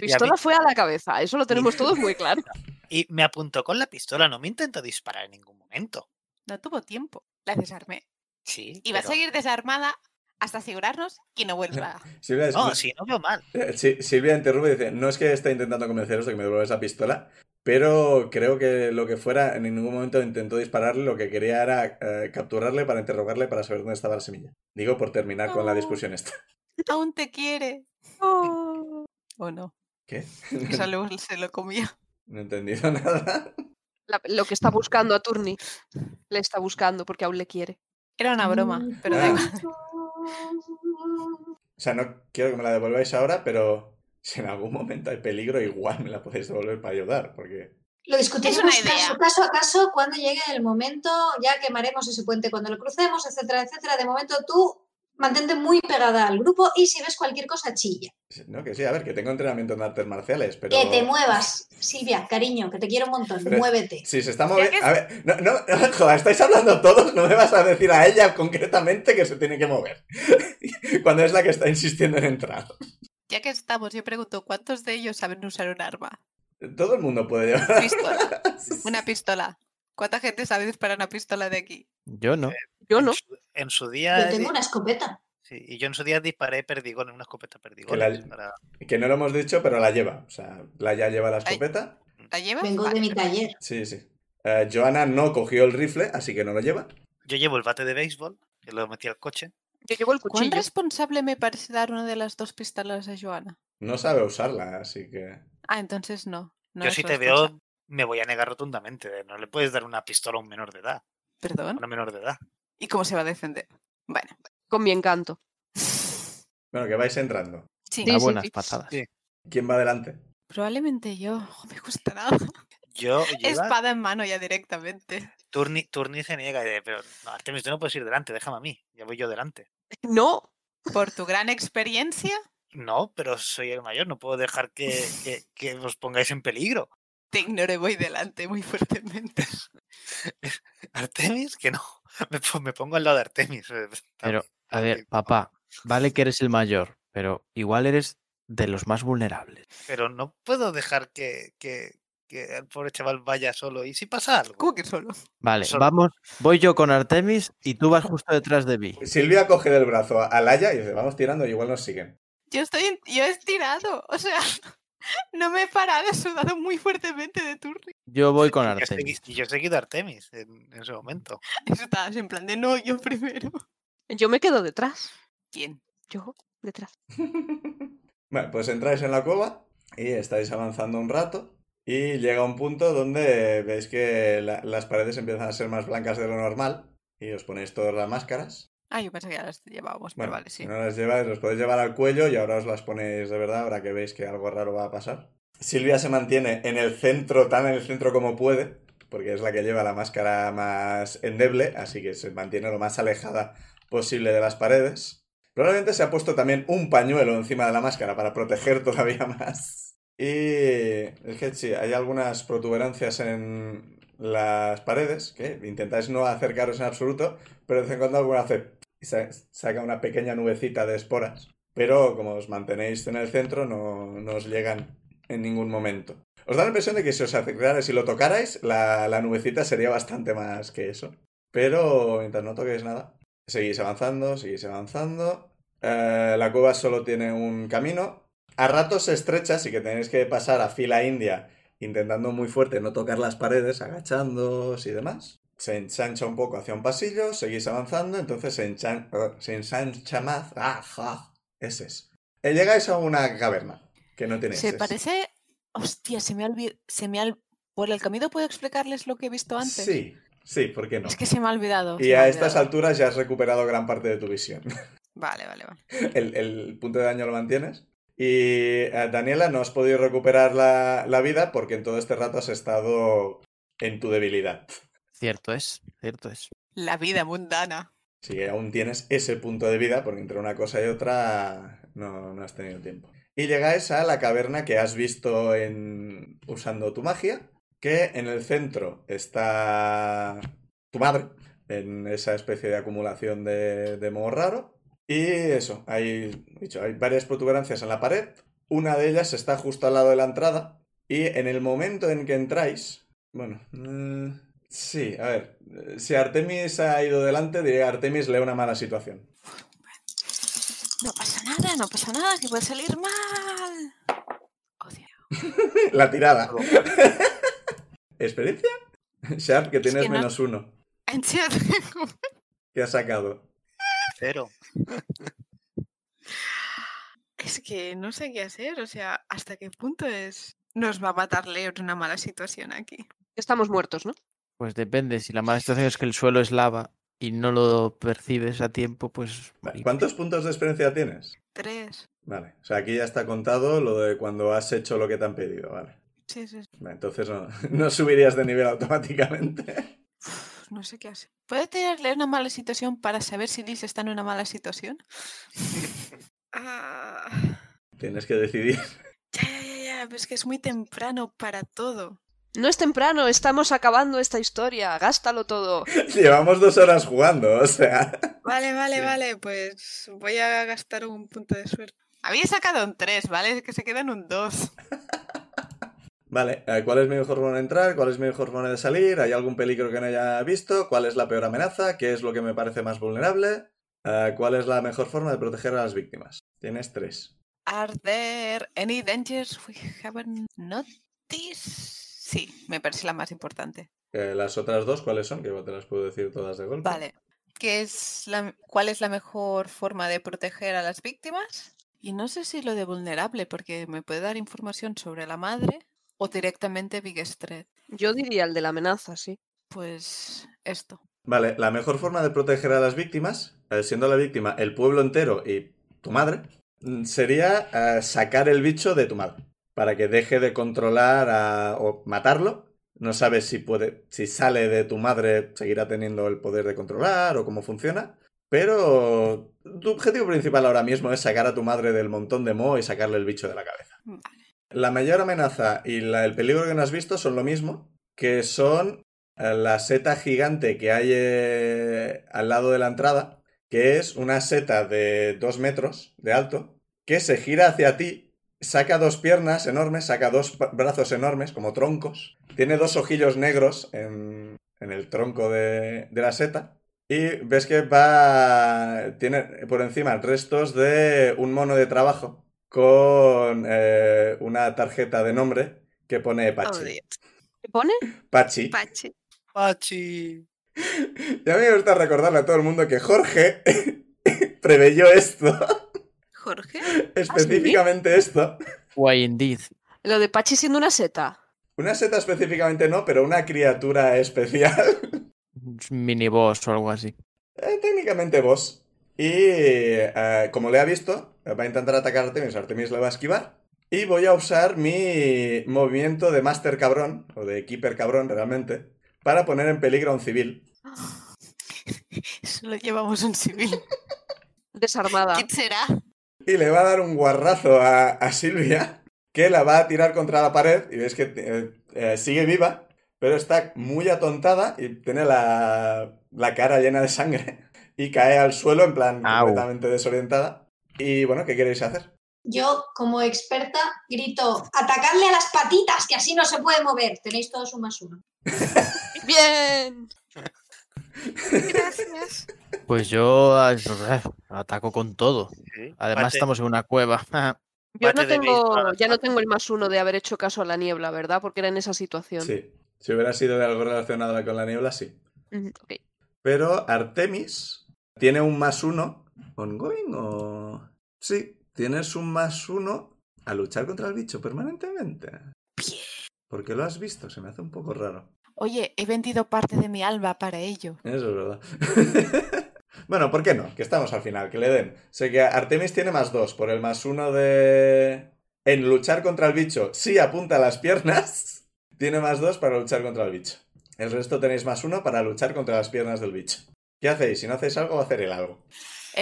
S3: La pistola fue a la cabeza, eso lo tenemos todos muy claro.
S2: Y me apuntó con la pistola, no me intentó disparar en ningún momento.
S5: No tuvo tiempo. La desarmé.
S2: Sí.
S5: Y va
S2: pero-
S5: a seguir desarmada hasta asegurarnos que no vuelva.
S1: Silvia, es-
S2: No, sí, no veo mal.
S1: eh, Si- Silvia interrumpe y dice, no es que esté intentando convenceros de que me devuelvas la pistola, pero creo que lo que fuera, en ningún momento intentó dispararle, lo que quería era eh, capturarle para interrogarle para saber dónde estaba la semilla. Digo, por terminar con la
S5: No.
S1: discusión esta.
S5: Aún te quiere. O no.
S1: ¿Qué?
S5: Esa luego se lo comía.
S1: No he entendido nada.
S3: La- lo que está buscando a Turni, le está buscando porque aún le quiere.
S5: Era una broma,
S6: Mm,
S5: pero da
S1: Ah.
S5: igual.
S1: O sea, no quiero que me la devolváis ahora, pero si en algún momento hay peligro, igual me la podéis devolver para ayudar, porque...
S6: Lo discutiremos
S5: Es una idea.
S6: caso, caso a caso cuando llegue el momento, ya quemaremos ese puente cuando lo crucemos, etcétera, etcétera. De momento tú mantente muy pegada al grupo y si ves cualquier cosa chilla.
S1: No, que sí, a ver, que tengo entrenamiento en artes marciales, pero...
S6: Que te muevas, Silvia, cariño, que te quiero un montón,
S1: Pero-
S6: muévete.
S1: Si se está
S5: Ya
S1: moviendo...
S5: que es-
S1: A ver, no, no, no, joder, estáis hablando todos, no me vas a decir a ella concretamente que se tiene que mover. Cuando es la que está insistiendo en entrar.
S5: Ya que estamos, yo pregunto, ¿cuántos de ellos saben usar un arma?
S1: Todo el mundo puede llevar...
S5: Pistola. Una pistola. ¿Cuánta gente sabe disparar una pistola de aquí?
S4: Yo no.
S3: Yo
S2: En
S3: no.
S2: su- En su día.
S6: Yo
S1: eh,
S6: tengo una escopeta.
S2: Sí, y yo en su día disparé perdigones, una escopeta perdigón. para-
S1: Que no lo hemos dicho, pero la lleva. O sea, la ya lleva la escopeta.
S5: ¿La llevas?
S6: Vengo de
S5: Ah, Vale.
S6: mi taller.
S1: Sí, sí. Eh, Joana no cogió el rifle, así que no lo lleva.
S2: Yo llevo el bate de béisbol, que lo metí al coche.
S3: Yo llevo el
S5: ¿Cuán
S3: cuchillo.
S5: responsable me parece dar una de las dos pistolas a Joana?
S1: No sabe usarla, así que.
S5: Ah, entonces no. no
S2: yo
S5: es
S2: si te
S5: responsa-
S2: veo, me voy a negar rotundamente. No le puedes dar una pistola a un menor de edad. A
S5: Perdón.
S2: una menor de edad.
S5: ¿Y cómo se va a defender? Bueno.
S3: Con mi encanto.
S1: Bueno, que vais entrando.
S5: Sí.
S4: Da
S3: sí,
S4: buenas
S3: sí.
S4: patadas.
S2: Sí.
S1: ¿Quién va adelante?
S5: Probablemente yo. Jo, me gustará.
S2: Yo, yo iba-
S5: Espada en mano ya directamente.
S2: Turni, Turni se niega. y dice, Pero no, Artemis, tú no puedes ir delante, déjame a mí. Ya voy yo delante.
S3: No,
S5: Por tu gran experiencia,
S2: No, pero soy el mayor, no puedo dejar que, que, que os pongáis en peligro.
S5: te ignoro y voy delante muy fuertemente.
S2: Artemis, que no. Me, pon- me pongo al lado de Artemis. eh, también,
S4: Pero, a
S2: eh,
S4: ver, papá, vale que eres el mayor, pero igual eres de los más vulnerables.
S2: Pero no puedo dejar que, que, que el pobre chaval vaya solo. ¿Y si pasa algo?
S3: ¿Cómo que solo?
S4: Vale,
S2: Solo-
S4: vamos, voy yo con Artemis y tú vas justo detrás de mí.
S1: Silvia coge del brazo a Laia y dice, vamos tirando y igual nos siguen.
S5: Yo estoy, en- yo he estirado, o sea, no me he parado, he sudado muy fuertemente de turno.
S4: Yo voy con
S2: Yo he segui-
S4: Artemis.
S2: y yo he seguido a Artemis en, en ese momento.
S5: Estabas en plan de no, yo primero.
S3: Yo me quedo detrás.
S5: ¿Quién?
S3: Yo, detrás.
S1: Bueno, pues entráis en la cueva y estáis avanzando un rato y llega un punto donde veis que la- las paredes empiezan a ser más blancas de lo normal y os ponéis todas las máscaras.
S5: Ah, yo pensé que ya las llevábamos,
S1: Bueno,
S5: pero Pues, vale, sí.
S1: si no las lleváis, los podéis llevar al cuello y ahora os las ponéis de verdad, ahora que veis que algo raro va a pasar. Silvia se mantiene en el centro, tan en el centro como puede, porque es la que lleva la máscara más endeble, así que se mantiene lo más alejada posible de las paredes. Probablemente se ha puesto también un pañuelo encima de la máscara para proteger todavía más. Y es que sí, hay algunas protuberancias en las paredes que intentáis no acercaros en absoluto, pero de vez en cuando alguna hace y sa- saca una pequeña nubecita de esporas. Pero como os mantenéis en el centro, no, no os llegan en ningún momento. Os da la impresión de que si os acercarais y lo tocarais, la, la nubecita sería bastante más que eso. Pero mientras no toquéis nada, seguís avanzando, seguís avanzando. Eh, la cueva solo tiene un camino. A ratos se estrecha, así que tenéis que pasar a fila india, intentando muy fuerte no tocar las paredes, agachándoos y demás. Se ensancha un poco hacia un pasillo, seguís avanzando, entonces se, enchan- eh, se ensancha más. ¡Ah, ja! Ese es. Eh, Llegáis a una caverna, que no tiene
S5: Se
S1: heces.
S5: parece. Hostia, se me ha olvidado. Se me ha... ol- Por el camino puedo explicarles lo que he visto antes.
S1: Sí, sí, ¿por qué no?
S5: Es que se me ha olvidado.
S1: Y
S5: se me ha
S1: a estas
S5: olvidado.
S1: alturas ya has recuperado gran parte de tu visión.
S5: Vale, vale, vale.
S1: el, el punto de daño lo mantienes. Y eh, Daniela, no has podido recuperar la, la vida porque en todo este rato has estado en tu debilidad.
S4: Cierto es, cierto es.
S5: La vida mundana.
S1: Así que aún tienes ese punto de vida porque entre una cosa y otra no, no has tenido tiempo. Y llegáis a la caverna que has visto en, usando tu magia, que en el centro está tu madre, en esa especie de acumulación de, de moho raro. Y eso, hay, dicho, hay varias protuberancias en la pared. Una de ellas está justo al lado de la entrada. Y en el momento en que entráis. Bueno. mm, sí, a ver. eh, Si Artemis ha ido delante, diría Artemis lee una mala situación.
S5: No pasa nada, no pasa nada, que puede salir mal. Odio.
S1: la tirada. ¿Experiencia? Sharp, que tienes
S5: que no-
S1: menos uno.
S5: En serio, tengo-
S1: ¿Qué has sacado?
S2: Cero.
S5: Es que no sé qué hacer, o sea, ¿hasta qué punto es? Nos va a matar Leo en una mala situación aquí.
S3: Estamos muertos, ¿no?
S4: Pues depende, si la mala situación es que el suelo es lava y no lo percibes a tiempo, pues...
S1: Vale,
S4: y-
S1: ¿Cuántos puntos de experiencia tienes?
S5: Tres.
S1: Vale, o sea, aquí ya está contado lo de cuando has hecho lo que te han pedido, vale.
S5: Sí, sí, sí.
S1: Vale, Entonces no, no subirías de nivel automáticamente.
S5: Uf, Pues no sé qué hacer. ¿Puede tener Leo una mala situación para saber si Liz está en una mala situación? Ah,
S1: Tienes que decidir.
S5: ya, ya, ya, ya, pero es que es muy temprano para todo.
S3: No es temprano, estamos acabando esta historia. Gástalo todo.
S1: Llevamos dos horas jugando, o sea.
S5: Vale, vale,
S1: Sí.
S5: vale, pues voy a gastar un punto de suerte. Había sacado un 3, ¿vale? Es que se quedan un 2.
S1: Vale, eh, ¿cuál es mi mejor forma de entrar? ¿Cuál es mi mejor forma de salir? ¿Hay algún peligro que no haya visto? ¿Cuál es la peor amenaza? ¿Qué es lo que me parece más vulnerable? Eh, ¿Cuál es la mejor forma de proteger a las víctimas? Tienes tres.
S5: Are there any dangers we haven't noticed? Sí, me parece la más importante.
S1: Eh, las otras dos, ¿cuáles son? Que te las puedo decir todas de golpe.
S5: Vale. ¿Qué es la, ¿Cuál es la mejor forma de proteger a las víctimas? Y no sé si lo de vulnerable, porque me puede dar información sobre la madre o directamente Big Threat.
S3: Yo diría el de la amenaza, sí.
S5: Pues esto.
S1: Vale, la mejor forma de proteger a las víctimas, eh, siendo la víctima el pueblo entero y tu madre, mm, sería eh, sacar el bicho de tu madre. Para que deje de controlar a- o matarlo. No sabes si puede. Si sale de tu madre, seguirá teniendo el poder de controlar o cómo funciona. Pero tu objetivo principal ahora mismo es sacar a tu madre del montón de moho y sacarle el bicho de la cabeza.
S5: Vale.
S1: La mayor amenaza y la- el peligro que no has visto son lo mismo, que son eh, la seta gigante que hay eh, al lado de la entrada, que es una seta de dos metros de alto, que se gira hacia ti Saca dos piernas enormes, saca dos pa- brazos enormes, como troncos. Tiene dos ojillos negros en, en el tronco de, de la seta. Y ves que va. Tiene por encima restos de un mono de trabajo con eh, una tarjeta de nombre que pone Pachi.
S5: Joder.
S3: ¿Qué pone?
S1: Pachi.
S3: Pachi.
S2: Pachi.
S1: Y a mí me gusta recordarle a todo el mundo que Jorge preveyó esto,
S5: Jorge,
S1: específicamente esto.
S4: Why indeed.
S3: Lo de Pachi siendo una seta.
S1: Una seta específicamente no, pero una criatura especial.
S4: Mini boss o algo así.
S1: Eh, técnicamente vos. Y eh, como le ha visto, va a intentar atacar a Artemis. Artemis le va a esquivar. Y voy a usar mi movimiento de Master Cabrón, o de Keeper Cabrón realmente, para poner en peligro a un civil.
S5: solo llevamos un civil.
S3: Desarmada.
S5: ¿Quién será?
S1: Y le va a dar un guarrazo a, a Silvia, que la va a tirar contra la pared. Y ves que eh, eh, sigue viva, pero está muy atontada y tiene la, la cara llena de sangre. Y cae al suelo en plan
S4: Au.
S1: completamente desorientada. Y bueno, ¿qué queréis hacer?
S6: Yo, como experta, grito, atacarle a las patitas, que así no se puede mover. Tenéis todos un más uno.
S3: ¡Bien!
S5: Gracias.
S4: Pues yo ah, ataco con todo.
S2: Sí,
S4: Además
S2: Pachi.
S4: estamos en una cueva.
S3: Yo
S2: Bate
S3: no
S2: de béisbol
S3: tengo,
S2: al
S3: ya no
S2: pato.
S3: tengo el más uno de haber hecho caso a la niebla, ¿verdad? Porque era en esa situación.
S1: Sí. Si hubiera sido de algo relacionado con la niebla, sí.
S3: Ujú, ok.
S1: Pero Artemis tiene un más uno. ¿Ongoing o.? Sí, tienes un más uno a luchar contra el bicho permanentemente. Porque lo has visto, se me hace un poco raro.
S5: Oye, he vendido parte de mi alma para ello.
S1: Eso es verdad. bueno, ¿por qué no? Que estamos al final, que le den. Sé que Artemis tiene más dos por el más uno de. En luchar contra el bicho, sí apunta a las piernas. Tiene más dos para luchar contra el bicho. El resto tenéis más uno para luchar contra las piernas del bicho. ¿Qué hacéis? Si no hacéis algo, va a hacer el algo.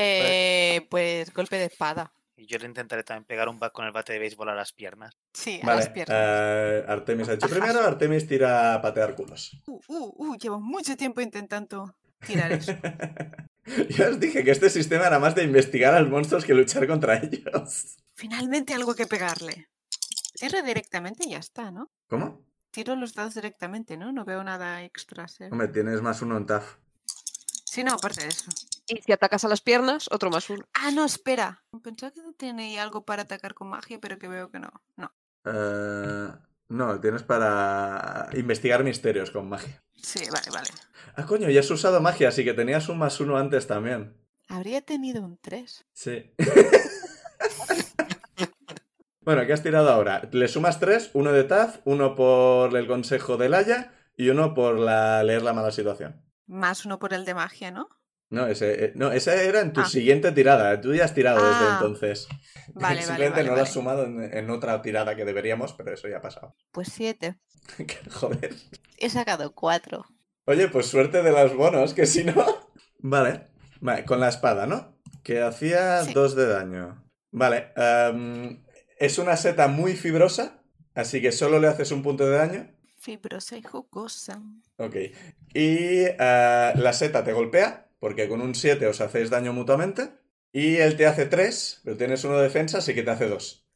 S5: Eh, pues golpe de espada.
S2: Y yo le intentaré también pegar un bat con el bate de béisbol a las piernas.
S5: Sí, a las
S1: Vale,
S5: piernas.
S1: eh, Artemis ha hecho primero, Artemis tira a patear culos.
S5: Uh, uh, uh, llevo mucho tiempo intentando tirar eso.
S1: Yo os dije que este sistema era más de investigar a los monstruos que luchar contra ellos.
S5: Finalmente algo que pegarle. Tiro directamente y ya está, ¿no?
S1: ¿Cómo?
S5: Tiro los dados directamente, ¿no? No veo nada extra. ¿sí?
S1: Hombre, tienes más uno en TAF.
S5: Sí, no, aparte de eso.
S3: Y si atacas a las piernas, otro más uno.
S5: Ah, no, espera. Pensaba que tenía algo para atacar con magia, pero que veo que no. No.
S1: Eh, no, tienes para investigar misterios con magia.
S5: Sí, vale, vale.
S1: Ah, coño, ya has usado magia, así que tenías un más uno antes también.
S5: Habría tenido un 3.
S1: Sí. bueno, ¿qué has tirado ahora? Le sumas tres, uno de TAF, uno por el consejo de Laia y uno por la leer la mala situación.
S5: Más uno por el de magia, ¿no?
S1: No, ese, eh, no, esa era en tu
S5: Ah.
S1: siguiente tirada. Tú ya has tirado desde
S5: Ah.
S1: entonces.
S5: Vale, vale,
S1: Simplemente
S5: vale.
S1: no lo
S5: vale.
S1: has sumado en, en otra tirada que deberíamos, pero eso ya ha pasado.
S5: Pues 7.
S1: Joder.
S5: He sacado 4.
S1: Oye, pues suerte de las bonos, que si no. Vale. Vale, con la espada, ¿no? Que hacía
S5: Sí.
S1: dos de daño. Vale. em, es una seta muy fibrosa, así que solo le haces un punto de daño.
S5: Fibrosa y jugosa.
S1: Ok. Y eh, la seta te golpea, porque con un 7 os hacéis daño mutuamente. Y él te hace 3, pero tienes uno de defensa, así que te hace 2.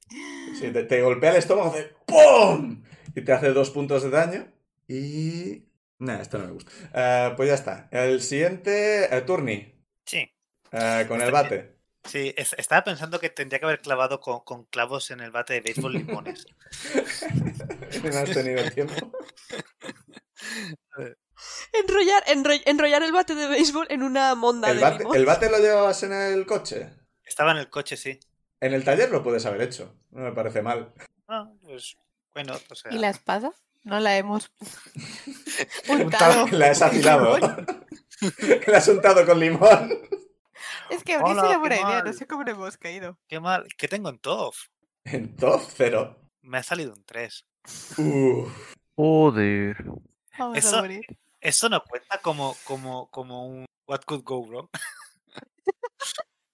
S1: Si te, te golpea el estómago, hace ¡pum! Y te hace 2 puntos de daño. Y... Nah, esto no me gusta. Eh, pues ya está. El siguiente, eh, Turni,
S2: Sí.
S1: eh, con el bate.
S2: Sí, es- estaba pensando que tendría que haber clavado con, con clavos en el bate de béisbol limones.
S1: No has tenido tiempo.
S3: Enrollar, enro- enrollar el bate de béisbol en una monda
S1: El
S3: de
S1: bate,
S3: limón.
S1: el bate lo llevabas en el coche.
S2: Estaba en el coche, sí.
S1: En el taller lo puedes haber hecho. No me parece mal.
S2: Ah, pues bueno, o sea,
S5: ¿Y la espada? No la hemos
S1: Untado-
S5: untado.
S1: La has afilado. la has untado con limón.
S5: Es que habría
S2: Hola,
S5: sido
S2: qué
S5: buena idea, no
S2: mal.
S5: sé cómo le hemos caído.
S2: qué mal. ¿Qué tengo en TOF?
S1: En top cero.
S2: Me ha salido un 3.
S1: Uf.
S4: Joder.
S5: Vamos
S2: Eso-
S5: a morir.
S2: Eso no cuenta como, como, como un What could go wrong.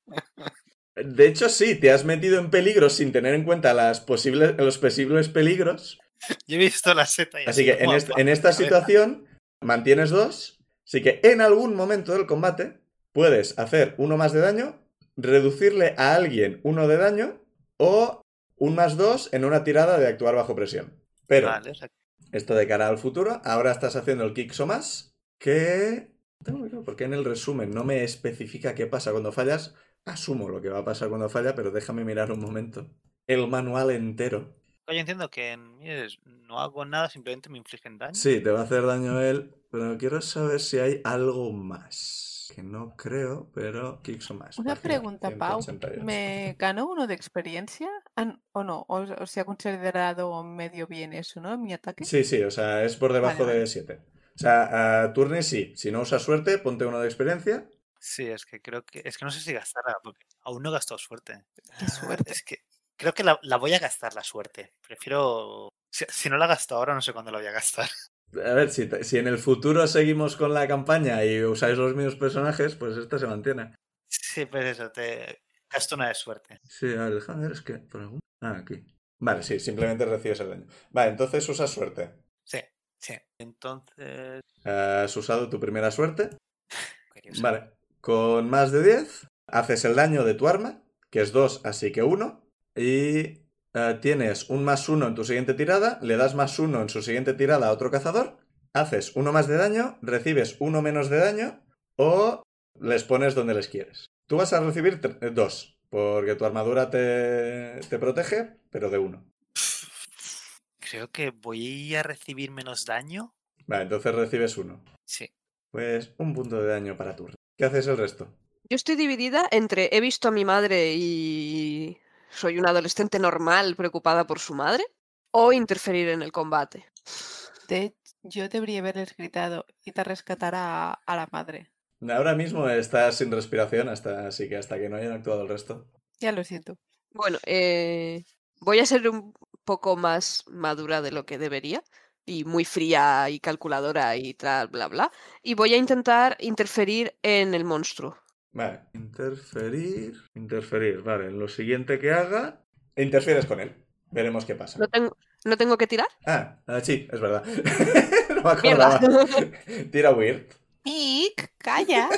S1: De hecho, sí, te has metido en peligro sin tener en cuenta las posibles, los posibles peligros.
S2: Yo he visto la seta y ha
S1: Así que
S2: sido
S1: en,
S2: guau,
S1: est-
S2: guau,
S1: en esta
S2: a ver,
S1: situación mantienes dos. Así que en algún momento del combate puedes hacer uno más de daño, reducirle a alguien uno de daño o un más 2 en una tirada de actuar bajo presión. Pero
S2: Vale, o sea,
S1: esto de cara al futuro, ahora estás haciendo el kick más que... Tengo que ver, porque en el resumen no me especifica qué pasa cuando fallas. Asumo lo que va a pasar cuando falla, pero déjame mirar un momento. El manual entero.
S2: Oye, entiendo que en Mides no hago nada, simplemente me infligen daño.
S1: Sí, te va a hacer daño él, pero quiero saber si hay algo más. Que no creo, pero Kixo más.
S5: Una
S1: página
S5: pregunta, Pau.
S1: 188.
S5: ¿Me ganó uno de experiencia? Ah, n- ¿O no? ¿O, o se ha considerado medio bien eso, no? Mi ataque.
S1: Sí, sí, o sea, es por debajo
S5: Vale, vale.
S1: de 7. O sea, a turni sí. Si no usas suerte, ponte uno de experiencia.
S2: Sí, es que creo que. Es que no sé si gastarla, porque aún no he gastado suerte. Ah,
S5: Qué suerte.
S2: Es que creo que la, la voy a gastar la suerte. Prefiero. Si, si no la gasto ahora, no sé cuándo la voy a gastar.
S1: A ver, si, te- si en el futuro seguimos con la campaña y usáis los mismos personajes, pues esta se mantiene.
S2: Sí, pues eso, te gasto una de suerte.
S1: Sí, a ver, déjame ver, es que por algún- Ah, aquí. Vale, sí, simplemente recibes el daño. Vale, entonces usas suerte. Eh,
S2: Sí, sí. Entonces.
S1: Has usado tu primera suerte.
S2: quería usar-
S1: Vale, con más de 10 haces el daño de tu arma, que es 2, así que 1, y eh, tienes un más 1 en tu siguiente tirada, le das más 1 en su siguiente tirada a otro cazador, haces 1 más de daño, recibes 1 menos de daño o les pones donde les quieres. Tú vas a recibir 2, porque tu armadura te, te protege, pero de 1.
S2: Creo que voy a recibir menos daño.
S1: Vale, entonces recibes 1.
S2: Sí.
S1: Pues un punto de daño para turno. ¿Qué haces el resto?
S3: Yo estoy dividida entre he visto a mi madre y soy una adolescente normal preocupada por su madre o interferir en el combate.
S5: De- yo debería haberles gritado y te rescatará a la madre.
S1: Ahora mismo estás sin respiración, hasta, así que hasta que no hayan actuado el resto.
S5: Ya lo siento.
S3: Bueno, eh, voy a ser un poco más madura de lo que debería y muy fría y calculadora y tal, bla, bla. Y voy a intentar interferir en el monstruo.
S1: Vale. Interferir. Interferir, vale. Lo siguiente que haga. Interfieres con él. Veremos qué pasa.
S3: ¿No tengo, ¿no tengo que tirar?
S1: Ah, ah, sí, es verdad. no me
S3: Mierda.
S1: acordaba. Tira Weird.
S5: Mick, calla.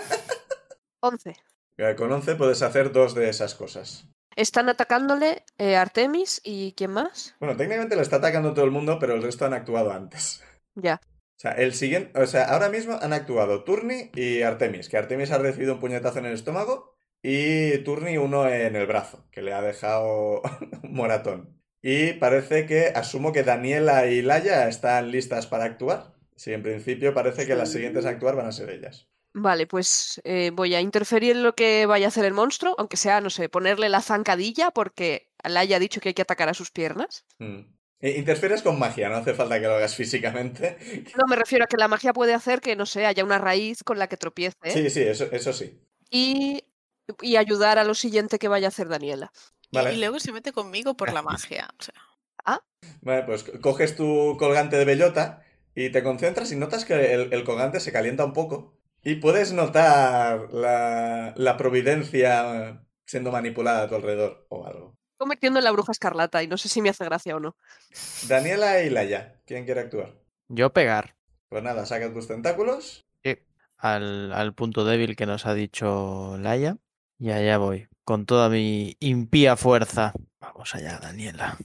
S3: 11.
S1: Eh, Con 11 puedes hacer dos de esas cosas.
S3: Están atacándole eh, Artemis y ¿quién más?
S1: Bueno, técnicamente le está atacando todo el mundo, pero el resto han actuado antes.
S3: Ya.
S1: O sea, el siguiente, o sea, ahora mismo han actuado Turni y Artemis, que Artemis ha recibido un puñetazo en el estómago y Turni uno en el brazo, que le ha dejado un moratón. Y parece que asumo que Daniela y Laia están listas para actuar. Sí, en principio parece que las siguientes a actuar van a ser ellas.
S3: Vale, pues eh, voy a interferir en lo que vaya a hacer el monstruo, aunque sea, no sé, ponerle la zancadilla porque le haya dicho que hay que atacar a sus piernas.
S1: Mm. E- Interfieres con magia, no hace falta que lo hagas físicamente.
S3: No me refiero a que la magia puede hacer que, no sé, haya una raíz con la que tropiece
S1: Sí, sí, eso, eso sí.
S3: y, y ayudar a lo siguiente que vaya a hacer Daniela.
S5: Y-
S1: Vale. Ah,
S5: Y, luego se mete conmigo por la magia. o sea,
S1: Vale, pues co- coges tu colgante de bellota y te concentras y notas que el, el colgante se calienta un poco. Y puedes notar la, la providencia siendo manipulada a tu alrededor o algo.
S3: Convirtiendo en la bruja escarlata y no sé si me hace gracia o no.
S1: Daniela y Laia, ¿quién quiere actuar?
S4: Yo pegar
S1: Pues nada, saca tus tentáculos.
S4: al, al punto débil que nos ha dicho Laia. Y allá voy, con toda mi impía fuerza. Vamos allá, Daniela.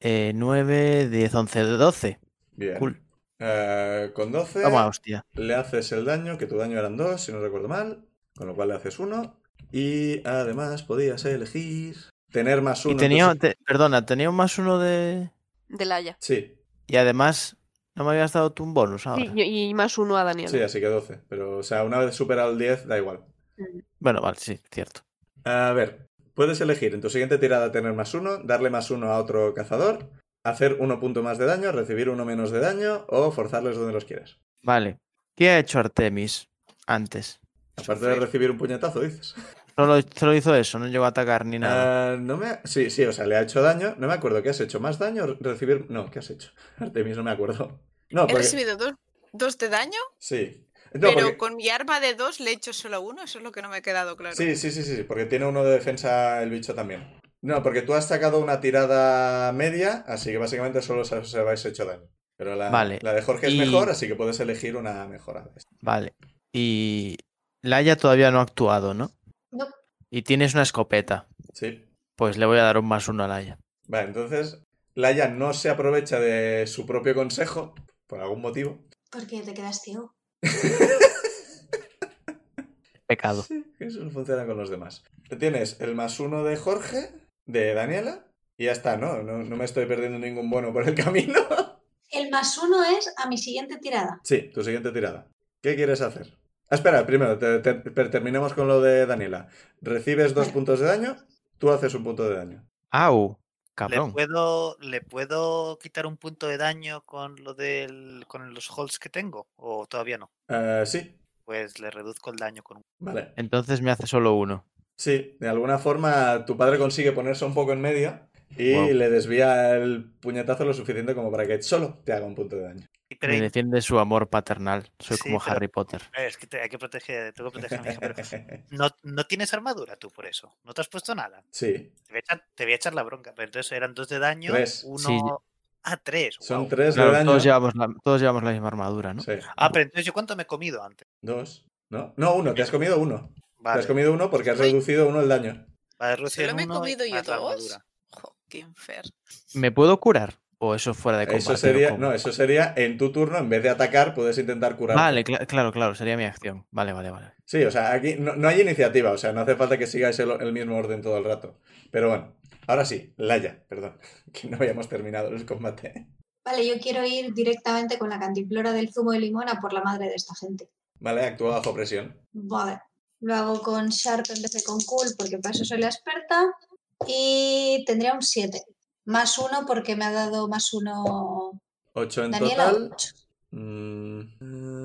S4: Eh, 9, 10, 11, 12.
S1: Bien.
S4: Cool.
S1: Eh, con 12
S4: Toma, hostia.
S1: le haces el daño, que tu daño eran 2, si no recuerdo mal. Con lo cual le haces 1. Y además podías elegir tener más 1.
S4: Y tenía, te- perdona, tenía un más uno de.
S3: De Laia.
S1: Sí,
S4: Y además, no me habías dado tú un bonus ahora.
S3: Sí, y, y más uno a Daniela.
S1: sí, así que 12. Pero, o sea, una vez superado el 10, da igual.
S4: Bueno, vale, sí, cierto.
S1: A ver, puedes elegir en tu siguiente tirada tener más uno, darle más uno a otro cazador, hacer uno punto más de daño, recibir uno menos de daño o forzarles donde los quieras.
S4: Vale. ¿Qué ha hecho Artemis antes?
S1: Aparte de recibir un puñetazo, dices.
S4: Solo, solo hizo eso, no llegó a atacar ni nada.
S1: Ah, no me... Sí, sí, o sea, le ha hecho daño. No me acuerdo qué has hecho. ¿Más daño? o Recibir... No, ¿qué has hecho? Artemis, no me acuerdo. No,
S5: He
S1: porque...
S5: recibido dos, dos de daño,
S1: Sí. No,
S5: pero
S1: porque-
S5: con mi arma de dos le he hecho solo uno. Eso es lo que no me ha quedado claro.
S1: Sí, sí, sí, sí, sí, porque tiene uno de defensa el bicho también. No, porque tú has sacado una tirada media, así que básicamente solo os os habéis hecho daño. Pero la,
S4: Vale,
S1: la de Jorge
S4: y-
S1: es mejor, así que puedes elegir una mejora. de estas.
S4: Vale. Y Laia todavía no ha actuado, ¿no?
S6: No.
S4: Y tienes una escopeta.
S1: Sí,
S4: Pues le voy a dar un más uno a Laia.
S1: Vale, entonces Laia no se aprovecha de su propio consejo, por algún motivo.
S6: Porque te quedas ciego.
S4: Pecado.
S1: Eso no funciona con los demás. Tienes el más uno de Jorge, de Daniela, y ya está, ¿no? No, no me estoy perdiendo ningún bono por el camino.
S6: El más uno es a mi siguiente tirada.
S1: Sí, tu siguiente tirada. ¿Qué quieres hacer? Ah, espera, primero, te- te- per- terminemos con lo de Daniela. Recibes dos
S6: Vale.
S1: puntos de daño, tú haces un punto de daño.
S4: Au,
S2: ¿Le
S4: cabrón.
S2: puedo, ¿Le puedo quitar un punto de daño con lo del, con los holds que tengo? ¿O todavía no?
S1: Eh, sí,
S2: Pues le reduzco el daño con un.
S1: vale.
S4: Entonces me hace solo uno.
S1: Sí, de alguna forma tu padre consigue ponerse un poco en medio y
S4: Wow.
S1: le desvía el puñetazo lo suficiente como para que solo te haga un punto de daño.
S2: Y pero
S4: Me
S2: in-
S4: defiende su amor paternal. Soy
S2: Sí,
S4: como
S2: pero-
S4: Harry Potter.
S2: eh, es que te- hay que proteger, tengo que proteger a mi hija. pero no, no tienes armadura tú por eso. No te has puesto nada.
S1: sí,
S2: Te voy a echar, te voy a echar la bronca. Pero entonces eran dos de daño.
S1: Tres.
S2: Uno.
S4: Sí.
S2: Ah, tres.
S1: son
S2: guau.
S1: tres
S4: Claro,
S1: de daño.
S4: todos, llevamos la, todos llevamos la misma armadura, ¿no?
S1: Sí,
S2: Ah, pero entonces yo cuánto me he comido antes.
S1: dos. No, no, uno, te has comido uno. Te
S2: Vale.
S1: has comido uno porque has
S5: Uy.
S1: reducido uno el daño.
S2: Vale, reducir
S5: ¿Solo me he
S2: uno y
S5: comido yo
S2: más la
S5: dos?
S2: armadura.
S5: Jo, qué infer.
S4: ¿Me puedo curar? ¿O eso fuera de combate?
S1: Eso
S4: o
S1: sería,
S4: cómo?
S1: no, eso sería en tu turno, en vez de atacar, puedes intentar curar.
S4: Vale, cla- claro, claro, sería mi acción. Vale, vale, vale.
S1: Sí, o sea, aquí no, no hay iniciativa, o sea, no hace falta que sigáis el, el mismo orden todo el rato. Pero bueno, ahora sí, Laia, perdón, que no habíamos terminado el combate.
S6: Vale, yo quiero ir directamente con la cantimplora del zumo de limón a por la madre de esta gente.
S1: Vale, actúa bajo presión.
S6: Vale. Lo hago con Sharp en vez de con Cool porque para eso soy la experta. Y tendría un 7. Más uno porque me ha dado más uno
S1: 8 en
S6: Daniela.
S1: total.
S6: ocho.
S1: Mm,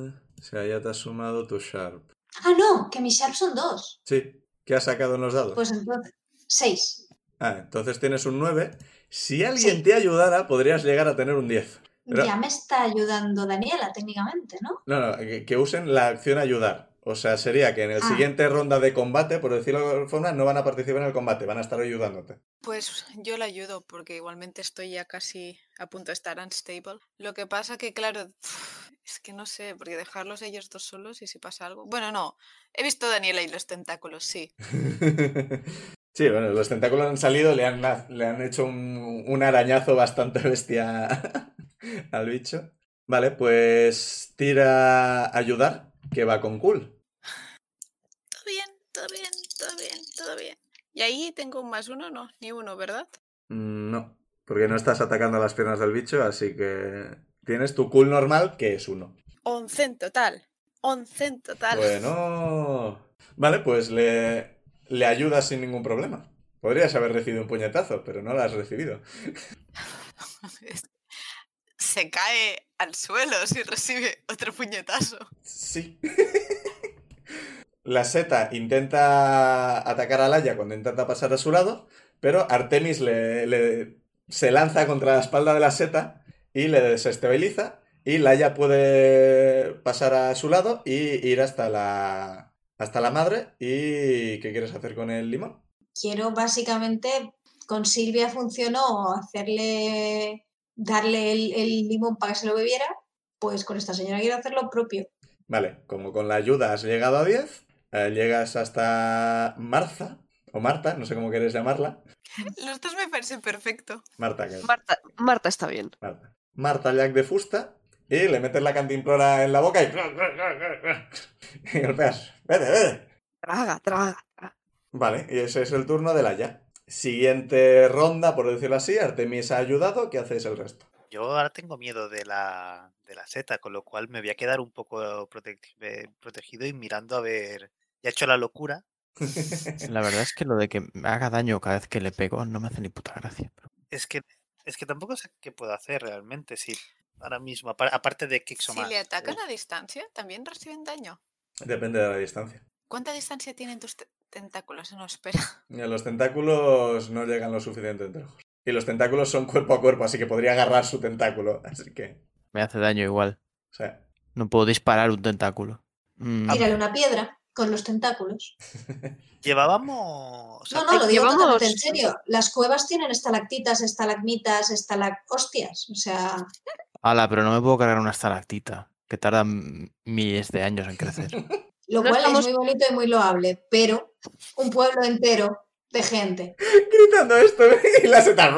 S1: eh, si ahí ya te has sumado tu Sharp.
S6: Ah, no, que mis Sharp son dos.
S1: Sí, ¿qué has sacado en los dados?
S6: Pues entonces, 6.
S1: Ah, entonces tienes un 9. Si alguien te ayudara, podrías llegar a tener un 10. Pero-
S6: Ya me está ayudando Daniela técnicamente, ¿no?
S1: No, no, que, que usen la acción ayudar. O sea, sería que en el
S6: Ah.
S1: siguiente ronda de combate, por decirlo de alguna forma, no van a participar en el combate, van a estar ayudándote.
S5: Pues yo la ayudo porque igualmente estoy ya casi a punto de estar unstable. Lo que pasa que, claro, es que no sé, porque dejarlos ellos dos solos y si pasa algo. Bueno, no, he visto a Daniela y los tentáculos, sí.
S1: Sí, bueno, los tentáculos han salido, le han, le han hecho un, un arañazo bastante bestia al bicho. Vale, pues tira ayudar, que va con cool.
S5: Todo bien, todo bien, todo bien, todo bien. Y ahí tengo un más uno, no, ni uno, ¿verdad?
S1: Mm, No, porque no estás atacando las piernas del bicho, así que tienes tu cool normal, que es uno.
S5: Once en total, once en total.
S1: Bueno. Vale, pues le, le ayudas sin ningún problema. Podrías haber recibido un puñetazo, pero no lo has recibido.
S5: Se cae al suelo si recibe otro puñetazo.
S1: Sí. La seta intenta atacar a Laia cuando intenta pasar a su lado, pero Artemis le, le- se lanza contra la espalda de la seta y le desestabiliza. Y Laia puede pasar a su lado y ir hasta la, hasta la madre. ¿Y qué quieres hacer con el limón?
S6: Quiero básicamente, con Silvia funcionó hacerle, darle el, el limón para que se lo bebiera, pues con esta señora quiero hacer lo propio.
S1: Vale, como con la ayuda has llegado a 10, eh, llegas hasta Marza, o Marta, no sé cómo quieres llamarla.
S5: Los dos me parecen perfecto.
S1: Marta, que es
S3: Marta, Marta está bien.
S1: Marta. Marta Jack de Fusta, y le metes la cantimplora en la boca y... y golpeas. Vete, vete.
S3: Traga, traga, traga.
S1: Vale, y ese es el turno de Laia. Siguiente ronda, por decirlo así, Artemis ha ayudado, ¿qué hacéis el resto?
S2: Yo ahora tengo miedo de la, de la seta, con lo cual me voy a quedar un poco prote- eh, protegido y mirando a ver. Ya he hecho la locura.
S4: La verdad es que lo de que me haga daño cada vez que le pego no me hace ni puta gracia. pero-
S2: Es que, es que tampoco sé qué puedo hacer realmente. Si ahora mismo, apar- aparte de kicks o
S5: Si
S2: más,
S5: le
S2: eh,
S5: atacan a distancia, también reciben daño.
S1: Depende de la distancia.
S5: ¿Cuánta distancia tienen tus te- tentáculos? No, espera.
S1: Y a los tentáculos no llegan lo suficiente entre ojos. Y los tentáculos son cuerpo a cuerpo, así que podría agarrar su tentáculo. Así que,
S4: Me hace daño igual.
S1: o sea,
S4: No puedo disparar un tentáculo. Mm,
S6: Tírale una piedra con los tentáculos.
S2: Llevábamos. o sea,
S6: No, no, lo digo
S3: llevamos-
S6: totalmente en serio. Las cuevas tienen estalactitas, estalagmitas, estalac... hostias. O sea,
S4: Ala, pero no me puedo cargar una estalactita, que tarda mm, miles de años en crecer.
S6: lo
S3: No
S6: cual
S3: estamos-
S6: es muy bonito y muy loable, pero un pueblo entero de gente.
S1: Gritando esto y la seta.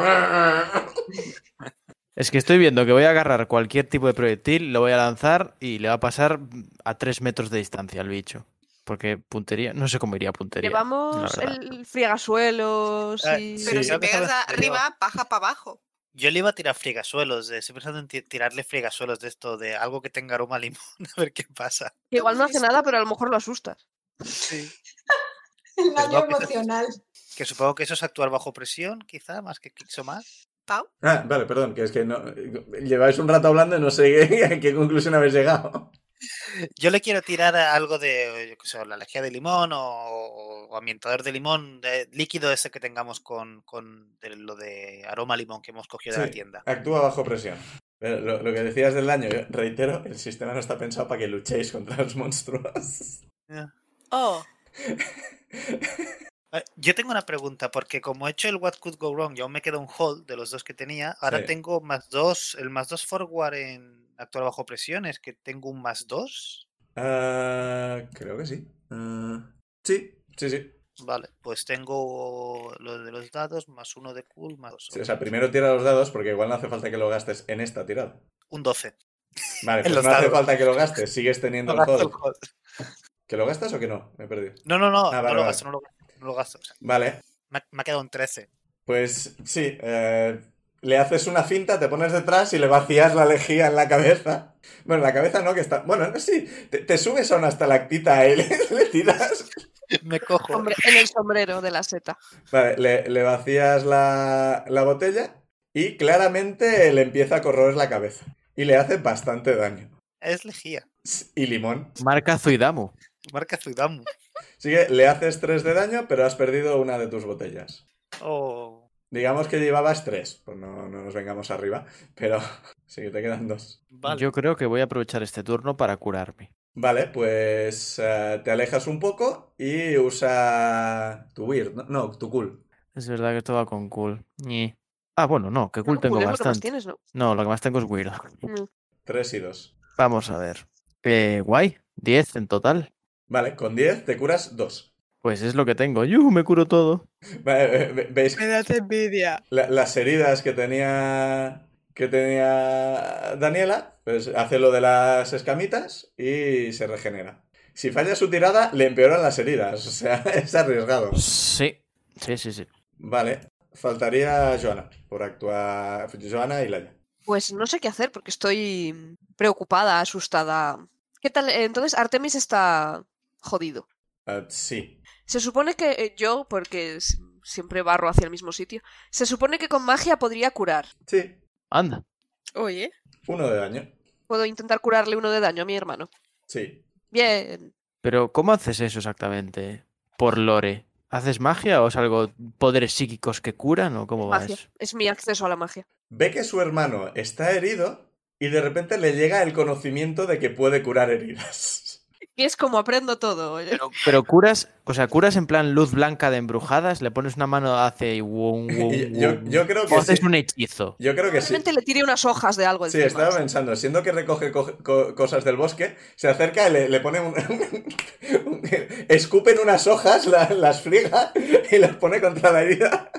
S4: Es que estoy viendo que voy a agarrar cualquier tipo de proyectil, lo voy a lanzar y le va a pasar a 3 metros de distancia al bicho. Porque puntería, no sé cómo iría puntería. la
S3: Llevamos
S4: verdad.
S3: el friegasuelos
S2: Ah,
S3: y...
S5: Pero
S2: Sí,
S5: si
S2: creo que
S5: pegas
S2: sabes-
S5: de arriba, paja para abajo.
S2: Yo le iba a tirar frigasuelos. eh, Estoy pensando en ti- tirarle frigasuelos de esto, de algo que tenga aroma a limón, a ver qué pasa.
S3: que Igual no hace nada, pero a lo mejor lo asustas.
S6: El daño
S2: no, que-
S6: emocional.
S2: Que supongo que eso es actuar bajo presión, quizá, más que kicks o más.
S5: Pau,
S1: Ah, vale, perdón, que es que no. Lleváis un rato hablando y no sé qué- a qué conclusión habéis llegado.
S2: Yo le quiero tirar a algo de, yo qué sé, o la lejía de limón o, o ambientador de limón, de líquido ese que tengamos con, con de- lo de aroma a limón que hemos cogido de
S1: Sí.
S2: la tienda.
S1: Actúa bajo presión. Pero lo, lo que decías del daño, yo reitero, el sistema no está pensado para que luchéis contra los monstruos.
S5: Oh,
S2: Eh, Yo tengo una pregunta, porque como he hecho el What Could Go Wrong, yo aún me queda un hold de los dos que tenía. Ahora
S1: Sí.
S2: tengo más dos, el más dos forward en actuar bajo presión, es que tengo un más dos.
S1: Ah, creo que sí. Ah, sí, sí, sí.
S2: Vale, pues tengo lo de los dados, más uno de cool, más dos.
S1: Sí, O sea, primero tira los dados porque igual no hace falta que lo gastes en esta tirada.
S2: Un 12.
S1: Vale,
S2: En
S1: pues
S2: los
S1: no hace
S2: dados.
S1: falta que lo gastes, sigues teniendo
S2: No
S1: el
S2: gasto el
S1: hold.
S2: hold.
S1: ¿Que lo gastas o que no? Me he perdido.
S2: No, no, no,
S1: Ah, vale,
S2: no, lo
S1: vale.
S2: gasto, no lo gasto, no lo gasto. O sea,
S1: Vale,
S2: me, ha- me ha quedado un 13.
S1: pues sí, eh, le haces una cinta, te pones detrás y le vacías la lejía en la cabeza. Bueno, en la cabeza no, que está... Bueno, no, sí, te, te subes a una estalactita y le, le tiras...
S2: Me cojo.
S3: Hombre, en el sombrero de la seta.
S1: Vale, le, le vacías la, la botella y claramente le empieza a corroer la cabeza. Y le hace bastante daño.
S2: Es lejía.
S1: Y limón.
S4: Marca Zuidamu.
S2: Marca Zuidamu.
S1: Así que le haces 3 de daño, pero has perdido una de tus botellas.
S2: Oh,
S1: Digamos que llevabas 3, pues no, no nos vengamos arriba, pero sí que te quedan 2.
S2: vale.
S4: Yo creo que voy a aprovechar este turno para curarme.
S1: Vale, pues eh, te alejas un poco y usa tu weird, no, no, tu cool.
S4: Es verdad que esto va con cool. Ñe. Ah, bueno, no, que cool
S3: Bueno,
S4: tengo
S3: cool es lo que más Mm.
S4: bastante.
S3: tienes, ¿no?
S4: No, lo que más tengo es weird.
S1: 3 y 2.
S4: Vamos a ver. Eh, guay, 10 en total.
S1: Vale, con 10 te curas 2.
S4: Pues es lo que tengo. ¡Yujú! Me curo todo.
S1: Vale, ve- ve- veis
S5: me das envidia.
S1: la- las heridas que tenía que tenía Daniela, pues hace lo de las escamitas y se regenera. Si falla su tirada, le empeoran las heridas, o sea, es arriesgado.
S4: Sí, sí, sí, sí.
S1: Vale, faltaría Joana por actuar. Joana y Laia.
S3: Pues no sé qué hacer porque estoy mm, preocupada, asustada. ¿Qué tal? Eh, Entonces, Artemis está jodido.
S1: Ah, sí.
S3: Se supone que eh, yo, porque s- siempre barro hacia el mismo sitio, se supone que con magia podría curar.
S1: Sí.
S4: Anda.
S5: Oye,
S1: Uno de daño.
S3: Puedo intentar curarle uno de daño a mi hermano.
S1: Sí.
S3: Bien.
S4: Pero ¿cómo haces eso exactamente? Por lore. ¿Haces magia o es algo poderes psíquicos que curan o cómo va
S3: Magia.
S4: eso?
S3: Es mi acceso a la magia.
S1: Ve que su hermano está herido y de repente le llega el conocimiento de que puede curar heridas.
S3: Y es como aprendo todo. eh. oye.
S4: Pero, pero curas, o sea, curas en plan luz blanca de embrujadas, le pones una mano hace y wum, wum,
S1: Y Yo, yo-
S4: wum.
S1: yo creo
S4: o
S1: que sí.
S4: haces un hechizo.
S1: Yo creo que sí.
S3: Probablemente le tiré unas hojas de algo
S1: Sí,
S3: encima,
S1: estaba
S3: ¿sabes?
S1: pensando, siendo que recoge co- co- cosas del bosque, se acerca y le, le pone un, un- Escupen unas hojas, la- las friega y las pone contra la herida.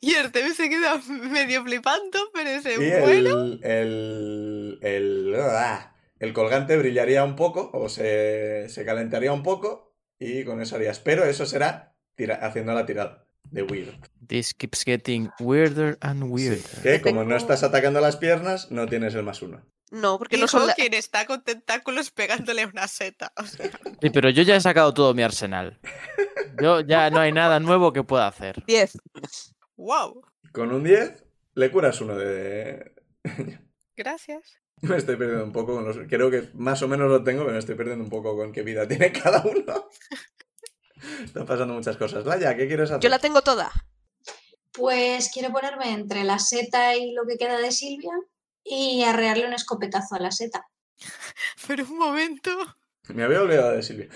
S5: y Artemis se queda medio flipando, pero dice,
S1: Y el,
S5: bueno,
S1: el, el, ah, el colgante brillaría un poco o se, se calentaría un poco y con eso harías. Pero eso será tira- haciendo la tirada de Weird.
S4: This keeps getting weirder and weirder.
S1: Que
S3: Yo
S1: como
S3: tengo-
S1: no estás atacando las piernas, no tienes el más uno.
S3: No, porque
S5: dijo
S3: no son la-
S5: quien está con tentáculos pegándole una seta. O sea,
S4: Sí, pero yo ya he sacado todo mi arsenal. Yo ya no hay nada nuevo que pueda hacer.
S3: 10.
S5: wow,
S1: Con un 10, le curas uno de.
S5: gracias.
S1: Me estoy perdiendo un poco con los. Creo que más o menos lo tengo, pero me estoy perdiendo un poco con qué vida tiene cada uno. Están pasando muchas cosas. Laya, ¿qué quieres hacer?
S3: Yo la tengo toda.
S6: Pues quiero ponerme entre la seta y lo que queda de Silvia y arrearle un escopetazo a la seta.
S5: Pero un momento.
S1: Me había olvidado de Silvia.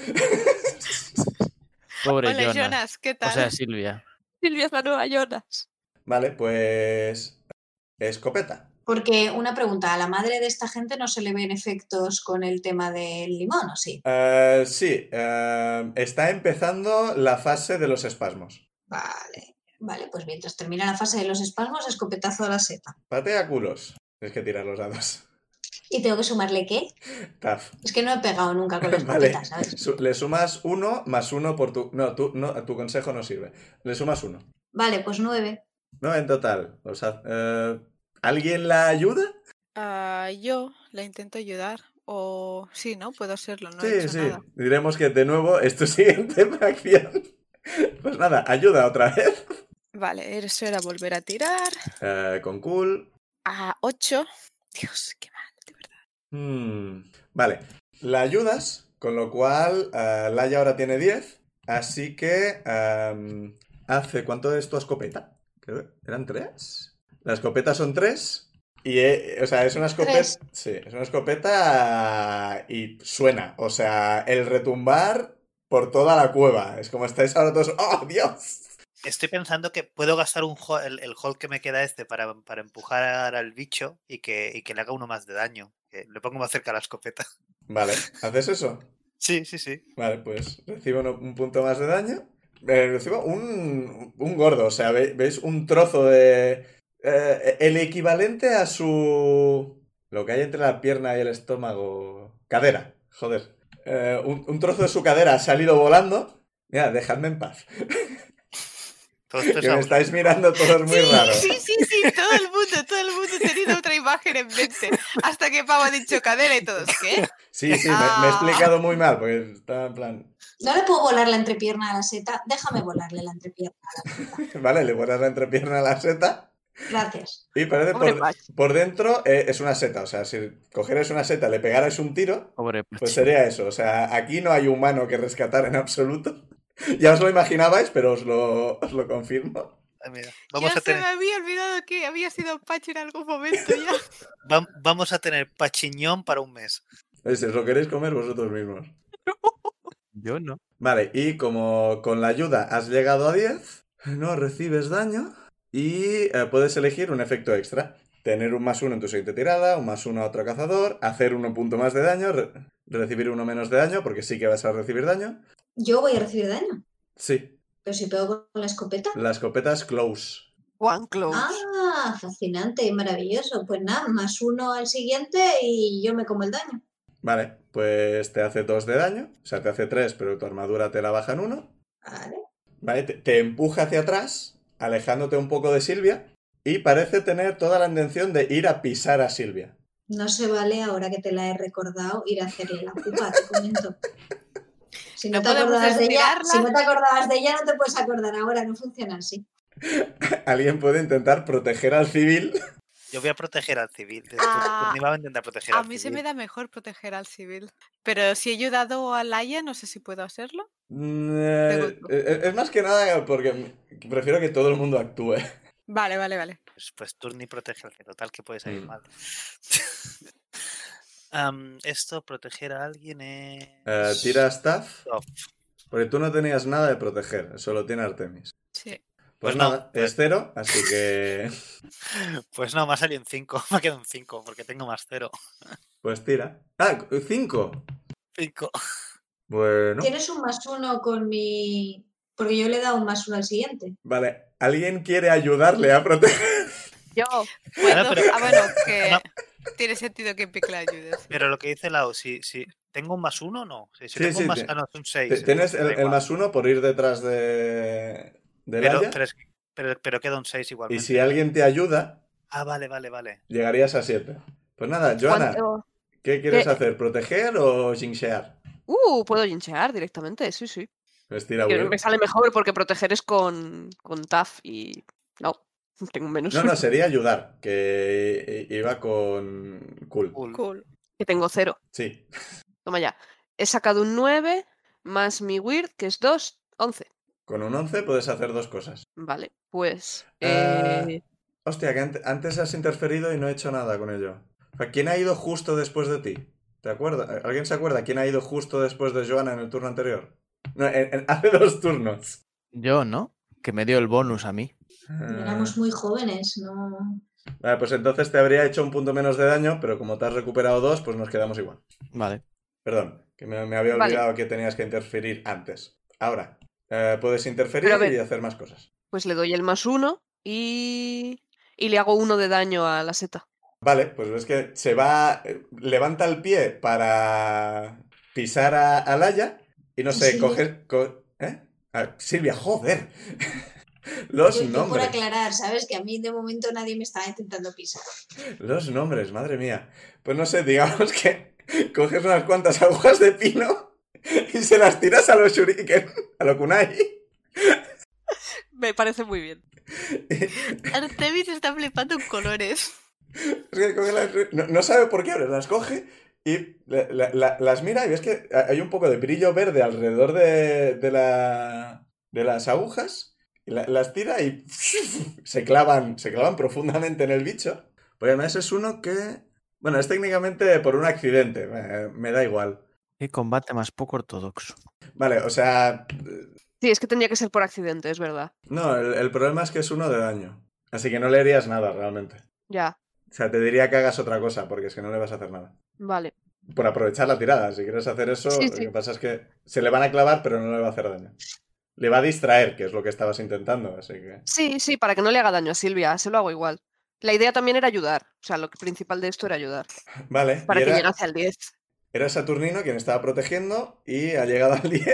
S4: Pobre
S5: Hola,
S4: Jonas.
S5: Jonas, ¿qué
S4: O
S5: tal?
S4: sea, Silvia.
S3: Silvia es la nueva Jonas.
S1: Vale, pues. Escopeta.
S6: Porque una pregunta, a la madre de esta gente no se le ven efectos con el tema del limón, ¿o sí?
S1: Eh, sí, eh, está empezando la fase de los espasmos.
S6: Vale, vale, pues mientras termina la fase de los espasmos, escopetazo a la seta.
S1: Patea culos. Es que tirar los dados.
S6: ¿Y tengo que sumarle qué?
S1: Taf.
S6: Es que no he pegado nunca con la
S1: Vale.
S6: escopeta, ¿sabes?
S1: Su- le sumas uno más uno por tu. No, tu, no, tu consejo no sirve. Le sumas uno.
S6: Vale, pues nueve.
S1: No, en total. O sea, eh, ¿Alguien la ayuda?
S5: Ah, yo la intento ayudar. O sí, ¿no? Puedo hacerlo, no he
S1: sí,
S5: hecho
S1: sí.
S5: nada.
S1: Diremos que de nuevo es tu siguiente acción. Pues nada, ayuda otra vez.
S5: Vale, eso era volver a tirar.
S1: Eh, con cool.
S5: A 8. Dios, qué mal, de verdad.
S1: Hmm, Vale, la ayudas, con lo cual eh, Laia ahora tiene 10, así que em, hace, ¿cuánto es tu escopeta? Creo- ¿Eran 3? La escopeta son 3 y, eh, o sea, es una escopeta...
S6: Tres.
S1: Sí, es una escopeta y suena, o sea, el retumbar por toda la cueva, es como estáis ahora todos, ¡oh, Dios!
S2: Estoy pensando que puedo gastar un ho- el, el hold que me queda este para, para empujar al bicho y que, y que le haga uno más de daño. Que le pongo más cerca a la escopeta.
S1: Vale, ¿haces eso?
S2: Sí, sí, sí.
S1: Vale, pues recibo uno- un punto más de daño. Eh, recibo un, un gordo, o sea, ve- veis un trozo de... eh, el equivalente a su... Lo que hay entre la pierna y el estómago. Cadera, joder. Eh, un, un trozo de su cadera ha salido volando. Mira, dejadme en paz.
S2: Todo esto es
S1: Que me
S2: aún-
S1: estáis mirando todos muy
S5: sí,
S1: raro.
S5: sí, sí, sí, todo el mundo, todo el mundo tenía otra imagen en mente. Hasta que Pau ha dicho cadera y todos, ¿qué?
S1: Sí, sí, me, me he
S5: Ah.
S1: explicado muy mal, porque estaba en plan...
S6: No le puedo volar la entrepierna a la seta. Déjame volarle la entrepierna.
S1: Vale, le borras la entrepierna a la seta.
S6: Gracias.
S1: Y parece
S3: Hombre,
S1: por,
S3: Patch.
S1: por dentro eh, es una seta. O sea, si cogierais una seta, le pegarais un tiro,
S4: Pobre
S1: Pues
S4: Pachi.
S1: sería eso, o sea, aquí no hay humano que rescatar en absoluto. Ya os lo imaginabais, pero os lo, os lo confirmo.
S2: Ah, mira, vamos,
S5: Yo
S2: a tener,
S5: se me había olvidado que había sido Pachi en algún momento ya.
S2: vam- vamos a tener pachiñón para un mes.
S1: Eh, Si os lo queréis comer vosotros mismos.
S4: Yo no.
S1: Vale, y como con la ayuda has llegado a 10, no recibes daño y eh, puedes elegir un efecto extra. Tener un más uno en tu siguiente tirada, un más uno a otro cazador, hacer uno punto más de daño, re- recibir uno menos de daño, porque sí que vas a recibir daño.
S6: Yo voy a recibir daño.
S1: Sí,
S6: Pero si pego con la escopeta.
S1: la escopeta es close.
S3: One close.
S6: Ah, fascinante y maravilloso. Pues nada, más uno al siguiente y yo me como el daño.
S1: Vale, pues te hace 2 de daño, o sea, te hace 3, pero tu armadura te la baja en 1.
S6: Vale.
S1: Vale, te, te empuja hacia atrás, alejándote un poco de Silvia, y parece tener toda la intención de ir a pisar a Silvia.
S6: No se vale ahora que te la he recordado ir a hacerle la pupa, te comento. Si no,
S5: No
S6: te
S5: podemos
S6: acordabas de ella,
S5: estirarla.
S6: si no te acordabas de ella, no te puedes acordar ahora, no funciona así.
S1: Alguien puede intentar proteger al civil.
S2: Yo voy a proteger al civil. de-
S5: Ah,
S2: Ni va a intentar proteger
S5: A
S2: al
S5: mí se
S2: civil.
S5: me da mejor proteger al civil. Pero si he ayudado a Laia, no sé si puedo hacerlo.
S1: Mm, eh,
S5: gusta.
S1: eh, es más que nada porque prefiero que todo el mundo actúe.
S5: Vale, vale, vale.
S2: Pues, pues tú ni protege al que total que puede salir
S1: Mm.
S2: mal. Am, esto, proteger a alguien es...
S1: Eh, tira staff,
S2: Tough.
S1: porque tú no tenías nada de proteger, solo tiene Artemis.
S5: Sí.
S1: Pues
S2: Pues no,
S1: nada,
S2: pues-
S1: es cero, así que
S2: Pues no, me ha salido un 5. Me ha quedado un 5 porque tengo más 0.
S1: pues tira. Ah, cinco.
S2: 5.
S1: Bueno.
S6: Tienes un más uno con mi. Porque yo le he dado un más uno al siguiente.
S1: Vale, ¿alguien quiere ayudarle a proteger?
S3: Yo,
S5: Puedo-
S2: pero-
S5: Ah, bueno, que
S2: No.
S5: tiene sentido que Pic la ayude. sí.
S2: Pero lo que dice Lau, si, si tengo un más 1, no. Si, si
S1: Sí,
S2: tengo un
S1: sí,
S2: más...
S1: te-
S2: Ah, no, es un 6.
S1: Tienes el, el más uno por ir detrás de, de
S2: pero,
S1: Laia,
S2: pero, es que- pero, pero queda un 6
S1: y
S2: igualmente.
S1: si alguien te ayuda,
S2: Ah, vale, vale, vale.
S1: llegarías a 7. Pues nada, Joana,
S3: cuando-
S1: ¿qué quieres
S3: ¿Qué?
S1: hacer? ¿Proteger o jinxear?
S3: Uh, puedo linchear directamente, sí, sí.
S1: Pues tira
S3: Que
S1: Will.
S3: me sale mejor porque proteger es con, con TAF y. No, tengo un menos
S1: No,
S3: uno,
S1: no, sería ayudar, que i- iba con cool.
S2: Cool.
S5: Cool.
S3: que tengo cero.
S1: Sí,
S3: Toma ya. He sacado un 9 más mi weird, que es 2, 11.
S1: con un 11 puedes hacer dos cosas.
S3: Vale, pues.
S1: Ah.
S3: eh,
S1: Hostia, que ante- antes has interferido y no he hecho nada con ello. O sea, ¿Quién ha ido justo después de ti? ¿Te acuerdas? ¿Alguien se acuerda quién ha ido justo después de Joana en el turno anterior? No, en- en- hace dos turnos.
S4: Yo no. Que me dio el bonus a mí.
S6: Pero Éramos
S1: Eh,
S6: muy jóvenes, no.
S1: vale, pues entonces te habría hecho un punto menos de daño, pero como te has recuperado dos, pues nos quedamos igual.
S4: Vale.
S1: Perdón, que me, me había
S3: Vale.
S1: olvidado que tenías que interferir antes. Ahora, eh, Eh, puedes interferir
S3: Pero a ver.
S1: y hacer más cosas.
S3: Pues le doy el más uno y. Y le hago uno de daño a la seta.
S1: Vale, pues ves que se va, eh, levanta el pie para pisar a, a Laia y no sé,
S6: Sí.
S1: coger... co- ¿eh? Ah, Silvia, joder. Los
S6: Yo- yo por
S1: nombres.
S6: aclarar, ¿sabes? Que a mí de momento nadie me estaba intentando pisar.
S1: Los nombres, madre mía. Pues no sé, digamos que coges unas cuantas agujas de pino y se las tiras a los shuriken, a lo kunai.
S3: Me parece muy bien.
S5: Artemis está flipando en colores.
S1: Es que coge las- no, no sabe por qué, pero las coge y la- la- la- las mira y ves que hay un poco de brillo verde alrededor de, de la, de las agujas. y la- las tira y se clavan, se clavan profundamente en el bicho. Porque además es uno que... Bueno, es técnicamente por un accidente, me, me da igual.
S4: Qué combate más poco ortodoxo.
S1: Vale, o sea...
S3: Sí, es que tendría que ser por accidente, es verdad.
S1: No, el, el problema es que es uno de daño. Así que no le harías nada realmente.
S3: Ya,
S1: O sea, te diría que hagas otra cosa, porque es que no le vas a hacer nada.
S3: vale.
S1: por aprovechar la tirada. Si quieres hacer eso,
S3: Sí,
S1: lo
S3: sí.
S1: que pasa es que se le van a clavar, pero no le va a hacer daño. Le va a distraer, que es lo que estabas intentando, así que.
S3: Sí, sí, para que no le haga daño a Silvia, se lo hago igual. La idea también era ayudar. O sea, lo que- principal de esto era ayudar.
S1: Vale.
S3: Para
S1: y
S3: que
S1: era,
S3: llegase al 10.
S1: era Saturnino quien estaba protegiendo y ha llegado al 10.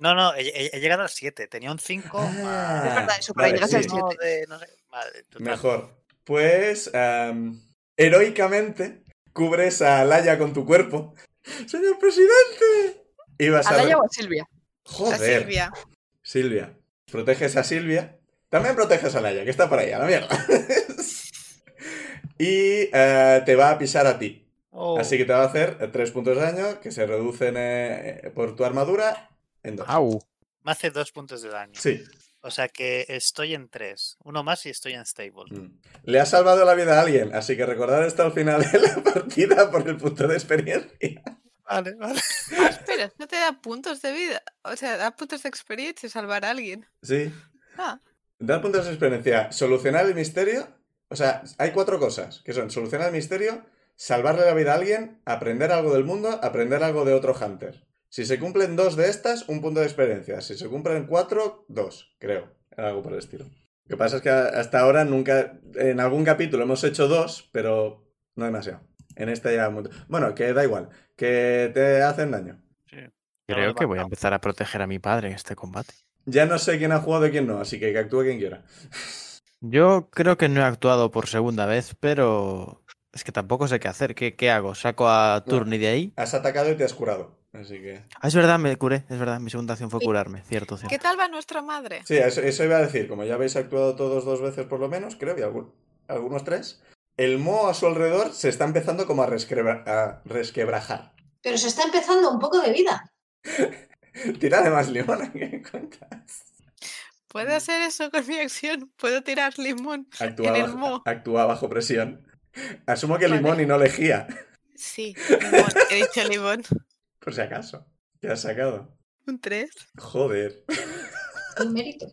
S2: No, no, he, he- he llegado al 7. Tenía un 5
S1: Ah,
S3: Es verdad, eso, para
S1: vale,
S3: llegar al
S1: sí,
S3: siete.
S2: de, no sé, vale, total.
S1: Mejor. Pues am, heroicamente cubres a Laia con tu cuerpo. ¡Señor presidente! Y vas
S3: ¿A
S1: a.
S3: Laia o a Silvia?
S5: A
S1: Joder. Silvia.
S5: Silvia.
S1: Proteges a Silvia. También proteges a Laia, que está por ahí, a la mierda. y eh, te va a pisar a ti.
S2: Oh,
S1: Así que te va a hacer eh, tres puntos de daño que se reducen eh, por tu armadura en dos.
S4: Au.
S2: Me hace dos puntos de daño.
S1: Sí.
S2: O sea que estoy en 3. Uno más y estoy en stable.
S1: Mm. Le has salvado la vida a alguien, así que recordad esto al final de la partida por el punto de experiencia.
S2: Vale, vale.
S5: Ah, Espera, no te da puntos de vida. O sea, da puntos de experiencia salvar a alguien.
S1: Sí.
S5: Ah.
S1: Dar puntos de experiencia. Solucionar el misterio. O sea, hay cuatro cosas, que son solucionar el misterio, salvarle la vida a alguien, aprender algo del mundo, aprender algo de otro hunter. Si se cumplen dos de estas, un punto de experiencia. Si se cumplen cuatro, dos, creo. Algo por el estilo. Lo que pasa es que a- hasta ahora nunca, en algún capítulo hemos hecho dos, pero no demasiado. En esta ya... mu- Bueno, que da igual, que te hacen daño.
S4: Creo que voy a
S2: levantado.
S4: empezar a proteger a mi padre en este combate.
S1: Ya no sé quién ha jugado y quién no, así que que actúe quien quiera.
S4: Yo creo que no he actuado por segunda vez, pero es que tampoco sé qué hacer. ¿Qué, qué hago? ¿Saco a Turni de ahí?
S1: Has atacado y te has curado, así que...
S4: Ah, es verdad, me curé. Es verdad, mi segunda acción fue
S5: Sí.
S4: curarme. Cierto, cierto.
S5: ¿Qué tal va nuestra madre?
S1: Sí, eso, eso iba a decir. Como ya habéis actuado todos dos veces por lo menos, creo, y algún- algunos tres, el moho a su alrededor se está empezando como a, resquebra- a resquebrajar.
S6: Pero se está empezando un poco de vida.
S1: Tira de más limón, ¿qué cuenta?
S5: ¿Puedo
S2: Mm.
S5: hacer eso con mi acción? ¿Puedo tirar limón?
S1: Actúa,
S5: En el
S1: bajo,
S5: moho.
S1: actúa bajo presión. Asumo que
S5: Vale.
S1: limón y no lejía,
S5: Sí, limón. He dicho limón.
S1: por si acaso. Te has sacado.
S5: Un 3.
S1: Joder.
S6: Un mérito.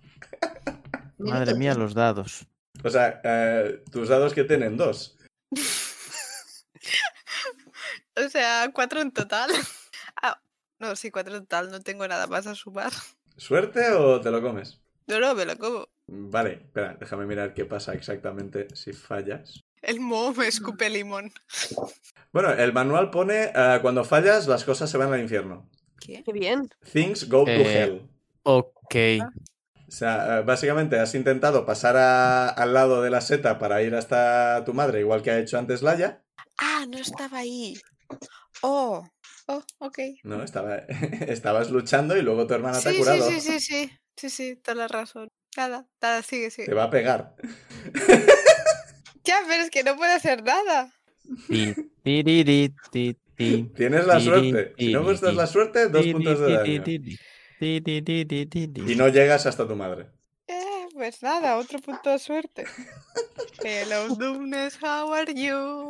S4: Madre
S6: Mérito.
S4: mía, los dados.
S1: O sea, eh, tus dados que tienen dos.
S5: O sea, 4 en total. Ah, no, sí, 4 en total. No tengo nada más a sumar.
S1: ¿Suerte o te lo comes?
S5: No, no, me lo como.
S1: Vale, espera, déjame mirar qué pasa exactamente si fallas.
S5: El moho me escupe limón.
S1: Bueno, el manual pone eh, cuando fallas las cosas se van al infierno.
S5: ¿Qué?
S3: Qué bien.
S1: Things go to
S4: Eh,
S1: hell.
S4: Ok.
S5: Ah.
S1: O sea, eh, básicamente has intentado pasar a- al lado de la seta para ir hasta tu madre, igual que ha hecho antes Laia.
S5: Ah, no estaba ahí. Oh, oh, ok.
S1: No, estaba, estabas luchando y luego tu hermana Ah, te ha
S5: Sí, sí,
S1: curado.
S5: sí, sí, sí. Sí, sí, toda la razón. Nada, nada, sigue, sigue.
S1: Te va a pegar.
S5: Ya, pero es que no puedo hacer nada.
S4: Ti, ti, ri, ri, ti, ti.
S1: Tienes la
S4: Tiri,
S1: suerte. Si no
S4: tiri,
S1: gustas
S4: tiri.
S1: la suerte, dos
S4: Ti,
S1: puntos
S4: ri,
S1: de
S4: ti,
S1: daño.
S4: ti, ri. Ti, ri, ri, ri, ri, ri.
S1: Y no llegas hasta tu madre.
S5: Eh, pues nada, otro punto de suerte. Hello, Dumnes, how are you?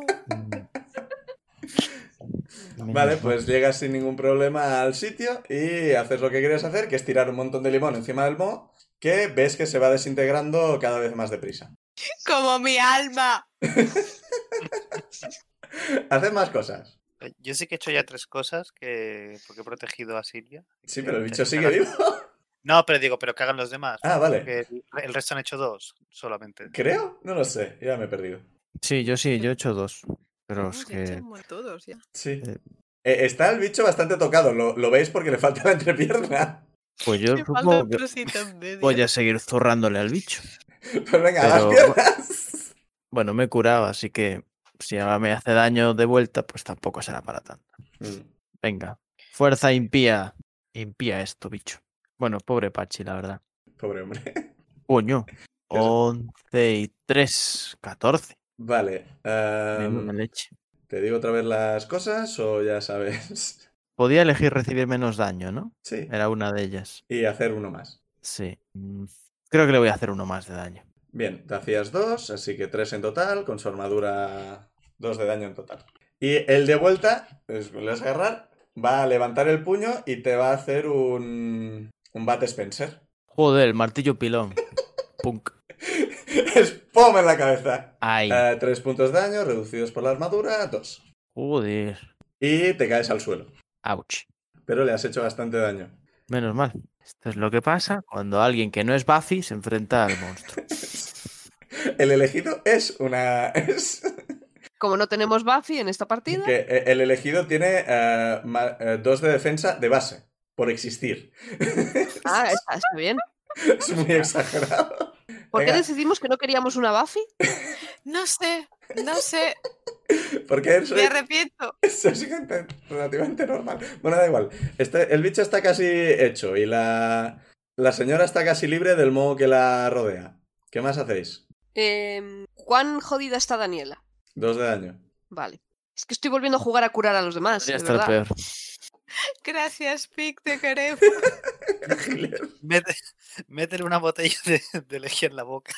S4: Menos
S1: Vale,
S4: mal.
S1: pues llegas sin ningún problema al sitio y haces lo que quieres hacer, que es tirar un montón de limón encima del moho, que ves que se va desintegrando cada vez más deprisa.
S5: Como mi alma.
S1: Haces más cosas.
S2: Yo sí que he hecho ya tres cosas que porque he protegido a Silvia.
S1: Sí, pero el
S2: Eh,
S1: bicho
S2: eh,
S1: sigue
S2: pero-
S1: vivo.
S2: No, pero digo, pero que hagan los demás.
S1: Ah, vale.
S2: porque el- el resto han hecho dos solamente.
S1: Creo, no lo sé, ya me he perdido.
S4: Sí, yo sí, yo he hecho dos. Pero es
S5: Hemos hecho
S4: que.
S5: un buen todos ya.
S1: Sí.
S4: Eh.
S1: Eh, está el bicho bastante tocado, lo, lo veis porque le falta la entrepierna.
S4: Pues yo
S5: Me
S4: supongo
S5: faltan
S4: que
S5: trocitos de
S4: voy
S5: día.
S4: a seguir zurrándole al bicho.
S1: Pues venga,
S4: Pero-
S1: las piernas.
S4: Bueno, me he curado, así que si ahora me hace daño de vuelta, pues tampoco será para tanto. Mm. Venga, fuerza impía. Impía esto, bicho. Bueno, pobre Pachi, la verdad.
S1: Pobre hombre.
S4: Coño. 11 y 3, 14.
S1: Vale.
S4: Me
S1: ehm,
S4: da leche.
S1: ¿Te digo otra vez las cosas o ya sabes?
S4: Podía elegir recibir menos daño, ¿no?
S1: Sí.
S4: Era una de ellas.
S1: Y hacer uno más.
S4: Sí. Mm, Creo que le voy a hacer uno más de daño.
S1: Bien, te hacías dos, así que tres en total, con su armadura dos de daño en total. Y el de vuelta, es- le vas a agarrar, va a levantar el puño y te va a hacer un, un Bat Spencer.
S4: Joder, el martillo pilón. Punk.
S1: ¡Spom en la cabeza!
S4: Ay.
S1: Eh, tres puntos de daño, reducidos por la armadura, dos.
S4: Joder.
S1: Y te caes al suelo,
S4: Ouch.
S1: pero le has hecho bastante daño.
S4: Menos mal. Esto es lo que pasa cuando alguien que no es Buffy se enfrenta al monstruo.
S1: El elegido es una... es-
S3: Como no tenemos Buffy en esta partida,
S1: Que eh, el elegido tiene eh, ma- eh, dos de defensa de base, por existir.
S3: ah, está, está bien.
S1: es muy exagerado.
S3: ¿Por qué
S1: Venga.
S3: decidimos que no queríamos una Buffy?
S5: No sé, no sé,
S1: Porque es,
S5: me arrepiento.
S1: es- es gente relativamente normal. Bueno, da igual. Este, el bicho está casi hecho y la, la señora está casi libre del moho que la rodea. ¿Qué más hacéis?
S3: Em, ¿Cuán jodida está Daniela?
S1: Dos de daño.
S3: Vale. Es que estoy volviendo a jugar a curar a los demás.
S4: Podría
S3: de
S4: estar
S3: verdad.
S4: peor.
S5: Gracias, Pic, te queremos.
S2: Mete- Métele una botella de, de lejía en la boca.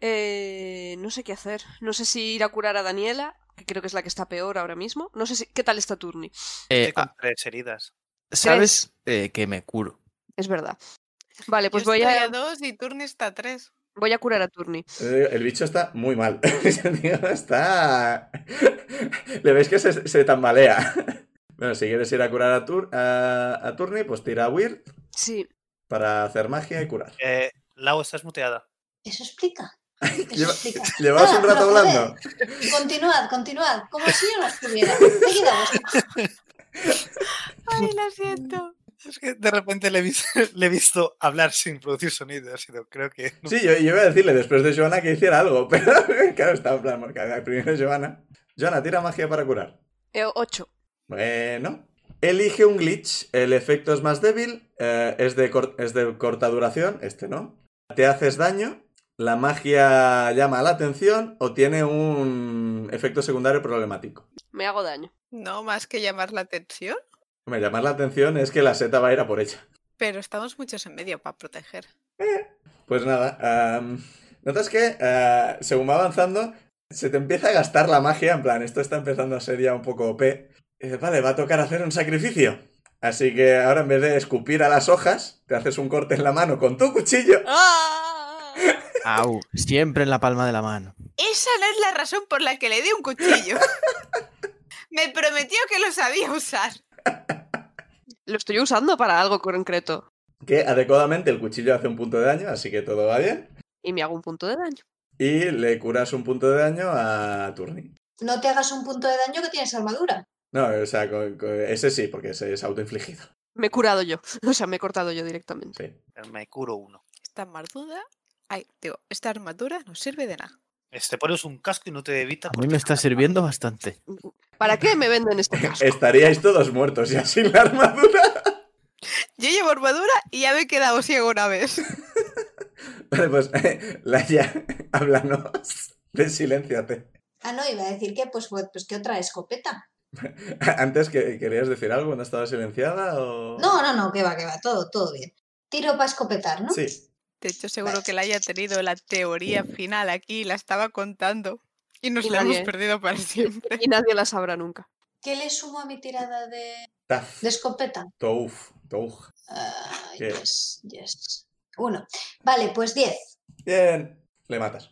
S3: Eh, no sé qué hacer. No sé si ir a curar a Daniela, que creo que es la que está peor ahora mismo. No sé si... ¿Qué tal está Turni?
S4: Eh,
S2: Estoy con
S4: ah,
S2: tres heridas.
S4: ¿Sabes eh, que me curo?
S3: Es verdad. Vale, pues
S5: Yo
S3: voy
S5: estoy a
S3: a,
S5: dos y Turni está a tres.
S3: voy a curar a Turni.
S1: Eh, El bicho está muy mal. El tío está. Le veis que se, se tambalea. Bueno, si quieres ir a curar a, Tur a, a Turni, pues tira a Weird
S3: Sí.
S1: para hacer magia y curar.
S2: Eh, Lau, estás muteada.
S6: Eso explica. Eso
S1: Lleva-
S6: explica.
S1: Llevabas un
S6: Nada,
S1: rato
S6: procede.
S1: hablando.
S6: Continuad, continuad. Como si yo no estuviera. Ahí quedamos.
S5: Ay, lo siento.
S2: Es que de repente le he visto, le he visto hablar sin producir sonido. Ha sido, creo que. no-
S1: Sí, yo, yo iba a decirle después de Joana que hiciera algo, pero claro, estaba en plan marcada. Primero Joana. Joana, tira magia para curar.
S3: Eh, ocho.
S1: Bueno. Elige un glitch. El efecto es más débil. eh, es, de cor- es de corta duración. Este no. Te haces daño. La magia llama la atención o tiene un efecto secundario problemático.
S3: Me hago daño.
S5: No más que llamar la atención,
S1: Hombre, llamar la atención es que la seta va a ir a por ella.
S5: pero estamos muchos en medio para proteger.
S1: Pues nada, am, notas que ah, según va avanzando, se te empieza a gastar la magia, en plan, esto está empezando a ser ya un poco OP. Y dices, vale, va a tocar hacer un sacrificio. Así que ahora en vez de escupir a las hojas, te haces un corte en la mano con tu cuchillo.
S3: ¡Ah!
S4: Au, siempre en la palma de la mano.
S5: Esa no es la razón por la que le di un cuchillo. Me prometió que lo sabía usar.
S3: Lo estoy usando para algo concreto.
S1: Que adecuadamente el cuchillo hace un punto de daño, así que todo va bien.
S3: Y me hago un punto de daño.
S1: Y le curas un punto de daño a Turni.
S6: No te hagas un punto de daño que tienes armadura.
S1: No, o sea, co- co- ese sí, porque ese es autoinfligido.
S3: Me he curado yo. O sea, me he cortado yo directamente.
S1: Sí.
S2: Eh, Me curo uno.
S5: Esta armadura. Ay, digo, esta armadura no sirve de nada.
S2: Este te pones un casco y no te evita.
S4: A mí me está sirviendo bastante.
S3: ¿Para qué me venden este caso?
S1: Estaríais todos muertos ya sin la armadura.
S5: Yo llevo armadura y ya me he quedado ciego una vez.
S1: Vale, pues Laia, háblanos. Desilénciate.
S6: Ah, no, iba a decir que, pues, bueno, pues que otra escopeta.
S1: Antes que querías decir algo cuando estaba silenciada o.
S6: No, no, no, que va, que va, todo, todo bien. Tiro para escopetar, ¿no?
S1: Sí.
S5: De hecho, seguro que la haya tenido la teoría final aquí, la estaba contando. Y nos
S3: Y
S5: la hemos
S3: nadie-
S5: perdido para siempre.
S3: Y nadie la sabrá nunca.
S6: ¿Qué le sumo a mi tirada de,
S1: Taf.
S6: de escopeta?
S1: Touf. Touf.
S6: Ah,
S1: ¿Qué?
S6: yes, yes. Uno. Vale, pues diez.
S1: Bien. Le matas.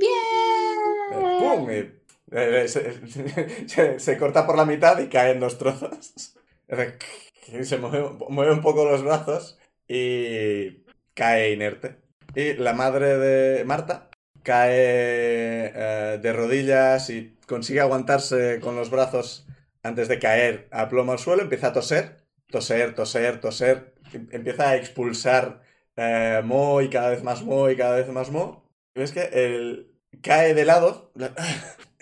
S1: Eh, ¡Pum!
S6: Bien.
S1: Y- eh, eh, se, se- se corta por la mitad y cae en dos trozos. Y se mueve, mueve un poco los brazos y cae inerte. Y la madre de Marta cae eh, de rodillas y consigue aguantarse con los brazos antes de caer a plomo al suelo, empieza a toser, toser, toser, toser, em- empieza a expulsar eh, moho y cada vez más moho y cada vez más moho. Y ves que él cae de lado, la-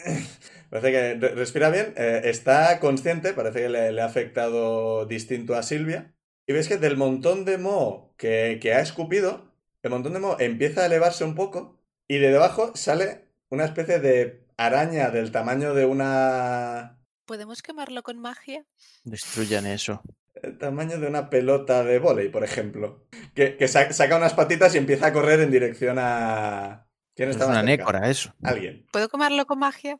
S1: parece que re- respira bien, eh, está consciente, parece que le- le ha afectado distinto a Silvia. Y ves que del montón de moho que, que ha escupido, el montón de moho empieza a elevarse un poco y de debajo sale una especie de araña del tamaño de una...
S5: ¿Podemos quemarlo con magia?
S4: Destruyan eso.
S1: el tamaño de una pelota de vóley, por ejemplo. Que, que sa- saca unas patitas y empieza a correr en dirección a... ¿Quién
S4: Es
S1: está
S4: una
S1: más cerca?
S4: nécora, eso.
S1: Alguien.
S5: ¿Puedo quemarlo con magia?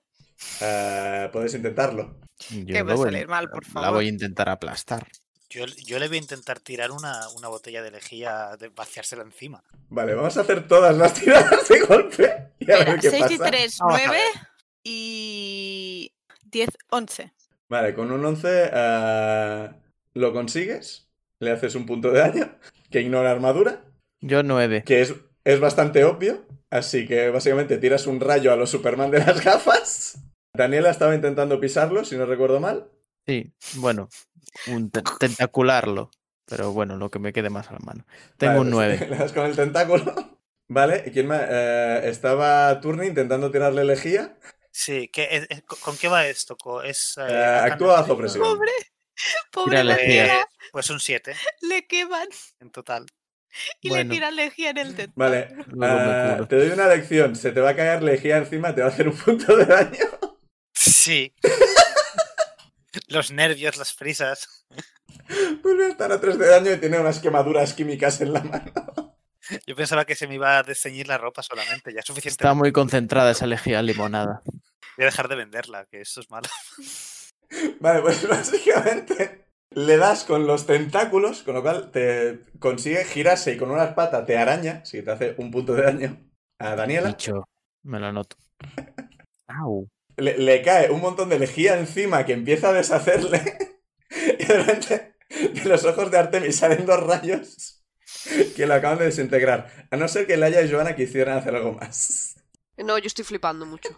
S1: Eh, Puedes intentarlo.
S4: Yo
S5: Que va a
S4: lo voy-
S5: salir mal, por
S4: La
S5: favor.
S4: voy a intentar aplastar.
S2: Yo, yo le voy a intentar tirar una, una botella de lejía, de vaciársela encima.
S1: Vale, vamos a hacer todas las tiradas de golpe y a ver qué
S5: 6 y
S1: pasa.
S5: 3,
S2: Vamos a
S5: 9
S2: ver.
S5: y 10, 11.
S1: Vale, con un 11 eh, lo consigues, le haces un punto de daño, que ignora armadura,
S4: Yo nueve.
S1: que es, es bastante obvio, así que básicamente tiras un rayo a los Superman de las gafas. Daniela estaba intentando pisarlo, si no recuerdo mal.
S4: Sí, bueno, un te- tentacularlo. Pero bueno, lo que me quede más a la mano. Tengo
S1: Vale,
S4: un
S1: pues,
S4: 9.
S1: Le das con el tentáculo. Vale, ¿y quién más? Eh, estaba Turni intentando tirarle lejía.
S2: Sí, ¿qué, es- es- co- ¿con qué va esto? Co- Es, eh,
S1: Eh,
S2: ataque
S1: actúa bajo
S2: directo.
S1: presión.
S5: Pobre, pobre
S4: Tírale,
S5: Daniela,
S2: tía. Eh, Pues un 7
S5: le queman
S2: en total.
S5: y
S4: Bueno.
S5: le tiran lejía en el teto.
S1: Vale,
S4: Luego me
S1: eh,
S4: curo.
S1: te doy una lección. Se te va a caer lejía encima, te va a hacer un punto de daño.
S2: Sí. Los nervios, las prisas.
S1: Vuelve a estar a 3 de daño y tiene unas quemaduras químicas en la mano.
S2: Yo pensaba que se me iba a desteñir la ropa solamente. Ya es suficiente.
S4: Está muy concentrada esa lejía limonada.
S2: Voy a dejar de venderla, que eso es malo.
S1: Vale, pues básicamente le das con los tentáculos, con lo cual te consigue girarse y con unas patas te araña, si te hace un punto de daño a Daniela.
S4: Dicho, me lo anoto. Au.
S1: Le, le cae un montón de lejía encima que empieza a deshacerle. Y de repente de los ojos de Artemis salen dos rayos que lo acaban de desintegrar. A no ser que Laia y Joana quisieran hacer algo más.
S3: Eh, No, yo estoy flipando mucho.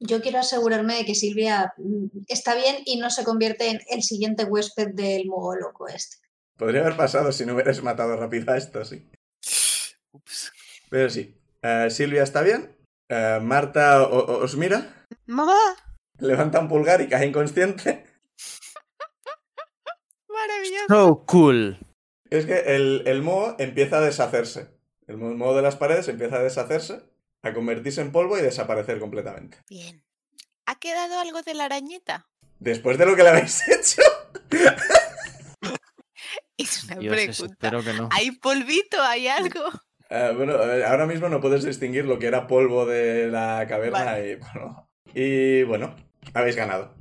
S6: Yo quiero asegurarme de que Silvia mm, está bien y no se convierte en el siguiente huésped del moho loco este.
S1: Podría haber pasado si no hubieras matado rápido a esto, sí.
S2: Ups.
S1: Pero sí. Eh, Silvia está bien. Eh, Marta o- o- os mira.
S3: ¡Mamá!
S1: Levanta un pulgar y cae inconsciente.
S5: Maravilloso.
S4: So cool.
S1: Es que el, el moho empieza a deshacerse. El mo- moho de las paredes empieza a deshacerse, a convertirse en polvo y desaparecer completamente.
S5: Bien. ¿Ha quedado algo de la arañita?
S1: Después de lo que le habéis hecho.
S5: Es una
S4: Dios,
S5: pregunta.
S4: espero que no.
S5: ¿Hay polvito? ¿Hay algo?
S1: Eh, bueno, eh, ahora mismo no puedes distinguir lo que era polvo de la caverna y bueno. Y bueno, habéis ganado.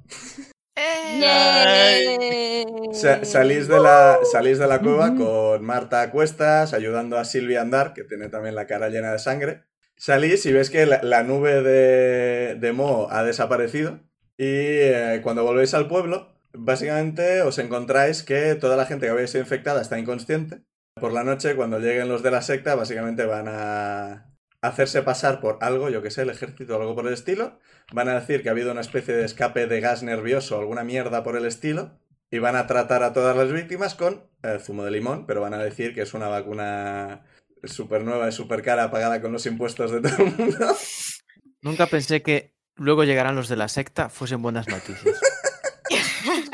S5: Eh,
S1: Sa- salís, de la, salís de la cueva con Marta a cuestas, ayudando a Silvia a andar, que tiene también la cara llena de sangre. Salís y ves que la, la nube de, de moho ha desaparecido. Y eh, cuando volvéis al pueblo, básicamente os encontráis que toda la gente que había sido infectada está inconsciente. Por la noche, cuando lleguen los de la secta, básicamente van a hacerse pasar por algo, yo que sé, el ejército o algo por el estilo. Van a decir que ha habido una especie de escape de gas nervioso o alguna mierda por el estilo. Y van a tratar a todas las víctimas con eh, zumo de limón, pero van a decir que es una vacuna súper nueva y súper cara pagada con los impuestos de todo el mundo.
S4: Nunca pensé que luego llegarán los de la secta fuesen buenas noticias.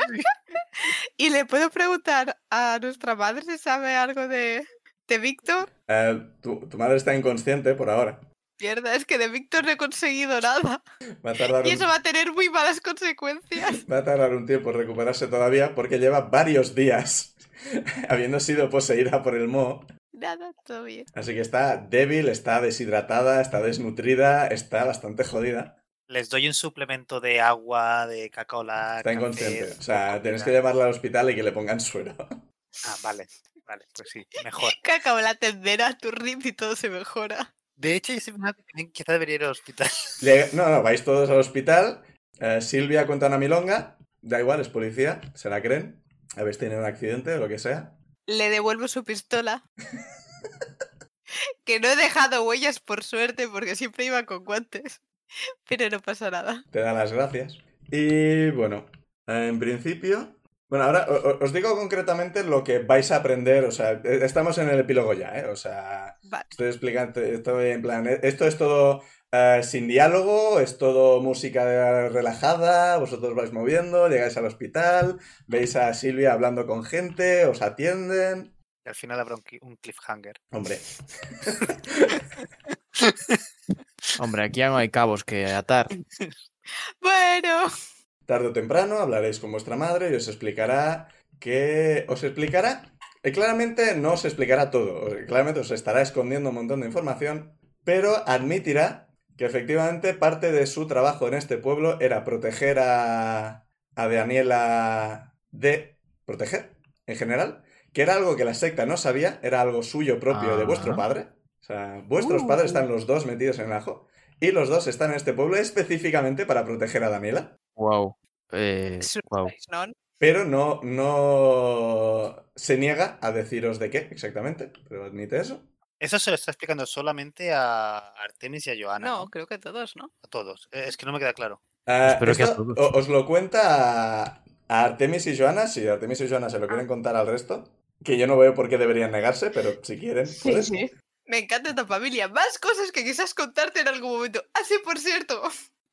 S5: ¿Y le puedo preguntar a nuestra madre si sabe algo de, de Víctor?
S1: Eh, tu, tu madre está inconsciente por ahora.
S5: Mierda, es que de Víctor no he conseguido nada.
S1: Va a tardar
S5: Y
S1: un,
S5: eso va a tener muy malas consecuencias.
S1: va a tardar un tiempo en recuperarse todavía porque lleva varios días habiendo sido poseída por el moho.
S5: Nada, todo bien.
S1: Así que está débil, está deshidratada, está desnutrida, está bastante jodida.
S2: Les doy un suplemento de agua, de cacola.
S1: Está inconsciente. O sea,
S2: tienes
S1: tenés que llevarla al hospital y que le pongan suero.
S2: Ah, vale. Vale, pues sí, mejor.
S5: Cacao la tendera, tu rip y todo se mejora.
S2: De hecho, yo estoy pensando que también quizá debería ir al hospital.
S1: Llega- No, no, vais todos al hospital. eh, Silvia cuenta una milonga. Da igual, es policía, se la creen. Habéis tenido un accidente o lo que sea.
S5: le devuelvo su pistola. que no he dejado huellas por suerte porque siempre iba con guantes. Pero no pasa nada.
S1: Te da las gracias. Y bueno, en principio. Bueno, ahora o- o- os digo concretamente lo que vais a aprender. O sea, e- estamos en el epílogo ya, ¿eh? O sea,
S5: Vale.
S1: Estoy explicando, estoy en plan, eh, esto es todo eh, sin diálogo, es todo música relajada, vosotros vais moviendo, llegáis al hospital, veis a Silvia hablando con gente, os atienden.
S2: Y al final habrá un, cli- un cliffhanger.
S1: Hombre,
S4: Hombre, aquí ya no hay cabos que atar.
S5: Bueno,
S1: tarde o temprano hablaréis con vuestra madre y os explicará que... ¿Os explicará? eh, claramente no os explicará todo, o- claramente os estará escondiendo un montón de información, pero admitirá que efectivamente parte de su trabajo en este pueblo era proteger a, a Daniela de... proteger, en general, que era algo que la secta no sabía, era algo suyo propio de vuestro
S4: Ah.
S1: padre. O sea, vuestros padres están los dos metidos en el ajo. Y los dos están en este pueblo específicamente para proteger a Daniela.
S4: Wow. Eh, wow.
S5: surprise, ¿no?
S1: Pero no, no se niega a deciros de qué exactamente, pero admite eso.
S2: Eso se lo está explicando solamente a Artemis y a Joana. ¿no?
S5: No, creo que todos, ¿no?
S2: A todos. Eh, Es que no me queda claro.
S1: Ah,
S4: Espero que a
S1: esto
S4: todos.
S1: o- os lo cuenta a, a Artemis y Joana, si Artemis y Joana se lo
S3: Ah.
S1: quieren contar al resto, que yo no veo por qué deberían negarse, pero si quieren, pues,
S3: Sí,
S1: pueden.
S3: sí.
S5: Me encanta esta familia. Más cosas que quizás contarte en algún momento. Ah, sí, por cierto.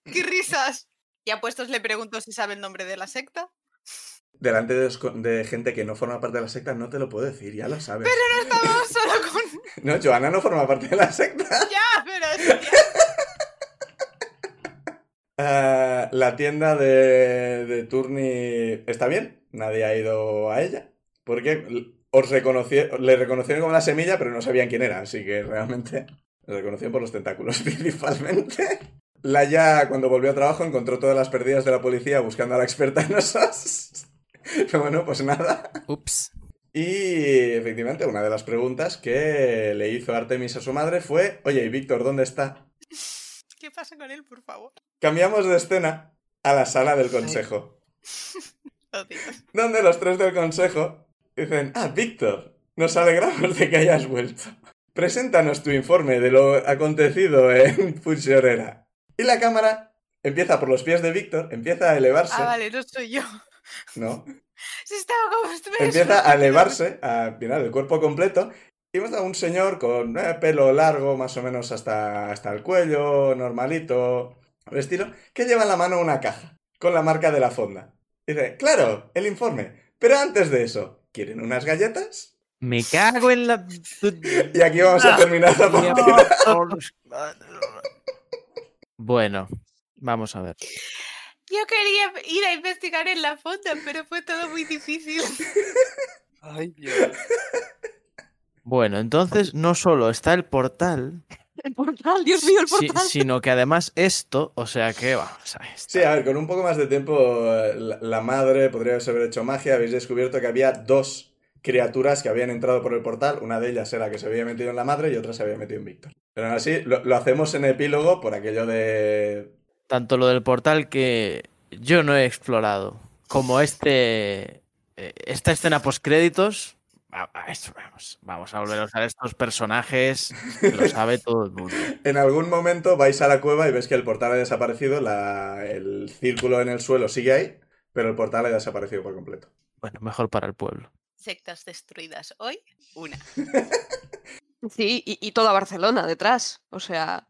S5: ¡Qué risas! Y a puestos le pregunto si sabe el nombre de la secta.
S1: delante de, los co- de gente que no forma parte de la secta no te lo puedo decir, ya lo sabes.
S5: Estamos solo con
S1: No, Joana no forma parte de la secta.
S5: ya, pero hostia.
S1: Ah, la tienda de, de Turni está bien, nadie ha ido a ella, porque l- os reconoci- le reconocieron como la semilla, pero no sabían quién era, así que realmente le reconocieron por los tentáculos principalmente. Laia, cuando volvió a trabajo, encontró todas las perdidas de la policía buscando a la experta en osas. Pero bueno, pues nada.
S4: Ups.
S1: Y efectivamente, una de las preguntas que le hizo Artemis a su madre fue, oye, ¿y Víctor dónde está?
S5: ¿Qué pasa con él, por favor?
S1: Cambiamos de escena a la sala del consejo,
S5: Oh, Dios.
S1: donde los tres del consejo dicen, ah, Víctor, nos alegramos de que hayas vuelto. Preséntanos tu informe de lo acontecido en Fuchorera. Y la cámara empieza por los pies de Víctor, empieza a elevarse,
S5: Ah, vale, no soy yo.
S1: ¿no?
S5: Se estaba como
S1: Empieza a elevarse, a mirar el cuerpo completo. Y vemos a un señor con eh, pelo largo, más o menos hasta, hasta el cuello, normalito, al estilo, que lleva en la mano una caja con la marca de la fonda. Y dice, claro, el informe. Pero antes de eso, ¿quieren unas galletas?
S4: Me cago en la.
S1: Y aquí vamos a terminar la partida.
S4: Bueno, vamos a ver.
S5: Yo quería ir a investigar en la fonda, pero fue todo muy difícil.
S2: Ay, Dios.
S4: Bueno, entonces no solo está el portal,
S3: El portal, Dios mío, el
S4: si-
S3: portal.
S4: sino que además esto, o sea que vamos a ver.
S1: Sí, a ver, con un poco más de tiempo, eh, la, la madre podría haber hecho magia. Habéis descubierto que había dos criaturas que habían entrado por el portal. Una de ellas era la que se había metido en la madre y otra se había metido en Víctor. Pero aún así, lo, lo hacemos en epílogo por aquello de.
S4: Tanto lo del portal que yo no he explorado, como este eh, esta escena post créditos. Vamos, vamos a volver a usar estos personajes, que lo sabe todo el mundo.
S1: En algún momento vais a la cueva y ves que el portal ha desaparecido, la- el círculo en el suelo sigue ahí, pero el portal ha desaparecido por completo.
S4: Bueno, mejor para el pueblo.
S5: Sectas destruidas hoy, una.
S3: Sí, y, y toda Barcelona detrás. O sea,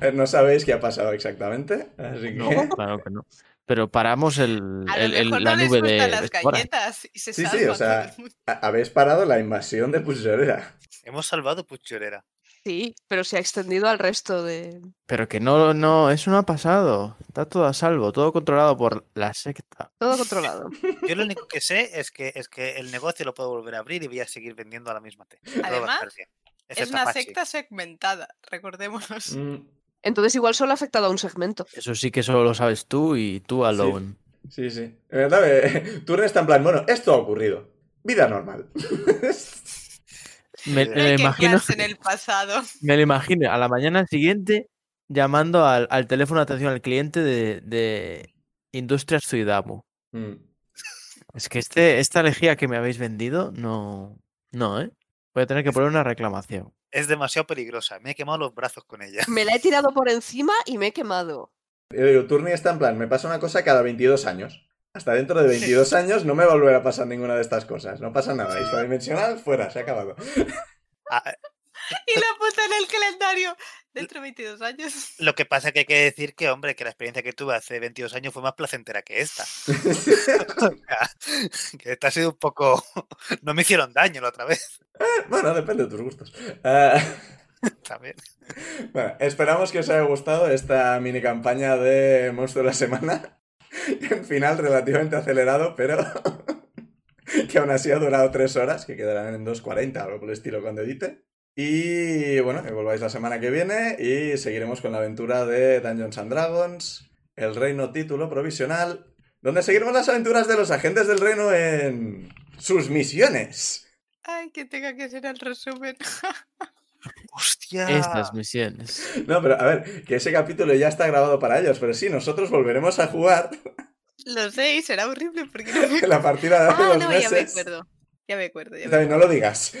S1: Eh, No sabéis qué ha pasado exactamente, así que.
S4: Claro que no. Pero paramos el,
S5: A
S4: el-
S5: lo
S4: el-
S5: mejor
S4: la
S5: no les
S4: nube de.
S5: gustan
S4: de
S5: las
S4: espora.
S5: galletas y se
S1: Sí, sí,
S5: salva
S1: o sea,
S5: todo el mundo.
S1: Ha- Habéis parado la invasión de Puchorera.
S2: Hemos salvado Puchorera.
S3: sí, pero se ha extendido al resto de.
S4: Pero que no, no, eso no ha pasado. Está todo a salvo, todo controlado por la secta.
S3: Todo controlado.
S2: Yo lo único que sé es que, es que el negocio lo puedo volver a abrir y voy a seguir vendiendo a la misma te. Todo va a
S5: Además,
S2: estar bien.
S5: Es
S2: Excepto
S5: una
S2: Apache.
S5: secta segmentada, recordémonos.
S1: Mm,
S3: Entonces, igual solo ha afectado a un segmento.
S4: Eso sí que solo lo sabes tú y tú alone.
S1: Sí, sí. En verdad, eh, Turner está en plan, bueno, esto ha ocurrido. Vida normal.
S4: Me,
S2: Sí.
S4: me
S5: No
S4: lo
S5: hay que
S4: imagino,
S5: anclarse en el pasado.
S4: me lo imagino a la mañana siguiente llamando al, al teléfono de atención al cliente de, de Industrias Zuidamu.
S1: Mm.
S4: Es que este, esta lejía que me habéis vendido, no. No, ¿eh? Voy a tener que poner una reclamación.
S2: Es demasiado peligrosa. Me he quemado los brazos con ella.
S3: Me la he tirado por encima y me he quemado.
S1: Yo digo, Turni está en plan, me pasa una cosa cada 22 años. Hasta dentro de 22 años no me volverá a pasar ninguna de estas cosas. No pasa nada. Dimensional, fuera, se ha acabado.
S2: Ah,
S5: Y la puta en el calendario. Dentro de 22 años.
S2: lo que pasa que hay que decir que, hombre, que la experiencia que tuve hace 22 años fue más placentera que esta. O sea, que esta ha sido un poco... No me hicieron daño la otra vez
S1: bueno, depende de tus gustos. Ah,
S2: también.
S1: bueno, esperamos que os haya gustado esta mini campaña de Monstruo de la Semana. Un final relativamente acelerado, pero que aún así ha durado tres horas, que quedarán en 2.40, algo por el estilo cuando edite. Y bueno, que volváis la semana que viene y seguiremos con la aventura de Dungeons and Dragons, el reino título provisional, donde seguiremos las aventuras de los agentes del reino en sus misiones.
S5: Ay, que tenga que ser el resumen.
S2: Hostia.
S1: Ah.
S4: Estas misiones.
S1: No, pero a ver, que ese capítulo ya está grabado para ellos, pero sí, nosotros volveremos a jugar
S5: Lo sé y será horrible porque no me...
S1: la partida de hace
S5: Ah,
S1: dos
S5: no, ya me
S1: meses.
S5: acuerdo. Ya me acuerdo. Ya me...
S1: David, no lo digas.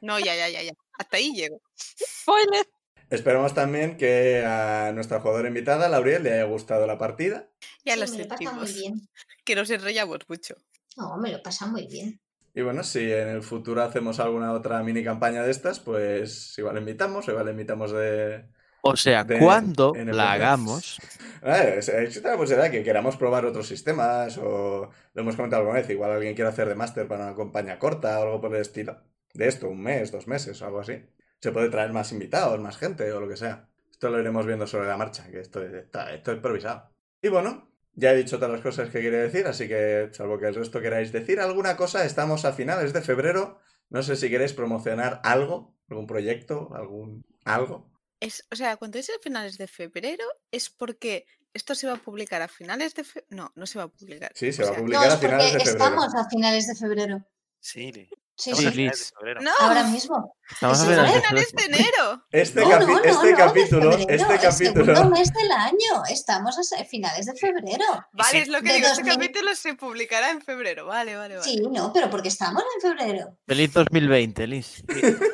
S5: No, ya, ya, ya, ya. Hasta ahí llego.
S3: ¡Spoiler!
S1: Esperamos también que a nuestra jugadora invitada, Lauriel, le haya gustado la partida.
S5: Ya lo
S6: Sí, me lo pasa muy
S5: sentimos.
S6: bien.
S5: Que nos enrollamos mucho.
S6: No, me lo pasa muy bien.
S1: Y bueno, si en el futuro hacemos alguna otra mini campaña de estas, pues igual invitamos, o igual invitamos de...
S4: O sea,
S1: De-
S4: cuando
S1: en el
S4: la
S1: podcast.
S4: hagamos,
S1: Ah, es- Existe la posibilidad de que queramos probar otros sistemas o lo hemos comentado alguna vez, igual alguien quiere hacer de máster para una compañía corta o algo por el estilo. De esto, un mes, dos meses o algo así. Se puede traer más invitados, más gente o lo que sea. Esto lo iremos viendo sobre la marcha, que esto, está, esto es improvisado. Y bueno, ya he dicho todas las cosas que quería decir, así que salvo que el resto queráis decir alguna cosa, estamos a finales de febrero. No sé si queréis promocionar algo, algún proyecto, algún algo.
S5: Es, o sea, cuando es a finales de febrero es porque esto se va a publicar a finales de febrero. No, no se va a publicar.
S1: Sí, se
S5: O
S1: va a
S5: sea,
S6: No,
S1: publicar
S6: es
S1: a finales
S6: porque
S1: de febrero.
S6: estamos a finales de febrero.
S2: Sí,
S6: Sí,
S4: Sí,
S2: estamos
S6: sí.
S2: a finales de
S4: Liz.
S2: febrero.
S5: No,
S6: Ahora mismo.
S4: estamos a
S6: Sí,
S4: finales de
S5: ¡Vengan, es de
S4: febrero.
S5: enero.
S1: Este,
S6: No,
S1: capi-
S6: no, no,
S1: este
S6: no, de
S1: capítulo,
S6: febrero,
S1: este
S6: El
S1: capítulo,
S6: segundo mes del año. Estamos a se- finales de febrero.
S5: Vale, es lo que
S6: de
S5: digo. Este
S6: 2000.
S5: capítulo se publicará en febrero. Vale, vale, vale.
S6: Sí, no, pero porque estamos en febrero.
S4: Feliz 2020, Liz.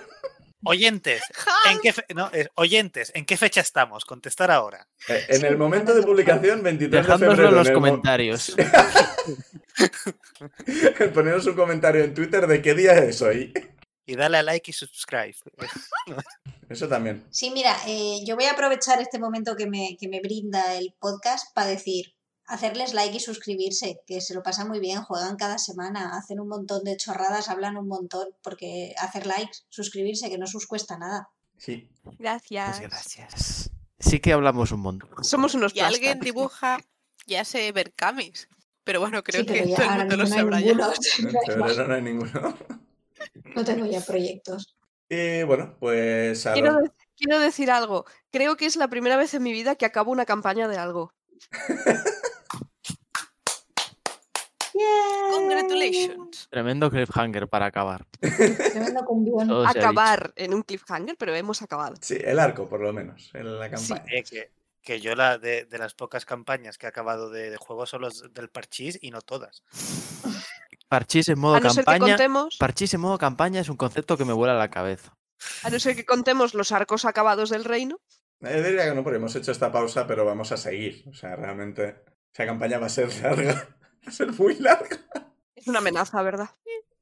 S2: Oyentes, ¿en qué fe- no, es oyentes, ¿en qué fecha estamos? Contestar ahora.
S1: eh, en el momento de publicación, 23 de
S4: Dejadnoslo
S1: febrero,
S4: en los
S1: en el mo-
S4: comentarios.
S1: poneros un comentario en Twitter de qué día es hoy.
S2: Y dale a like y subscribe.
S1: Eso también.
S6: Sí, mira, eh, yo voy a aprovechar este momento que me, que me brinda el podcast para decir, hacerles like y suscribirse, que se lo pasan muy bien, juegan cada semana, hacen un montón de chorradas, hablan un montón, porque hacer likes, suscribirse, que no os cuesta nada.
S1: Sí.
S3: Gracias.
S4: Muchas gracias. Sí que hablamos un montón.
S3: Somos unos
S5: Y alguien
S3: plastas.
S5: dibuja, ya sé ver camis. Pero bueno, creo
S6: sí,
S5: que
S6: pero ya
S5: todo el
S6: ahora
S5: mundo lo
S6: mismo no
S5: sabrá
S6: hay
S5: ya.
S6: ninguno, o sea,
S1: En febrero no hay ninguno.
S6: No tengo ya proyectos.
S1: Y bueno, pues a
S3: Quiero,
S1: los-
S3: de- quiero decir algo. Creo que es la primera vez en mi vida que acabo una campaña de algo.
S6: ¡Yay!
S5: Congratulations.
S4: Tremendo cliffhanger para acabar.
S6: Tremendo cumbión.
S4: Todo se ha
S3: Acabar en un cliffhanger, pero hemos acabado.
S1: Sí, el arco, por lo menos, en la
S3: Sí.
S1: campaña.
S2: Eh, que, que yo la de, de las pocas campañas que he acabado de, de juego son los del parchís y no todas.
S4: dicho. Parchís en modo
S3: A no ser que
S4: campaña.
S3: contemos,
S4: Parchís en modo campaña es un concepto que me vuela la cabeza.
S3: a no ser que contemos los arcos acabados del reino.
S1: Eh, diría que no, porque hemos hecho esta pausa, pero vamos a seguir. O sea, realmente, esa campaña va a ser larga. Va a ser muy larga.
S3: Es una amenaza, ¿verdad?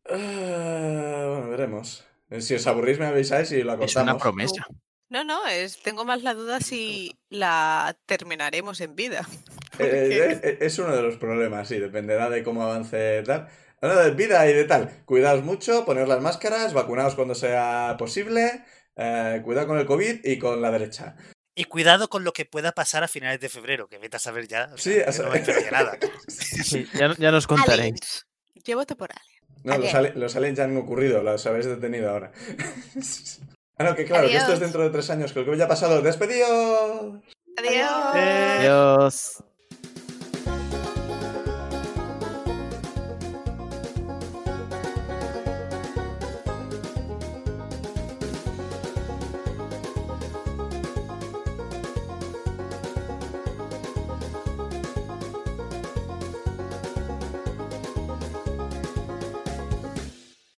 S1: Ah, bueno, veremos. Eh, Si os aburrís, me avisáis y la
S4: Es una
S1: cortamos.
S4: promesa.
S5: No, no, es, tengo más la duda si la terminaremos en vida.
S1: Eh,
S5: Porque-
S1: eh, eh, es uno de los problemas, sí, dependerá de cómo avance tal. Hablando de vida y de tal, cuidaos mucho, poneos las máscaras, vacunaos cuando sea posible, eh, cuidado con el COVID y con la derecha.
S2: Y cuidado con lo que pueda pasar a finales de febrero, que vete a saber ya. o sea,
S1: Sí, a
S2: yo no me
S1: saber.
S2: enteré de nada.
S4: Sí, ya, ya nos contaréis.
S5: Aliens. Yo voto por aliens.
S1: No, los,
S6: Adiós.
S1: ale- los aliens ya han ocurrido, los habéis detenido ahora. ah, no, que claro, que esto es
S5: Adiós.
S1: dentro de tres años, que el COVID ya ha pasado. ¡Despedido!
S5: Adiós.
S2: Eh,
S4: Adiós.